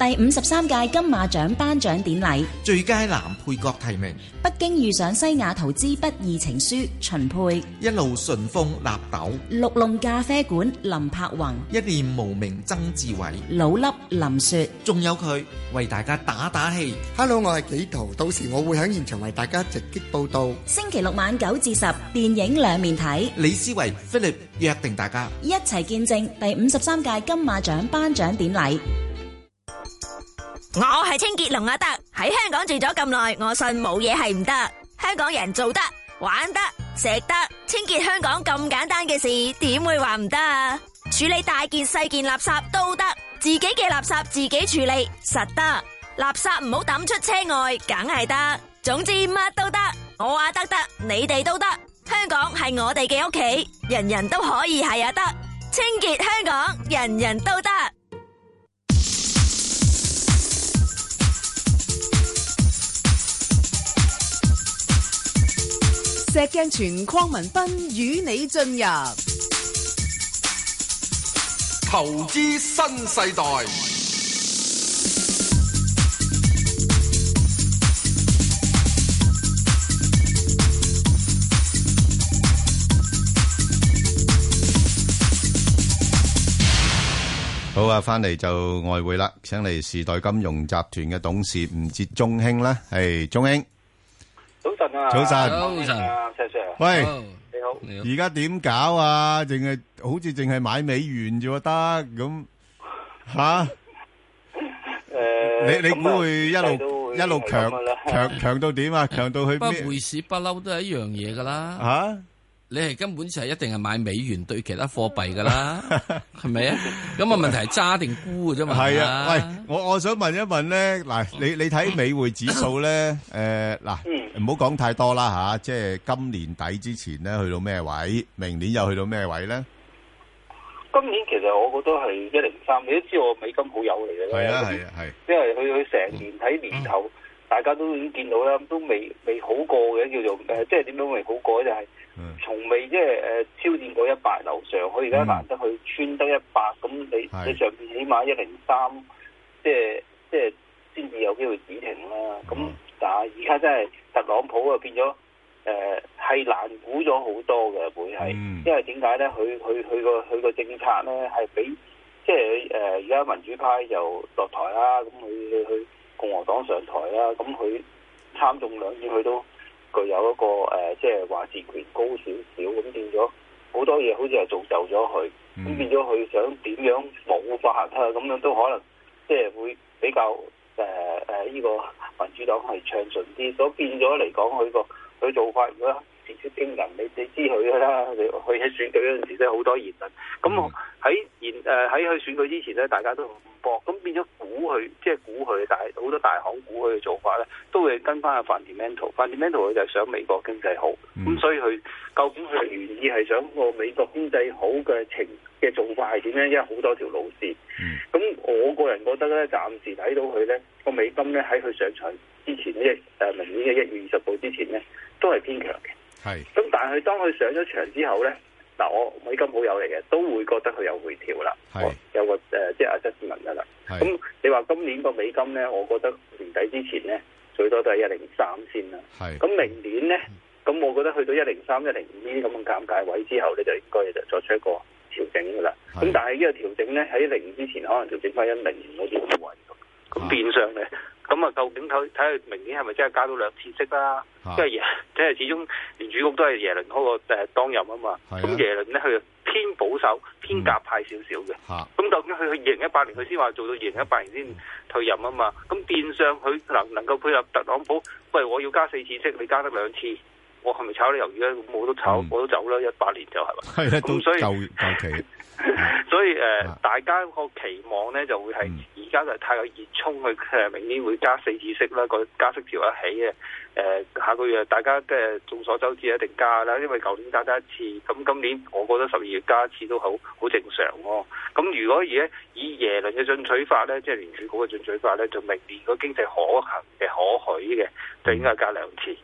Speaker 16: 第五十三屆金馬獎頒獎典禮，
Speaker 29: 最佳男配角提名。
Speaker 16: 北京遇上西雅圖之不二情書，秦沛。
Speaker 29: 一路順風納豆。
Speaker 16: 綠弄咖啡館，林柏宏。
Speaker 29: 一念無名，曾志偉。
Speaker 16: 老笠，林雪。
Speaker 29: 仲有佢為大家打打氣。
Speaker 30: Hello，我係紀陶，到時我會喺現場為大家直擊報道。
Speaker 16: 星期六晚九至十，電影兩面睇。
Speaker 29: 李思維、Philip 約定大家
Speaker 16: 一齊見證第五十三屆金馬獎頒獎典禮。
Speaker 31: 我係清潔龍阿德，喺香港住咗咁耐，我信冇嘢係唔得。香港人做得、玩得、食得，清潔香港咁簡單嘅事，點會話唔得啊？處理大件細件垃圾都得，自己嘅垃圾自己處理，實得。垃圾唔好抌出車外，梗係得。總之乜都得，我阿德得，你哋都得。香港係我哋嘅屋企，人人都可以係阿德。清潔香港，人人都得。
Speaker 1: 石鏡泉鄺民彬與你進入
Speaker 14: 投資新世代。
Speaker 3: 好啊，翻嚟就外匯啦，請嚟時代金融集團嘅董事吳哲中興啦，係中興。
Speaker 9: 早晨啊！
Speaker 3: 早晨，
Speaker 2: 早晨
Speaker 9: 啊，石 Sir。
Speaker 3: 喂，
Speaker 9: 你好。
Speaker 3: 而家點搞啊？淨係好似淨係買美元啫，得 咁吓？
Speaker 9: 誒，
Speaker 3: 你你估會一路一路強強強到點啊？強到去
Speaker 2: 不過匯市不嬲都係一樣嘢噶啦。
Speaker 3: 吓，
Speaker 2: 你係根本就係一定係買美元對其他貨幣噶 啦，係咪啊？咁啊問題係揸定沽嘅啫嘛。
Speaker 3: 係啊，喂，我我想問一問咧，嗱，你你睇美匯指數 咧，誒，嗱。唔好講太多啦吓，即係今年底之前咧去到咩位，明年又去到咩位咧？
Speaker 9: 今年其實我覺得係一零三，你都知我美金好友嚟嘅啦。
Speaker 3: 係啊係啊係。
Speaker 32: 嗯
Speaker 9: 因為佢佢成年睇年頭大家都已經見到啦，都未未好過嘅叫做誒、
Speaker 32: 嗯
Speaker 9: 呃即係點樣未好過咧就係、從未即係誒挑戰過一百樓上，佢而家
Speaker 32: 嗯
Speaker 9: 難得去穿得一百，咁你
Speaker 32: 係
Speaker 9: 你上邊起碼一零三，即係即係先至有機會止停啦。咁、
Speaker 32: 嗯
Speaker 9: 但係而家真係特朗普啊變咗誒係難估咗好多嘅會係，
Speaker 32: 嗯
Speaker 9: 因為點解咧？佢佢佢個佢個政策咧係比即係誒而家民主派就落台啦，咁佢佢共和黨上台啦，咁佢參眾兩院佢都具有一個誒、呃即係話事權高少少，咁變咗好多嘢好似係造就咗佢，咁、變咗佢想點樣冇法啊，咁樣都可能即係會比較誒誒呢個民主黨係暢順啲，所以變咗嚟講佢個佢做法如果。事出驚人，你你知佢㗎啦，你佢喺選舉嗰陣時真係好多言論，咁喺言誒喺佢選舉之前咧，大家都唔搏，咁變咗估佢，即係估佢，但係好多大行估佢嘅做法咧，都會跟翻阿 fundamental，fundamental 佢就係想美國經濟好，咁、所以佢究竟佢願意係想個美國經濟好嘅情嘅做法係點樣？因為好多條路線，咁、我個人覺得咧，暫時睇到佢咧個美金咧喺佢上場之前呢，誒明年嘅一月二十號之前咧，都係偏強嘅。
Speaker 3: 係
Speaker 9: 咁但係當佢上咗場之後咧，嗱我美金好友嚟嘅，都會覺得佢有回調啦，
Speaker 3: 係
Speaker 9: 有個誒、呃即係 adjustment 㗎啦。
Speaker 3: 係
Speaker 9: 咁你話今年個美金咧，我覺得年底之前咧最多都係一零三先啦。
Speaker 3: 係
Speaker 9: 咁明年咧，咁我覺得去到一零三、一零五呢啲咁嘅尷尬位之後咧，就應該就作出一個調整㗎啦。咁但係呢個調整咧喺零之前可能調整翻一零嗰啲位度，咁變相咧，咁啊究竟睇睇佢明年係咪真係加到兩次息啦？
Speaker 10: 啊
Speaker 9: 因為耶 即係始終聯儲局都係耶倫嗰個誒當任啊嘛，咁耶倫咧佢偏保守、偏鴿派少少嘅。
Speaker 3: 吓
Speaker 9: 咁究竟佢去二零一八年佢先話做到二零一八年先退任啊嘛？咁變相佢能能夠配合特朗普，喂，我要加四次息，你加得兩次，我係咪炒你魷魚咧？咁我都炒，我都走啦，一八年就嗯係啊嘛。
Speaker 3: 係啦，都
Speaker 9: 咁所以
Speaker 3: 夠夠期。
Speaker 9: 所以誒、呃大家個期望咧就會係而家就太過熱衷去誒，明年會加四次息啦，個加息潮一起嘅誒、呃下個月大家即係眾所周知一定加啦，因為舊年加得一次，咁今年我覺得十二月加一次都好好正常咯、咁如果而家以耶倫嘅進取法咧，即係聯儲局嘅進取法咧，就明年個經濟可行嘅可許嘅，就應該係加兩次。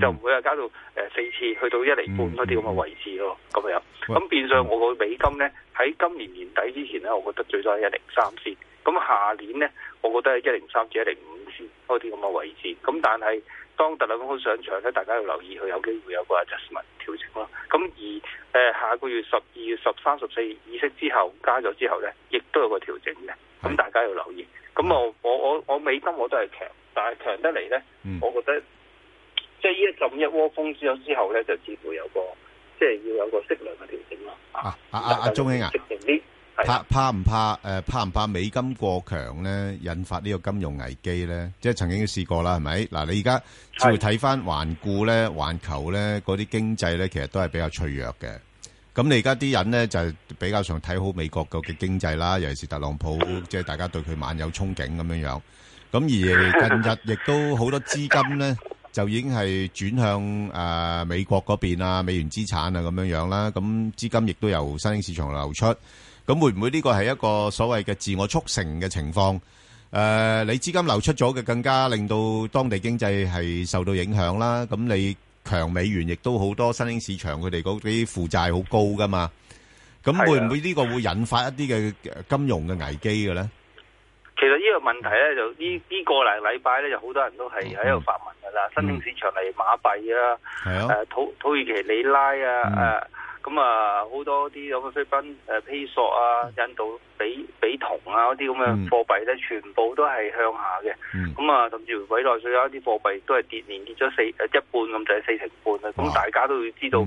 Speaker 9: 就唔會係加到誒呃四次，去到一厘半嗰啲咁嘅位置咯，咁樣。咁變相我個美金咧喺今年年底之前咧，我覺得最多係一零三先。咁下年咧，我覺得係一零三至一零五先嗰啲咁嘅位置。咁但係當特朗普上場咧，大家要留意佢有機會有個 adjustment 調整咯。咁而誒、呃下個月十二月十三、十四議息之後加咗之後咧，亦都有個調整嘅。咁大家要留意。咁我我我我美金我都係強，但係強得嚟咧，我覺得。即係呢一浸一窩蜂之後之後咧，就似乎有個即係要有個適量嘅調整咯。
Speaker 3: 啊啊啊啊，鐘兄啊，
Speaker 9: 適應啲
Speaker 3: 怕怕唔怕诶、呃怕唔怕美金過強咧，引發呢個金融危機咧？即係曾經試過啦，係咪？嗱，你而家只要睇翻環顧咧，環球咧嗰啲經濟咧，其實都係比較脆弱嘅。咁你而家啲人咧就比較上睇好美國嘅經濟啦，尤其是特朗普，即係大家對佢萬有憧憬咁樣樣。咁而近日亦都好多資金咧，就已經係轉向誒、呃美國嗰邊啊，美元資產啊咁樣樣啦。咁資金亦都由新興市場流出。咁會唔會呢個係一個所謂嘅自我促成嘅情況？誒、你資金流出咗嘅，更加令到當地經濟係受到影響啦。咁你強美元，亦都好多新興市場佢哋嗰啲負債好高噶嘛。咁會唔會呢個會引發一啲嘅呃金融嘅危機嘅咧？
Speaker 9: 其實呢個問題咧，就呢呢個嚟禮拜咧，就好多人都係
Speaker 3: 嗯
Speaker 9: 喺度發文㗎啦。新興市場嚟馬幣啊，
Speaker 3: 係
Speaker 9: 誒土土耳其里拉
Speaker 3: 嗯
Speaker 9: 啊，誒咁啊好多啲咁嘅菲律賓誒披索啊、
Speaker 3: 嗯
Speaker 9: 印度比比銅啊嗰啲咁嘅貨幣咧，全部都係向下嘅。咁啊，甚至乎委內瑞拉啲貨幣都係跌，連跌咗四誒呃一半咁，就係四成半啦。咁大家都要知道，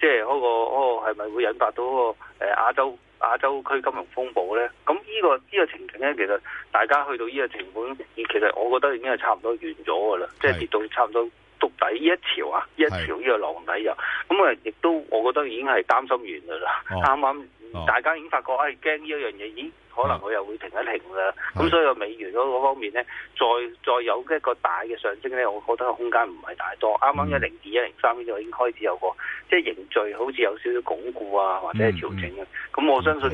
Speaker 9: 即係嗰個嗰個係咪會引發到嗰個誒亞洲亞洲區金融風暴咧？咁呢個呢個情景咧，其實大家去到呢個情況，其實我覺得已經係差唔多完咗噶啦，即係跌到差唔多。谷底呢一潮啊，呢一潮呢個浪底又咁啊，亦都我覺得已經係擔心完㗎啦。
Speaker 33: 哦
Speaker 9: 啱啱、
Speaker 33: 哦
Speaker 9: 大家已經發覺，唉驚呢一樣嘢，咦可能佢又會停一停㗎啦。咁所以個美元嗰個方面咧，再再有一個大嘅上升咧，我覺得個空間唔係大多。啱啱一零二、一零三呢度已經開始有個即係凝聚，好似有少少鞏固啊，或者係調整啊。咁、我相信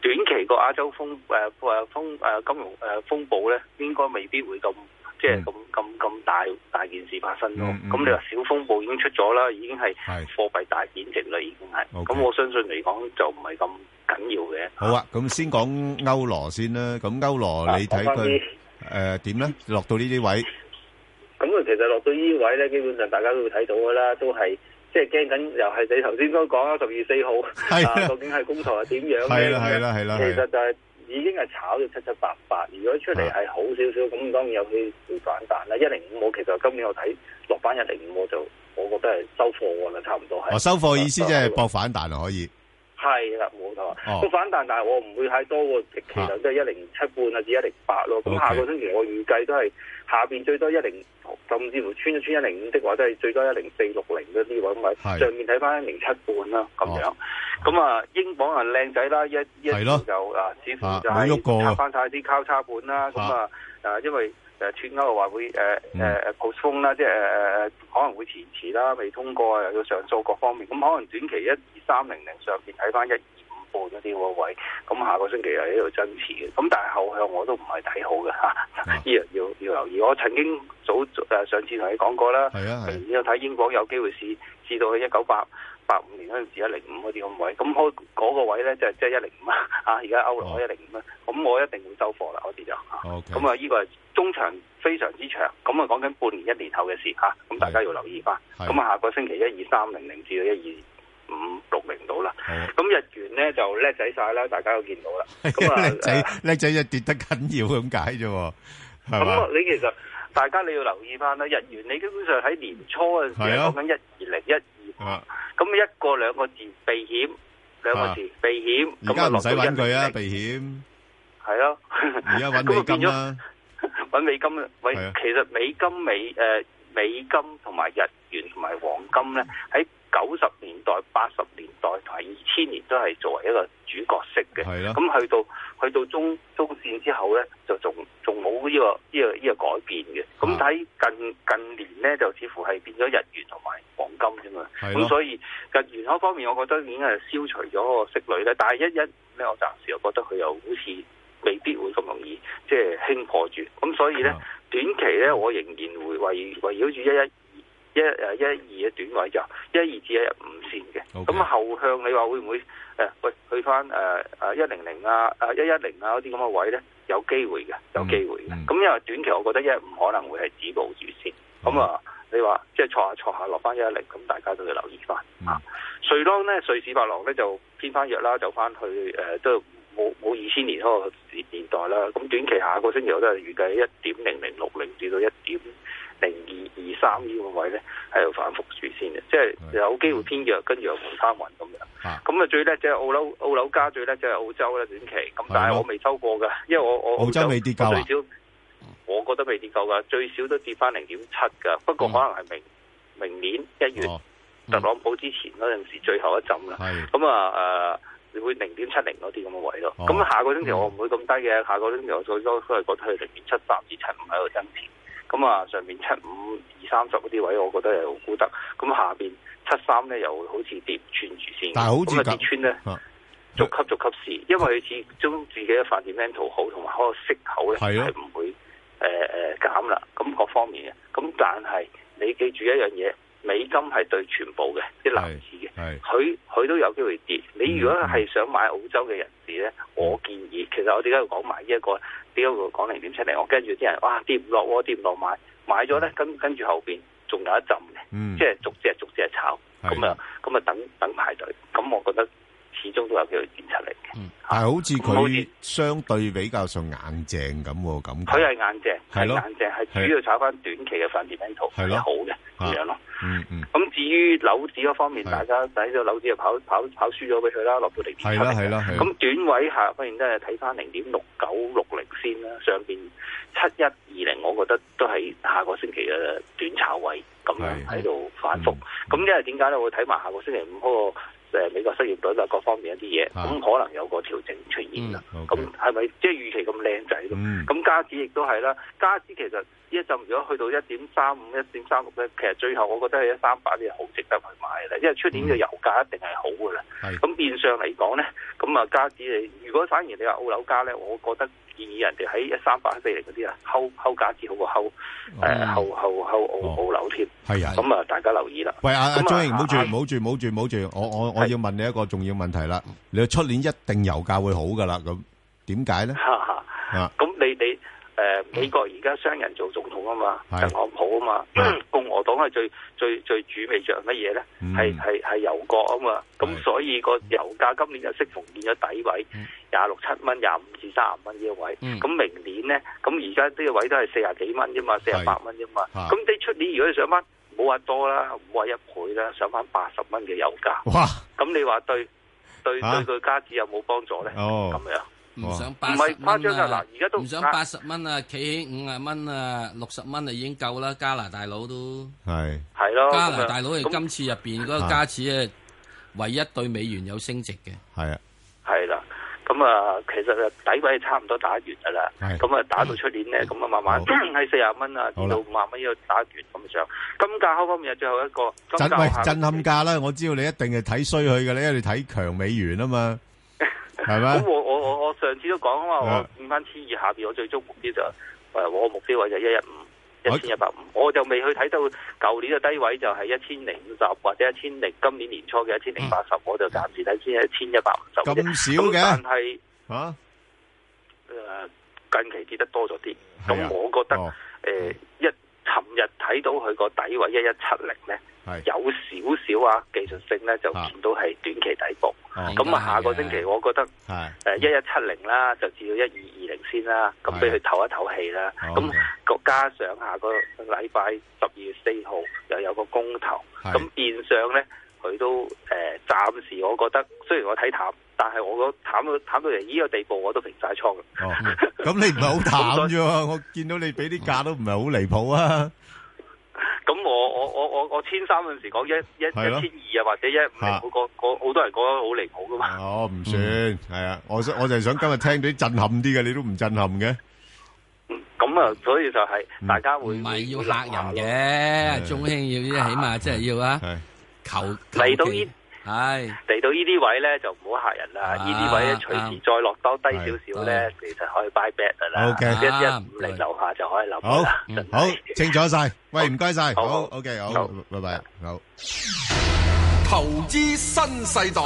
Speaker 9: 短期個亞洲風誒誒風誒金融誒風暴咧，應該未必會咁即係咁咁咁大。
Speaker 19: 大大件事發生咯。
Speaker 9: 嗯嗯
Speaker 19: 咁、你話小風暴已經出咗啦，已經係貨幣大貶值啦，已經係。咁
Speaker 3: OK
Speaker 19: 我相信嚟講就唔係咁緊要嘅。
Speaker 3: 好啊，咁先講歐羅先啦。咁歐羅你睇
Speaker 19: 講返
Speaker 3: 佢誒點咧？落到呢啲位，
Speaker 9: 咁佢其實落到呢位咧，基本上大家都會睇到噶啦，都係即係驚緊，又係你頭先所講啦，啊十二月四
Speaker 3: 係
Speaker 9: 號
Speaker 3: 啊
Speaker 9: 啊，究竟係公投係點樣呢
Speaker 3: 係啦係啦係啦
Speaker 9: 其
Speaker 3: 係啦
Speaker 9: 實就係已經係炒到七七八八，如果出嚟
Speaker 3: 啊
Speaker 9: 係好少少，咁當然有機會反彈啦。一零五我其實今年我睇落翻一零五，我就我覺得係收貨㗎啦，差唔多係。
Speaker 3: 我哦收貨意思即係搏反彈啊，可以。
Speaker 9: 係啦，冇錯。
Speaker 3: 哦
Speaker 9: 個反彈，但係我唔會太多喎，極其
Speaker 19: 啊
Speaker 9: 就都係一零七半啊至一零八咯。咁
Speaker 3: OK
Speaker 9: 下個星期我預計都係下邊最多一零，甚至乎穿一穿一零五的話，都係最多一零四六零嗰啲位咁咪。
Speaker 19: 係哦
Speaker 9: 上面睇翻一零七半啦，咁樣。咁啊，英鎊啊靚仔啦，一一
Speaker 19: 係咯
Speaker 9: 就啊，似乎
Speaker 19: 啊
Speaker 9: 就
Speaker 19: 冇喐過
Speaker 9: 係
Speaker 19: 啊
Speaker 9: 拆翻晒啲交叉盤啦。咁啊誒，因為誒脱歐話會誒誒誒 postpone 啦，即係誒誒誒可能會延遲啦，未通過啊，又要上訴各方面。咁可能短期一二三零零上邊睇翻一半嗰啲個位，咁下個星期係喺度增持嘅。咁但係後向我都唔係睇好嘅嚇，呢樣要要留意。我曾經早誒上次同你講過啦，
Speaker 3: 係啊
Speaker 9: 明年我睇英鎊有機會試試到去一九八八五年嗰陣時一零五嗰啲咁位，咁我嗰個位咧就係即係一零五啊， 啊而家歐羅一零五啦，咁我一定會收貨啦嗰啲就嚇。
Speaker 3: 哦 OK
Speaker 9: 咁啊，呢個係中長非常之長，咁啊講緊半年一年後嘅事嚇，咁大家要留意翻。
Speaker 3: 係
Speaker 9: 咁啊，下個星期一二三零零至到一二。五六零到啦，咁日元咧就叻仔晒啦，大家都見到啦。咁啊
Speaker 3: 叻仔叻仔就跌得緊要咁解啫喎，係
Speaker 9: 咁
Speaker 3: 嘛
Speaker 9: 啊？你其實大家你要留意翻啦，日元你基本上喺年初嘅時
Speaker 3: 係啊
Speaker 9: 候講緊一二零一二，
Speaker 3: 啊
Speaker 9: 咁一個兩個字避險，兩個
Speaker 3: 啊
Speaker 9: 字避險，
Speaker 3: 而
Speaker 9: 咁啊
Speaker 3: 家唔
Speaker 9: 落
Speaker 3: 使
Speaker 9: 到
Speaker 3: 揾佢啊，
Speaker 9: 120
Speaker 3: 避險。
Speaker 9: 係咯，啊
Speaker 3: 而家揾美金啦，
Speaker 9: 揾美金啦，喂
Speaker 3: 係啊，
Speaker 9: 其實美金美誒、呃美金同埋日元同埋黃金咧，喺九十年代、八十年代同埋二千年都係作為一個主角色嘅。
Speaker 3: 係咯
Speaker 9: 咁去到去到中中線之後咧，就仲仲冇呢個呢、個呢、個改變嘅。
Speaker 3: 啊
Speaker 9: 咁睇近近年咧，就似乎係變咗日元同埋黃金啫嘛。係咁咯所以日元嗰方面，我覺得已經係消除咗個息率咧。但係一一咧，我暫時又覺得佢又好似未必會咁容易即係輕破住。咁所以咧，短期咧，我仍然會圍圍繞住一一。一誒一二嘅短位就一二至一日五線嘅，咁
Speaker 3: OK
Speaker 9: 後向你話會唔會誒、呃喂去翻誒誒一零零啊誒一一零啊嗰啲咁嘅位咧有機會嘅，有機會嘅。咁、因為短期我覺得一唔可能會係止步住先，咁啊、你話即係錯下錯下落翻一一零，咁大家都要留意翻啊。瑞郎咧瑞士法郎咧就偏翻弱啦，走翻去誒、都冇冇二千年嗰個年代啦。咁短期下個星期我都係預計一點零零六零至到一點。零二二三呢個位咧喺度反覆住先嘅，即係有機會偏弱，跟住又換翻雲咁樣。咁啊最叻就係澳樓澳樓加最叻就係澳洲啦短期，咁但係我未收過㗎，因為我我
Speaker 3: 澳洲未跌夠啊
Speaker 9: 我最少我覺得未跌夠㗎，最少都跌翻零點七㗎，不
Speaker 3: 嗯
Speaker 9: 過可能係明明年一月
Speaker 3: 哦
Speaker 9: 特朗普之前嗰陣時最後一陣啦。咁啊誒會零點七零嗰啲咁嘅位咯。
Speaker 3: 哦
Speaker 9: 咁下個星期我唔會咁低嘅，下個星期我最多都係覺得係零點七三至七五喺度增持。咁啊，上面七五二三十嗰啲位，我覺得又好估得。咁下邊七三咧，又好似跌唔穿住先。
Speaker 3: 但係好似
Speaker 9: 咁啊
Speaker 3: 咁
Speaker 9: 跌穿咧，
Speaker 3: 啊
Speaker 9: 逐級逐級試，因為佢始終自己嘅 fundamental 好，同埋嗰個息口咧
Speaker 3: 係咯
Speaker 9: 係唔會誒誒減啦。咁各方面嘅，咁但係你記住一樣嘢，美金係對全部嘅啲藍字嘅，佢佢都有機會跌。你如果係想買澳洲嘅人士咧，我
Speaker 3: 嗯
Speaker 9: 建議其實我點解要講埋呢一個？點解會講零點七零？我跟住啲人哇跌唔落喎，跌唔落買買咗咧，跟跟住後邊仲有一陣嘅，
Speaker 3: 嗯
Speaker 9: 即係逐隻逐隻炒，
Speaker 3: 係
Speaker 9: 咁啊咁啊等等排隊。咁我覺得始終都有機會跌出嚟嘅。
Speaker 3: 但係好似佢相對比較上硬淨咁喎，感覺
Speaker 9: 佢係硬淨，係
Speaker 3: 係咯
Speaker 9: 硬淨，
Speaker 3: 係
Speaker 9: 係主要炒翻短期嘅 fundamental
Speaker 3: 係咯
Speaker 9: 係好嘅咁樣咯。
Speaker 3: 嗯嗯
Speaker 9: 咁至於樓指嗰方面，大家睇到樓指就跑跑跑輸咗俾佢啦，落到零點
Speaker 3: 係啦係啦係啦
Speaker 9: 咁短位下當然都係睇翻零點六九六零先啦，上邊七一二零，我覺得都係下個星期嘅短炒位咁樣喺度反
Speaker 3: 嗯
Speaker 9: 覆。咁因為點解咧？我會睇埋下個星期五嗰個誒美國失業率啊，各方面一啲嘢，咁可能有個調整出現啦。咁係咪即係預期咁靚仔咯？
Speaker 3: 嗯
Speaker 9: 咁加指亦都係啦，加指其實呢一陣如果去到一點三五、一點三六咧，其實最後我覺得係一三八呢，好值得去買啦，因為出年嘅油價一定係好嘅啦。
Speaker 3: 嗯係
Speaker 9: 咁變相嚟講咧，咁啊加指你如果反而你話澳樓價咧，我覺得建議人哋喺一三八四零嗰啲啊，睺睺價字好過睺
Speaker 3: 哦
Speaker 9: 誒後後後澳澳樓添。
Speaker 3: 係啊
Speaker 9: 咁啊，大家留意啦。
Speaker 3: 喂，阿-阿
Speaker 9: 咁啊
Speaker 3: 張瑩，唔好住，唔好住，唔好住，唔好住，我-我-我要問你一個重要問題啦。你話出年一定油價會好㗎啦，咁點解呢？啊，
Speaker 9: 咁你你誒、呃美國而家商人做總統啊嘛，
Speaker 3: 係
Speaker 9: 特朗普啊嘛， 共和黨係最最最主味着乜嘢咧？
Speaker 3: 嗯
Speaker 9: 係係係油國啊嘛，咁所以個油價今年就適逢見咗底位，
Speaker 3: 嗯
Speaker 9: 廿六七蚊、廿五至三十蚊呢個位，
Speaker 4: 嗯
Speaker 9: 咁明年咧，咁而家呢個位都係四廿幾蚊啫嘛，四廿八蚊啫嘛，
Speaker 4: 啊
Speaker 9: 咁你出年如果你上翻，唔好話多啦，唔好話一倍啦，上翻八十蚊嘅油價，
Speaker 3: 哇！
Speaker 9: 咁你話對對
Speaker 2: 啊
Speaker 9: 對佢家子有冇幫助咧？
Speaker 3: 哦
Speaker 9: 咁樣。
Speaker 2: 唔想八
Speaker 9: 唔
Speaker 2: 十
Speaker 9: 係
Speaker 2: 蚊啊！
Speaker 9: 誇張㗎，嗱，而家都
Speaker 2: 唔想八十蚊啊，企起五啊蚊啊，六十蚊啊已經夠啦。加拿大佬都
Speaker 3: 係。
Speaker 9: 係咯，
Speaker 2: 加
Speaker 9: 咁
Speaker 2: 拿
Speaker 9: 啊
Speaker 2: 大佬係今次入邊嗰個加紙啊，唯一對美元有升值嘅。
Speaker 3: 係啊，
Speaker 9: 係啦。咁啊，其實啊，底位差唔多打完㗎啦。
Speaker 2: 係
Speaker 9: 咁啊，打到出年咧，咁啊，慢慢 喺四廿蚊啊，
Speaker 3: 嗯好
Speaker 9: 至
Speaker 3: 啦
Speaker 9: 到五廿蚊呢度打完咁上。金價方面有最後一個，金
Speaker 3: 震-
Speaker 9: 價
Speaker 3: 喂，
Speaker 9: 下
Speaker 3: 震撼價啦，我知道你一定係睇衰佢㗎啦，因為你睇強美元啊嘛，係咪？
Speaker 9: 咁我我我我上次都講啊嘛，
Speaker 3: 啊
Speaker 9: 我見翻千二下邊，我最終目標就誒，我目標位就一一五，一千一百五，我就未去睇到舊年嘅低位就係一千零五十或者一千零今年年初嘅一千零八十，我就暫時睇先一千一百五十。
Speaker 3: 咁少嘅
Speaker 9: 但係
Speaker 3: 啊？
Speaker 9: 誒、呃近期跌得多咗啲，
Speaker 3: 係啊
Speaker 9: 咁我覺得誒、
Speaker 3: 哦
Speaker 9: 一尋日睇到佢個底位一一七零咧
Speaker 3: 係，啊
Speaker 9: 有少少啊技術性咧就見到係短期底部，
Speaker 3: 哦
Speaker 9: 咁啊下個星期我覺得。
Speaker 3: 係。
Speaker 9: 誒一一七零啦，就至到一二二零先啦，咁俾佢唞一唞氣啦。
Speaker 3: 好
Speaker 9: 咁個加上下個禮拜十二月四號又有個公投，
Speaker 3: 係
Speaker 9: 咁變相咧佢都誒暫時我覺得，雖然我睇淡，但係我個淡到淡到嚟呢個地步，我都平晒倉啦。
Speaker 3: 哦，咁你唔係好淡啫喎，我見到你俾啲價都唔係好離譜啊。
Speaker 9: 咁我我我我我千三嗰陣時講一一一
Speaker 3: 係咯
Speaker 9: 千二啊，或者一五零，
Speaker 3: 嚇
Speaker 9: 好個個好多人講得好離譜噶嘛。
Speaker 3: 哦，唔算，係啊，我-我就係想今日聽到啲震撼啲嘅，你都唔震撼嘅。
Speaker 9: 咁啊，所以就係
Speaker 3: 嗯
Speaker 9: 大家會
Speaker 2: 唔係要嚇人嘅，中興要啲起碼即係要啊，求
Speaker 9: 嚟到
Speaker 2: 呢
Speaker 9: 呢，
Speaker 2: 係
Speaker 9: 嚟到呢啲位咧就唔好嚇人
Speaker 2: 啊
Speaker 9: 啦，呢啲位咧隨時再落多低少少咧，其實可以 buy back 噶啦，
Speaker 3: OK
Speaker 9: 一一五零樓下就可以諗
Speaker 3: 好，
Speaker 9: 㗎
Speaker 2: 嗯
Speaker 9: 啦。真係
Speaker 3: 好，清楚晒。喂，唔該晒。
Speaker 9: 好，
Speaker 3: 好，
Speaker 9: 好。
Speaker 3: OK，好，
Speaker 9: 好。
Speaker 3: 拜拜，好。
Speaker 14: 投資新世代，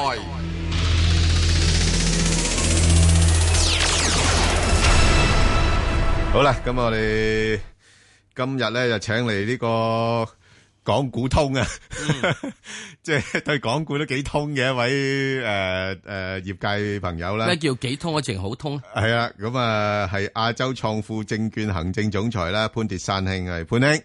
Speaker 3: 好啦，咁我哋今日咧就請嚟呢個港股通啊， 即係對港股都幾通嘅一位誒誒業界朋友啦。
Speaker 2: 咩叫幾通啊？淨好通啊？
Speaker 3: 係啊，咁啊係亞洲創富證券行政總裁啦，潘鐵山兄係潘兄。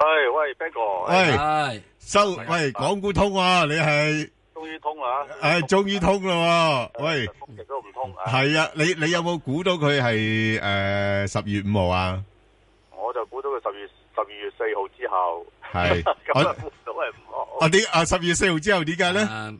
Speaker 20: 喂喂，Ben 哥，
Speaker 3: 喂，收喂港股通啊，你係
Speaker 20: 啊終於通啦，
Speaker 3: 誒終於通啦喎，喂
Speaker 20: 亦都唔通，
Speaker 3: 係啊，你你有冇估到佢係誒十月五號啊？
Speaker 20: 我就估到佢十月十二月四號之後，
Speaker 3: 係
Speaker 20: 咁啊估到係唔好，
Speaker 3: 啊點啊十月四號之後點解咧？
Speaker 20: 哦咁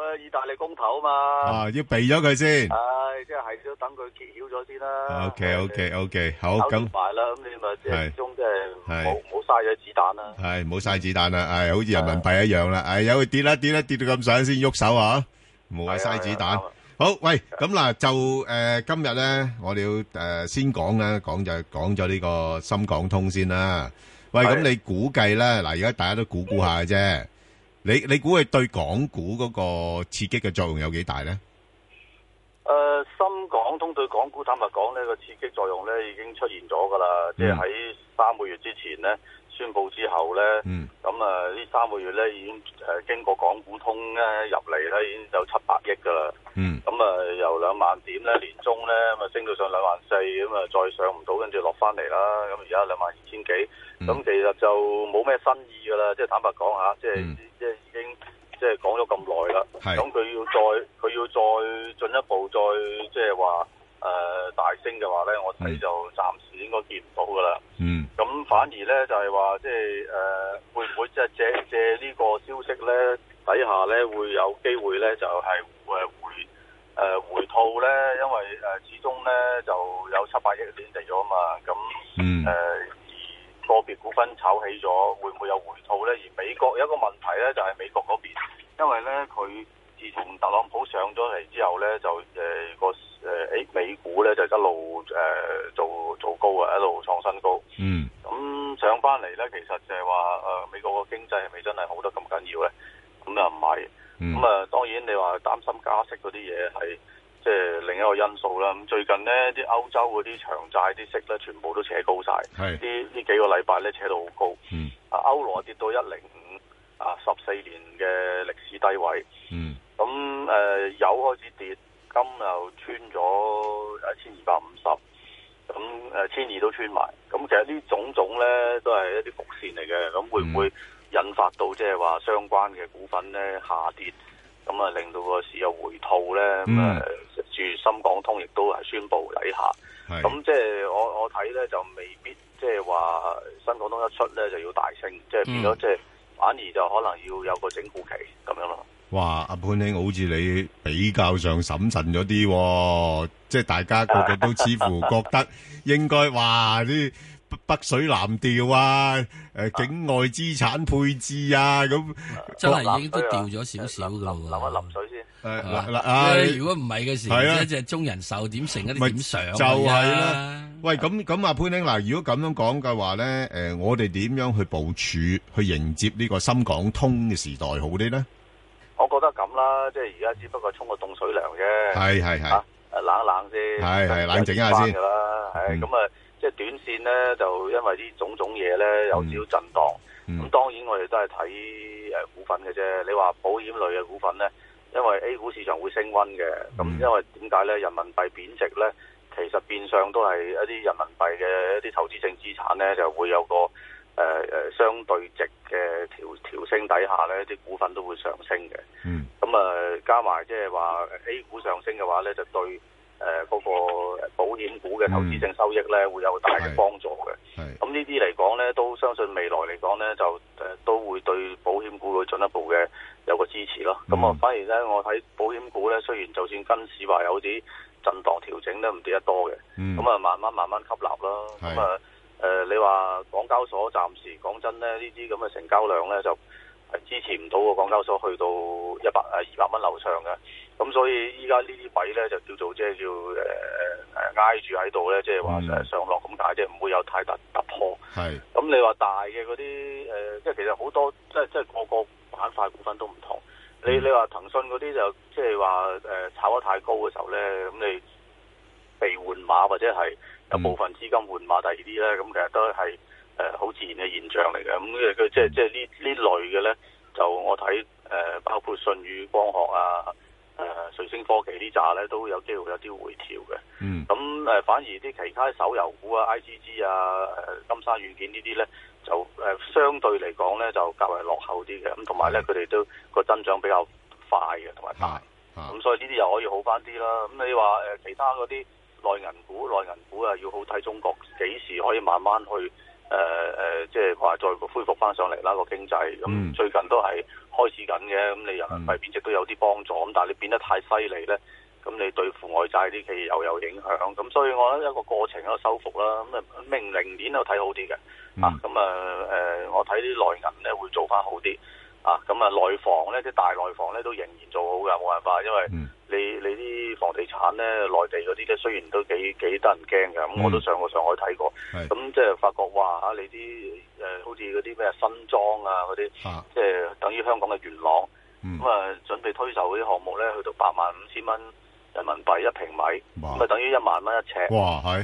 Speaker 20: 啊意大利公投啊嘛，
Speaker 3: 啊要避咗佢先。
Speaker 20: 唉，即係都等佢揭曉咗先啦。
Speaker 3: OK，OK，OK，好，
Speaker 20: 搞掂
Speaker 3: 咁
Speaker 20: 埋啦，咁你咪即
Speaker 3: 係
Speaker 20: 係中即係
Speaker 3: 係
Speaker 20: 冇冇嘥咗子彈啦。
Speaker 3: 係，冇晒子彈啦，唉，好似人民幣一樣啦，唉，有跌啦，跌啦，跌到咁上下先喐手啊，冇話嘥子彈。好，喂，咁嗱，就，呃，今日呢，我哋要，呃，先講啦，講就-講咗呢個深港通先啦。喂，咁你估計呢，嗱，而家大家都估估下嘅啫，你-你估佢對港股嗰個刺激嘅作用有幾大呢？係，
Speaker 20: 誒、呃深港通對港股坦白講呢個刺激作用咧已經出現咗㗎啦，即係喺三個月之前咧宣布之後咧，咁啊呢三個月咧已經誒、經過港股通咧入嚟咧已經有七百億㗎啦，咁啊、由兩萬點咧年中咧咁啊升到上兩萬四，咁啊再上唔到跟住落翻嚟啦，咁而家兩萬二千幾，咁、其實就冇咩新意㗎啦，即係坦白講下，即係、即係已經。即係講咗咁耐啦，
Speaker 3: 係
Speaker 20: 咁佢要再佢要再進一步再即係話誒大升嘅話咧，我睇就暫時應該見唔到噶啦。
Speaker 3: 嗯，
Speaker 20: 咁反而咧就係話即係誒、呃、會唔會即係借借呢個消息咧底下咧會有機會咧就係、誒回誒、呃回吐咧，因為誒、呃始終咧就有七百億年嚟咗啊嘛，咁
Speaker 4: 嗯
Speaker 20: 誒、呃個別股份炒起咗，會唔會有回吐呢？而美國有一個問題呢，就係、美國呃嗰邊，因為呢，佢自從特朗普上咗嚟之後呢，就誒個誒誒美股咧就一路誒、呃做做高啊，一路創新高。
Speaker 3: 嗯，
Speaker 20: 咁上翻嚟咧，其實就係話呃誒美國個經濟係咪真係好得咁緊要咧？咁又唔係。
Speaker 3: 嗯
Speaker 20: 咁啊、當然你話擔心加息嗰啲嘢係即係另一個因素啦。咁最近呢啲歐洲嗰啲長債啲息咧，全部都扯高晒。
Speaker 3: 係
Speaker 20: 呢呢幾個禮拜咧扯到好高。
Speaker 3: 嗯，
Speaker 20: 啊歐羅跌到一零五啊，十四年嘅歷史低位。
Speaker 3: 嗯，
Speaker 20: 咁誒、呃油開始跌，金又穿咗一千二百五十。咁誒千二都穿埋，咁其實呢種種咧都係一啲伏線嚟嘅，咁會唔會引發到即係話相關嘅股份咧下跌，咁啊令到個市有回吐咧？咁
Speaker 4: 嗯
Speaker 20: 誒、住深港通亦都係宣布底下，
Speaker 4: 係
Speaker 20: 咁即係我我睇咧就未必即係話新港通一出咧就要大升，即係變咗
Speaker 3: 嗯
Speaker 20: 即係反而就可能要有個整固期咁樣咯。
Speaker 3: 哇！阿潘兄，好似你比較上審慎咗啲、喎，即係大家個個都似乎覺得應該哇啲北北水南調啊，誒、境外資產配置啊， 咁
Speaker 2: 真係已經都掉咗少少噶喎。淋
Speaker 20: 一淋水先。
Speaker 3: 誒
Speaker 2: 係嘛
Speaker 3: 嗱嗱啊
Speaker 2: 因為如果唔係嘅時候，
Speaker 3: 係啊
Speaker 2: 一隻中人壽點成一
Speaker 3: 咪
Speaker 2: 啲點上啊
Speaker 3: 就係啦。喂，咁咁阿潘兄嗱，如果咁樣講嘅話咧，誒、我哋點樣去部署去迎接呢個深港通嘅時代好啲咧？
Speaker 20: 我覺得咁啦，即係而家只不過沖個凍水涼啫。
Speaker 3: 係係係
Speaker 20: 啊誒冷一冷先。
Speaker 3: 係係冷靜一下先
Speaker 20: 㗎啦，係
Speaker 3: 嗯
Speaker 20: 咁啊，即係短線咧，就因為啲種種嘢咧有少少震盪。咁、當然我哋都係睇誒股份嘅啫。你話保險類嘅股份咧，因為 A 股市場會升温嘅。咁、因為點解咧？人民幣貶值咧，其實變相都係一啲人民幣嘅一啲投資性資產咧，就會有個誒誒、呃相對值嘅調調升底下咧，啲股份都會上升嘅。咁啊、加埋即係話呃 A 股上升嘅話咧，就對呃誒嗰、個保險股嘅投資性收益咧，會有大嘅幫助嘅。咁呢啲嚟講咧，都相信未來嚟講咧，就誒、呃都會對保險股會進一步嘅有個支持咯。咁啊、反而咧，我睇保險股咧，雖然就算跟市話有啲震盪調整咧，唔跌得多嘅。咁啊、慢慢慢慢吸納咯。
Speaker 3: 係
Speaker 20: 咁啊，誒、你話港交所暫時講真咧，呢啲咁嘅成交量咧就〜係支持唔到個港交所去到一百誒呃二百蚊樓上嘅，咁所以依家呢啲位咧就叫做即係叫誒誒挨住喺度咧，即係話誒上落咁解啫，唔會有太大突破。
Speaker 3: 係
Speaker 20: 咁你話大嘅嗰啲誒，呃即係其實好多即係即係個個板塊股份都唔同。你你話騰訊嗰啲就即係話誒炒得太高嘅時候咧，咁你被換馬或者係有部分資金換馬第二啲咧，咁其實都係誒好自然嘅現象嚟嘅。咁佢即係即係呢呢類嘅咧，就我睇誒、呃包括信宇光學啊、誒、瑞星科技呢扎咧，都有機會有啲回調嘅。
Speaker 3: 嗯
Speaker 20: 咁誒、呃反而啲其他手遊股啊、IGG 啊、誒金山軟件呢啲咧，就誒、呃相對嚟講咧就較為落後啲嘅，咁同埋咧佢哋都個增長比較快嘅，同埋大，咁、所以呢啲又可以好翻啲啦。咁你話誒、呃其他嗰啲內銀股、內銀股啊，要好睇中國幾時可以慢慢去誒誒、呃即係話再恢復翻上嚟啦個經濟。咁、
Speaker 10: 嗯
Speaker 20: 最近都係開始緊嘅，咁你人民幣貶值都有啲幫助，咁但係你變得太犀利咧。咁你對付外債啲企業又有影響，咁所以我覺得一個過程一個修復啦。咁啊，明明年都睇好啲嘅，啊，咁啊誒，我睇啲內銀咧會做翻好啲，啊，咁啊內房咧啲大內房咧都仍然做好㗎，冇辦法，因為你你啲房地產咧內地嗰啲咧雖然都幾幾得人驚㗎，咁我都上過上海睇過，咁即係發覺哇嚇你啲誒、好似嗰啲咩新莊啊嗰啲，即係等於香港嘅元朗。
Speaker 3: 嗯
Speaker 20: 咁啊、準備推售嗰啲項目咧，去到八萬五千蚊人民幣一平米，咁啊等於一萬蚊一尺。
Speaker 3: 哇，係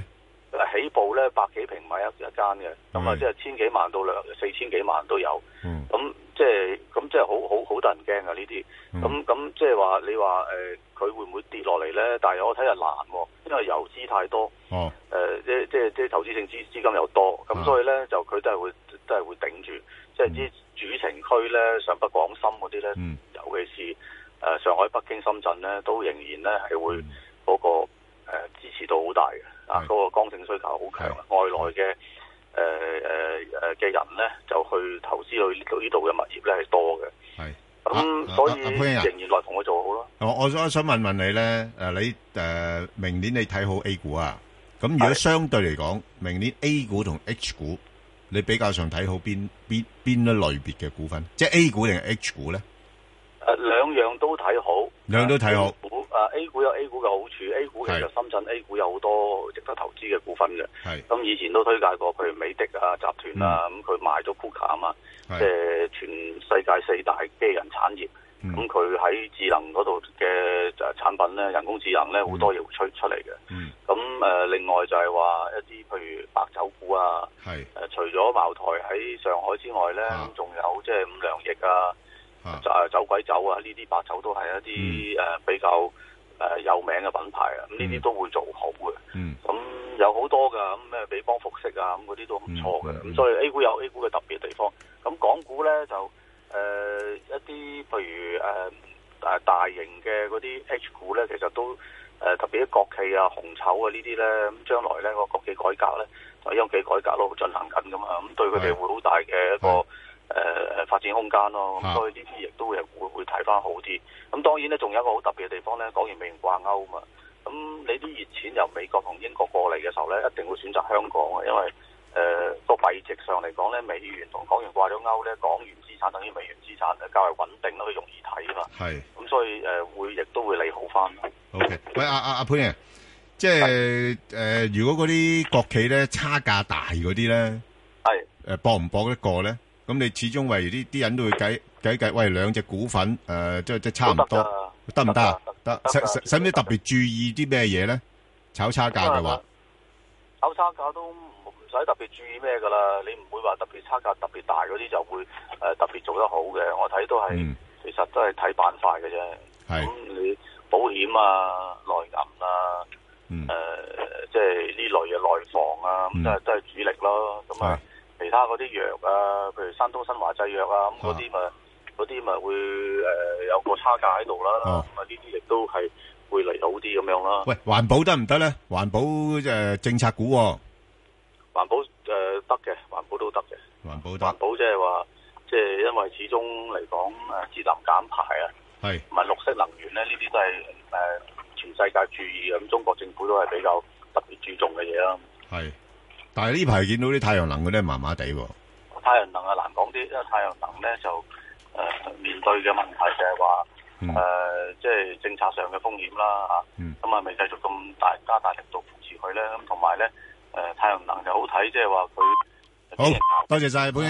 Speaker 20: 起步咧百幾平米一一間嘅，咁啊
Speaker 3: 係
Speaker 20: 即係千幾萬到兩四千幾萬都有。
Speaker 3: 嗯
Speaker 20: 咁即係咁即係好好好得人驚啊！呢啲
Speaker 3: 嗯
Speaker 20: 咁咁即係話你話誒佢會唔會跌落嚟咧？但係我睇下難喎，因為游資太多。
Speaker 3: 哦，
Speaker 20: 誒、呃即即即投資性資資金又多，咁
Speaker 3: 啊
Speaker 20: 所以咧就佢都係會都係會頂住，即
Speaker 3: 嗯
Speaker 20: 係啲主城區咧，上北廣深嗰啲咧，尤其是誒、呃上海、北京、深圳咧，都仍然咧係會
Speaker 3: 嗯
Speaker 20: 嗰、個、呃、支持度好大嘅，啊嗰個剛性需求好強啊，外來嘅誒誒誒嘅人咧就去投資去呢度呢度嘅物業咧係多嘅，
Speaker 3: 係
Speaker 20: 咁、
Speaker 3: 啊
Speaker 20: 所
Speaker 3: 啊
Speaker 20: 以
Speaker 3: 啊
Speaker 20: 仍
Speaker 3: 潘兄啊
Speaker 20: 然內房佢做好咯。
Speaker 3: 我我想想問問你咧，誒你誒明年你睇好 A 股啊？咁如果相對嚟講，明年 A 股同 H 股，你比較上睇好邊邊邊一類別嘅股份？即係 A 股定係 H 股咧？
Speaker 20: 呃誒兩樣都睇好，
Speaker 3: 兩樣都睇好
Speaker 20: 股誒、啊 A 股有 A 股嘅好處，A 股其實深圳 A 股有好多值得投資嘅股份嘅。咁以前都推介過，譬如美的啊、集團啊，咁佢買咗 Kuka 啊嘛，
Speaker 4: 係
Speaker 20: 即係全世界四大機器人產業。咁佢喺智能嗰度嘅誒產品咧，人工智能咧好多嘢會推出嚟嘅。咁誒、呃另外就係話一啲譬如白酒股啊，
Speaker 3: 係
Speaker 20: 誒、除咗茅台喺上海之外咧，咁仲、有即係五糧液啊、就係酒鬼酒啊，呢啲白酒都係一啲誒、呃比較誒、呃有名嘅品牌啊，咁呢啲都會做好嘅。
Speaker 3: 嗯
Speaker 20: 咁有好多㗎，咁咩美邦服飾啊，咁嗰啲都唔錯嘅。咁、所以 A 股有 A 股嘅特別嘅地方。咁港股咧就誒、呃一啲譬如誒誒、呃大型嘅嗰啲 H 股咧，其實都誒、呃特別啲國企啊、紅籌啊呢啲咧，咁將來咧個國企改革咧，就央企改革都進行緊㗎嘛，咁對佢哋會好大嘅一個。誒誒、呃、發展空間咯，咁所以呢啲亦都會會會睇翻好啲。咁當然咧，仲有一個好特別嘅地方咧，港元美元掛鈎嘛。咁你啲熱錢由美國同英國過嚟嘅時候咧，一定會選擇香港嘅，因為誒個、幣值上嚟講咧，美元同港元掛咗鈎咧，港元資產等於美元資產，就較為穩定咯，佢容易睇啊嘛。
Speaker 3: 係
Speaker 20: 咁所以誒、呃、會亦都會利好啊翻。
Speaker 3: OK，喂，阿阿阿潘爺，即係诶，誒如果嗰啲國企咧差價大嗰啲咧，
Speaker 20: 係
Speaker 3: 诶搏唔搏得過咧？咁你始終為啲啲人都會計計計，喂兩隻股份诶，誒即係即係差唔多，得唔得啊？得，使使使唔使特別注意啲咩嘢咧？炒差價嘅話，
Speaker 20: 炒差價都唔唔使特別注意咩㗎啦，你唔會話特別差價特別大嗰啲就會誒、呃特別做得好嘅。我睇都係、其實都係睇板塊嘅啫。
Speaker 3: 係
Speaker 20: 咁你保險啊、內銀啊、誒、即係呢類嘅內房啊，咁都係都係主力咯。咁啊，其他嗰啲藥啊，譬如山東新華製藥啊，咁嗰啲咪嗰啲咪會誒、呃有個差價喺度啦。
Speaker 3: 哦
Speaker 20: 咁啊，呢啲亦都係會嚟好啲咁樣啦。
Speaker 3: 喂，環保得唔得咧？環保诶政策股喎，
Speaker 20: 環保誒呃得嘅，環保都得嘅。
Speaker 3: 環保
Speaker 20: 環
Speaker 3: 得
Speaker 20: 保即係話，即係因為始終嚟講誒節能減排啊，
Speaker 3: 係
Speaker 20: 同埋綠色能源咧，呢啲都係誒、呃全世界注意嘅。咁中國政府都係比較特別注重嘅嘢啦。
Speaker 3: 係，但係呢排見到啲太陽能嗰啲麻麻地喎，
Speaker 20: 太陽能啊難講啲，因為太陽能咧就誒、呃面對嘅問題就係話
Speaker 3: 嗯
Speaker 20: 誒即係政策上嘅風險啦嚇，咁啊未繼續咁大加大力度扶呃持佢咧，咁同埋咧誒太陽能就好睇，即係話佢。
Speaker 3: 好多謝晒潘英。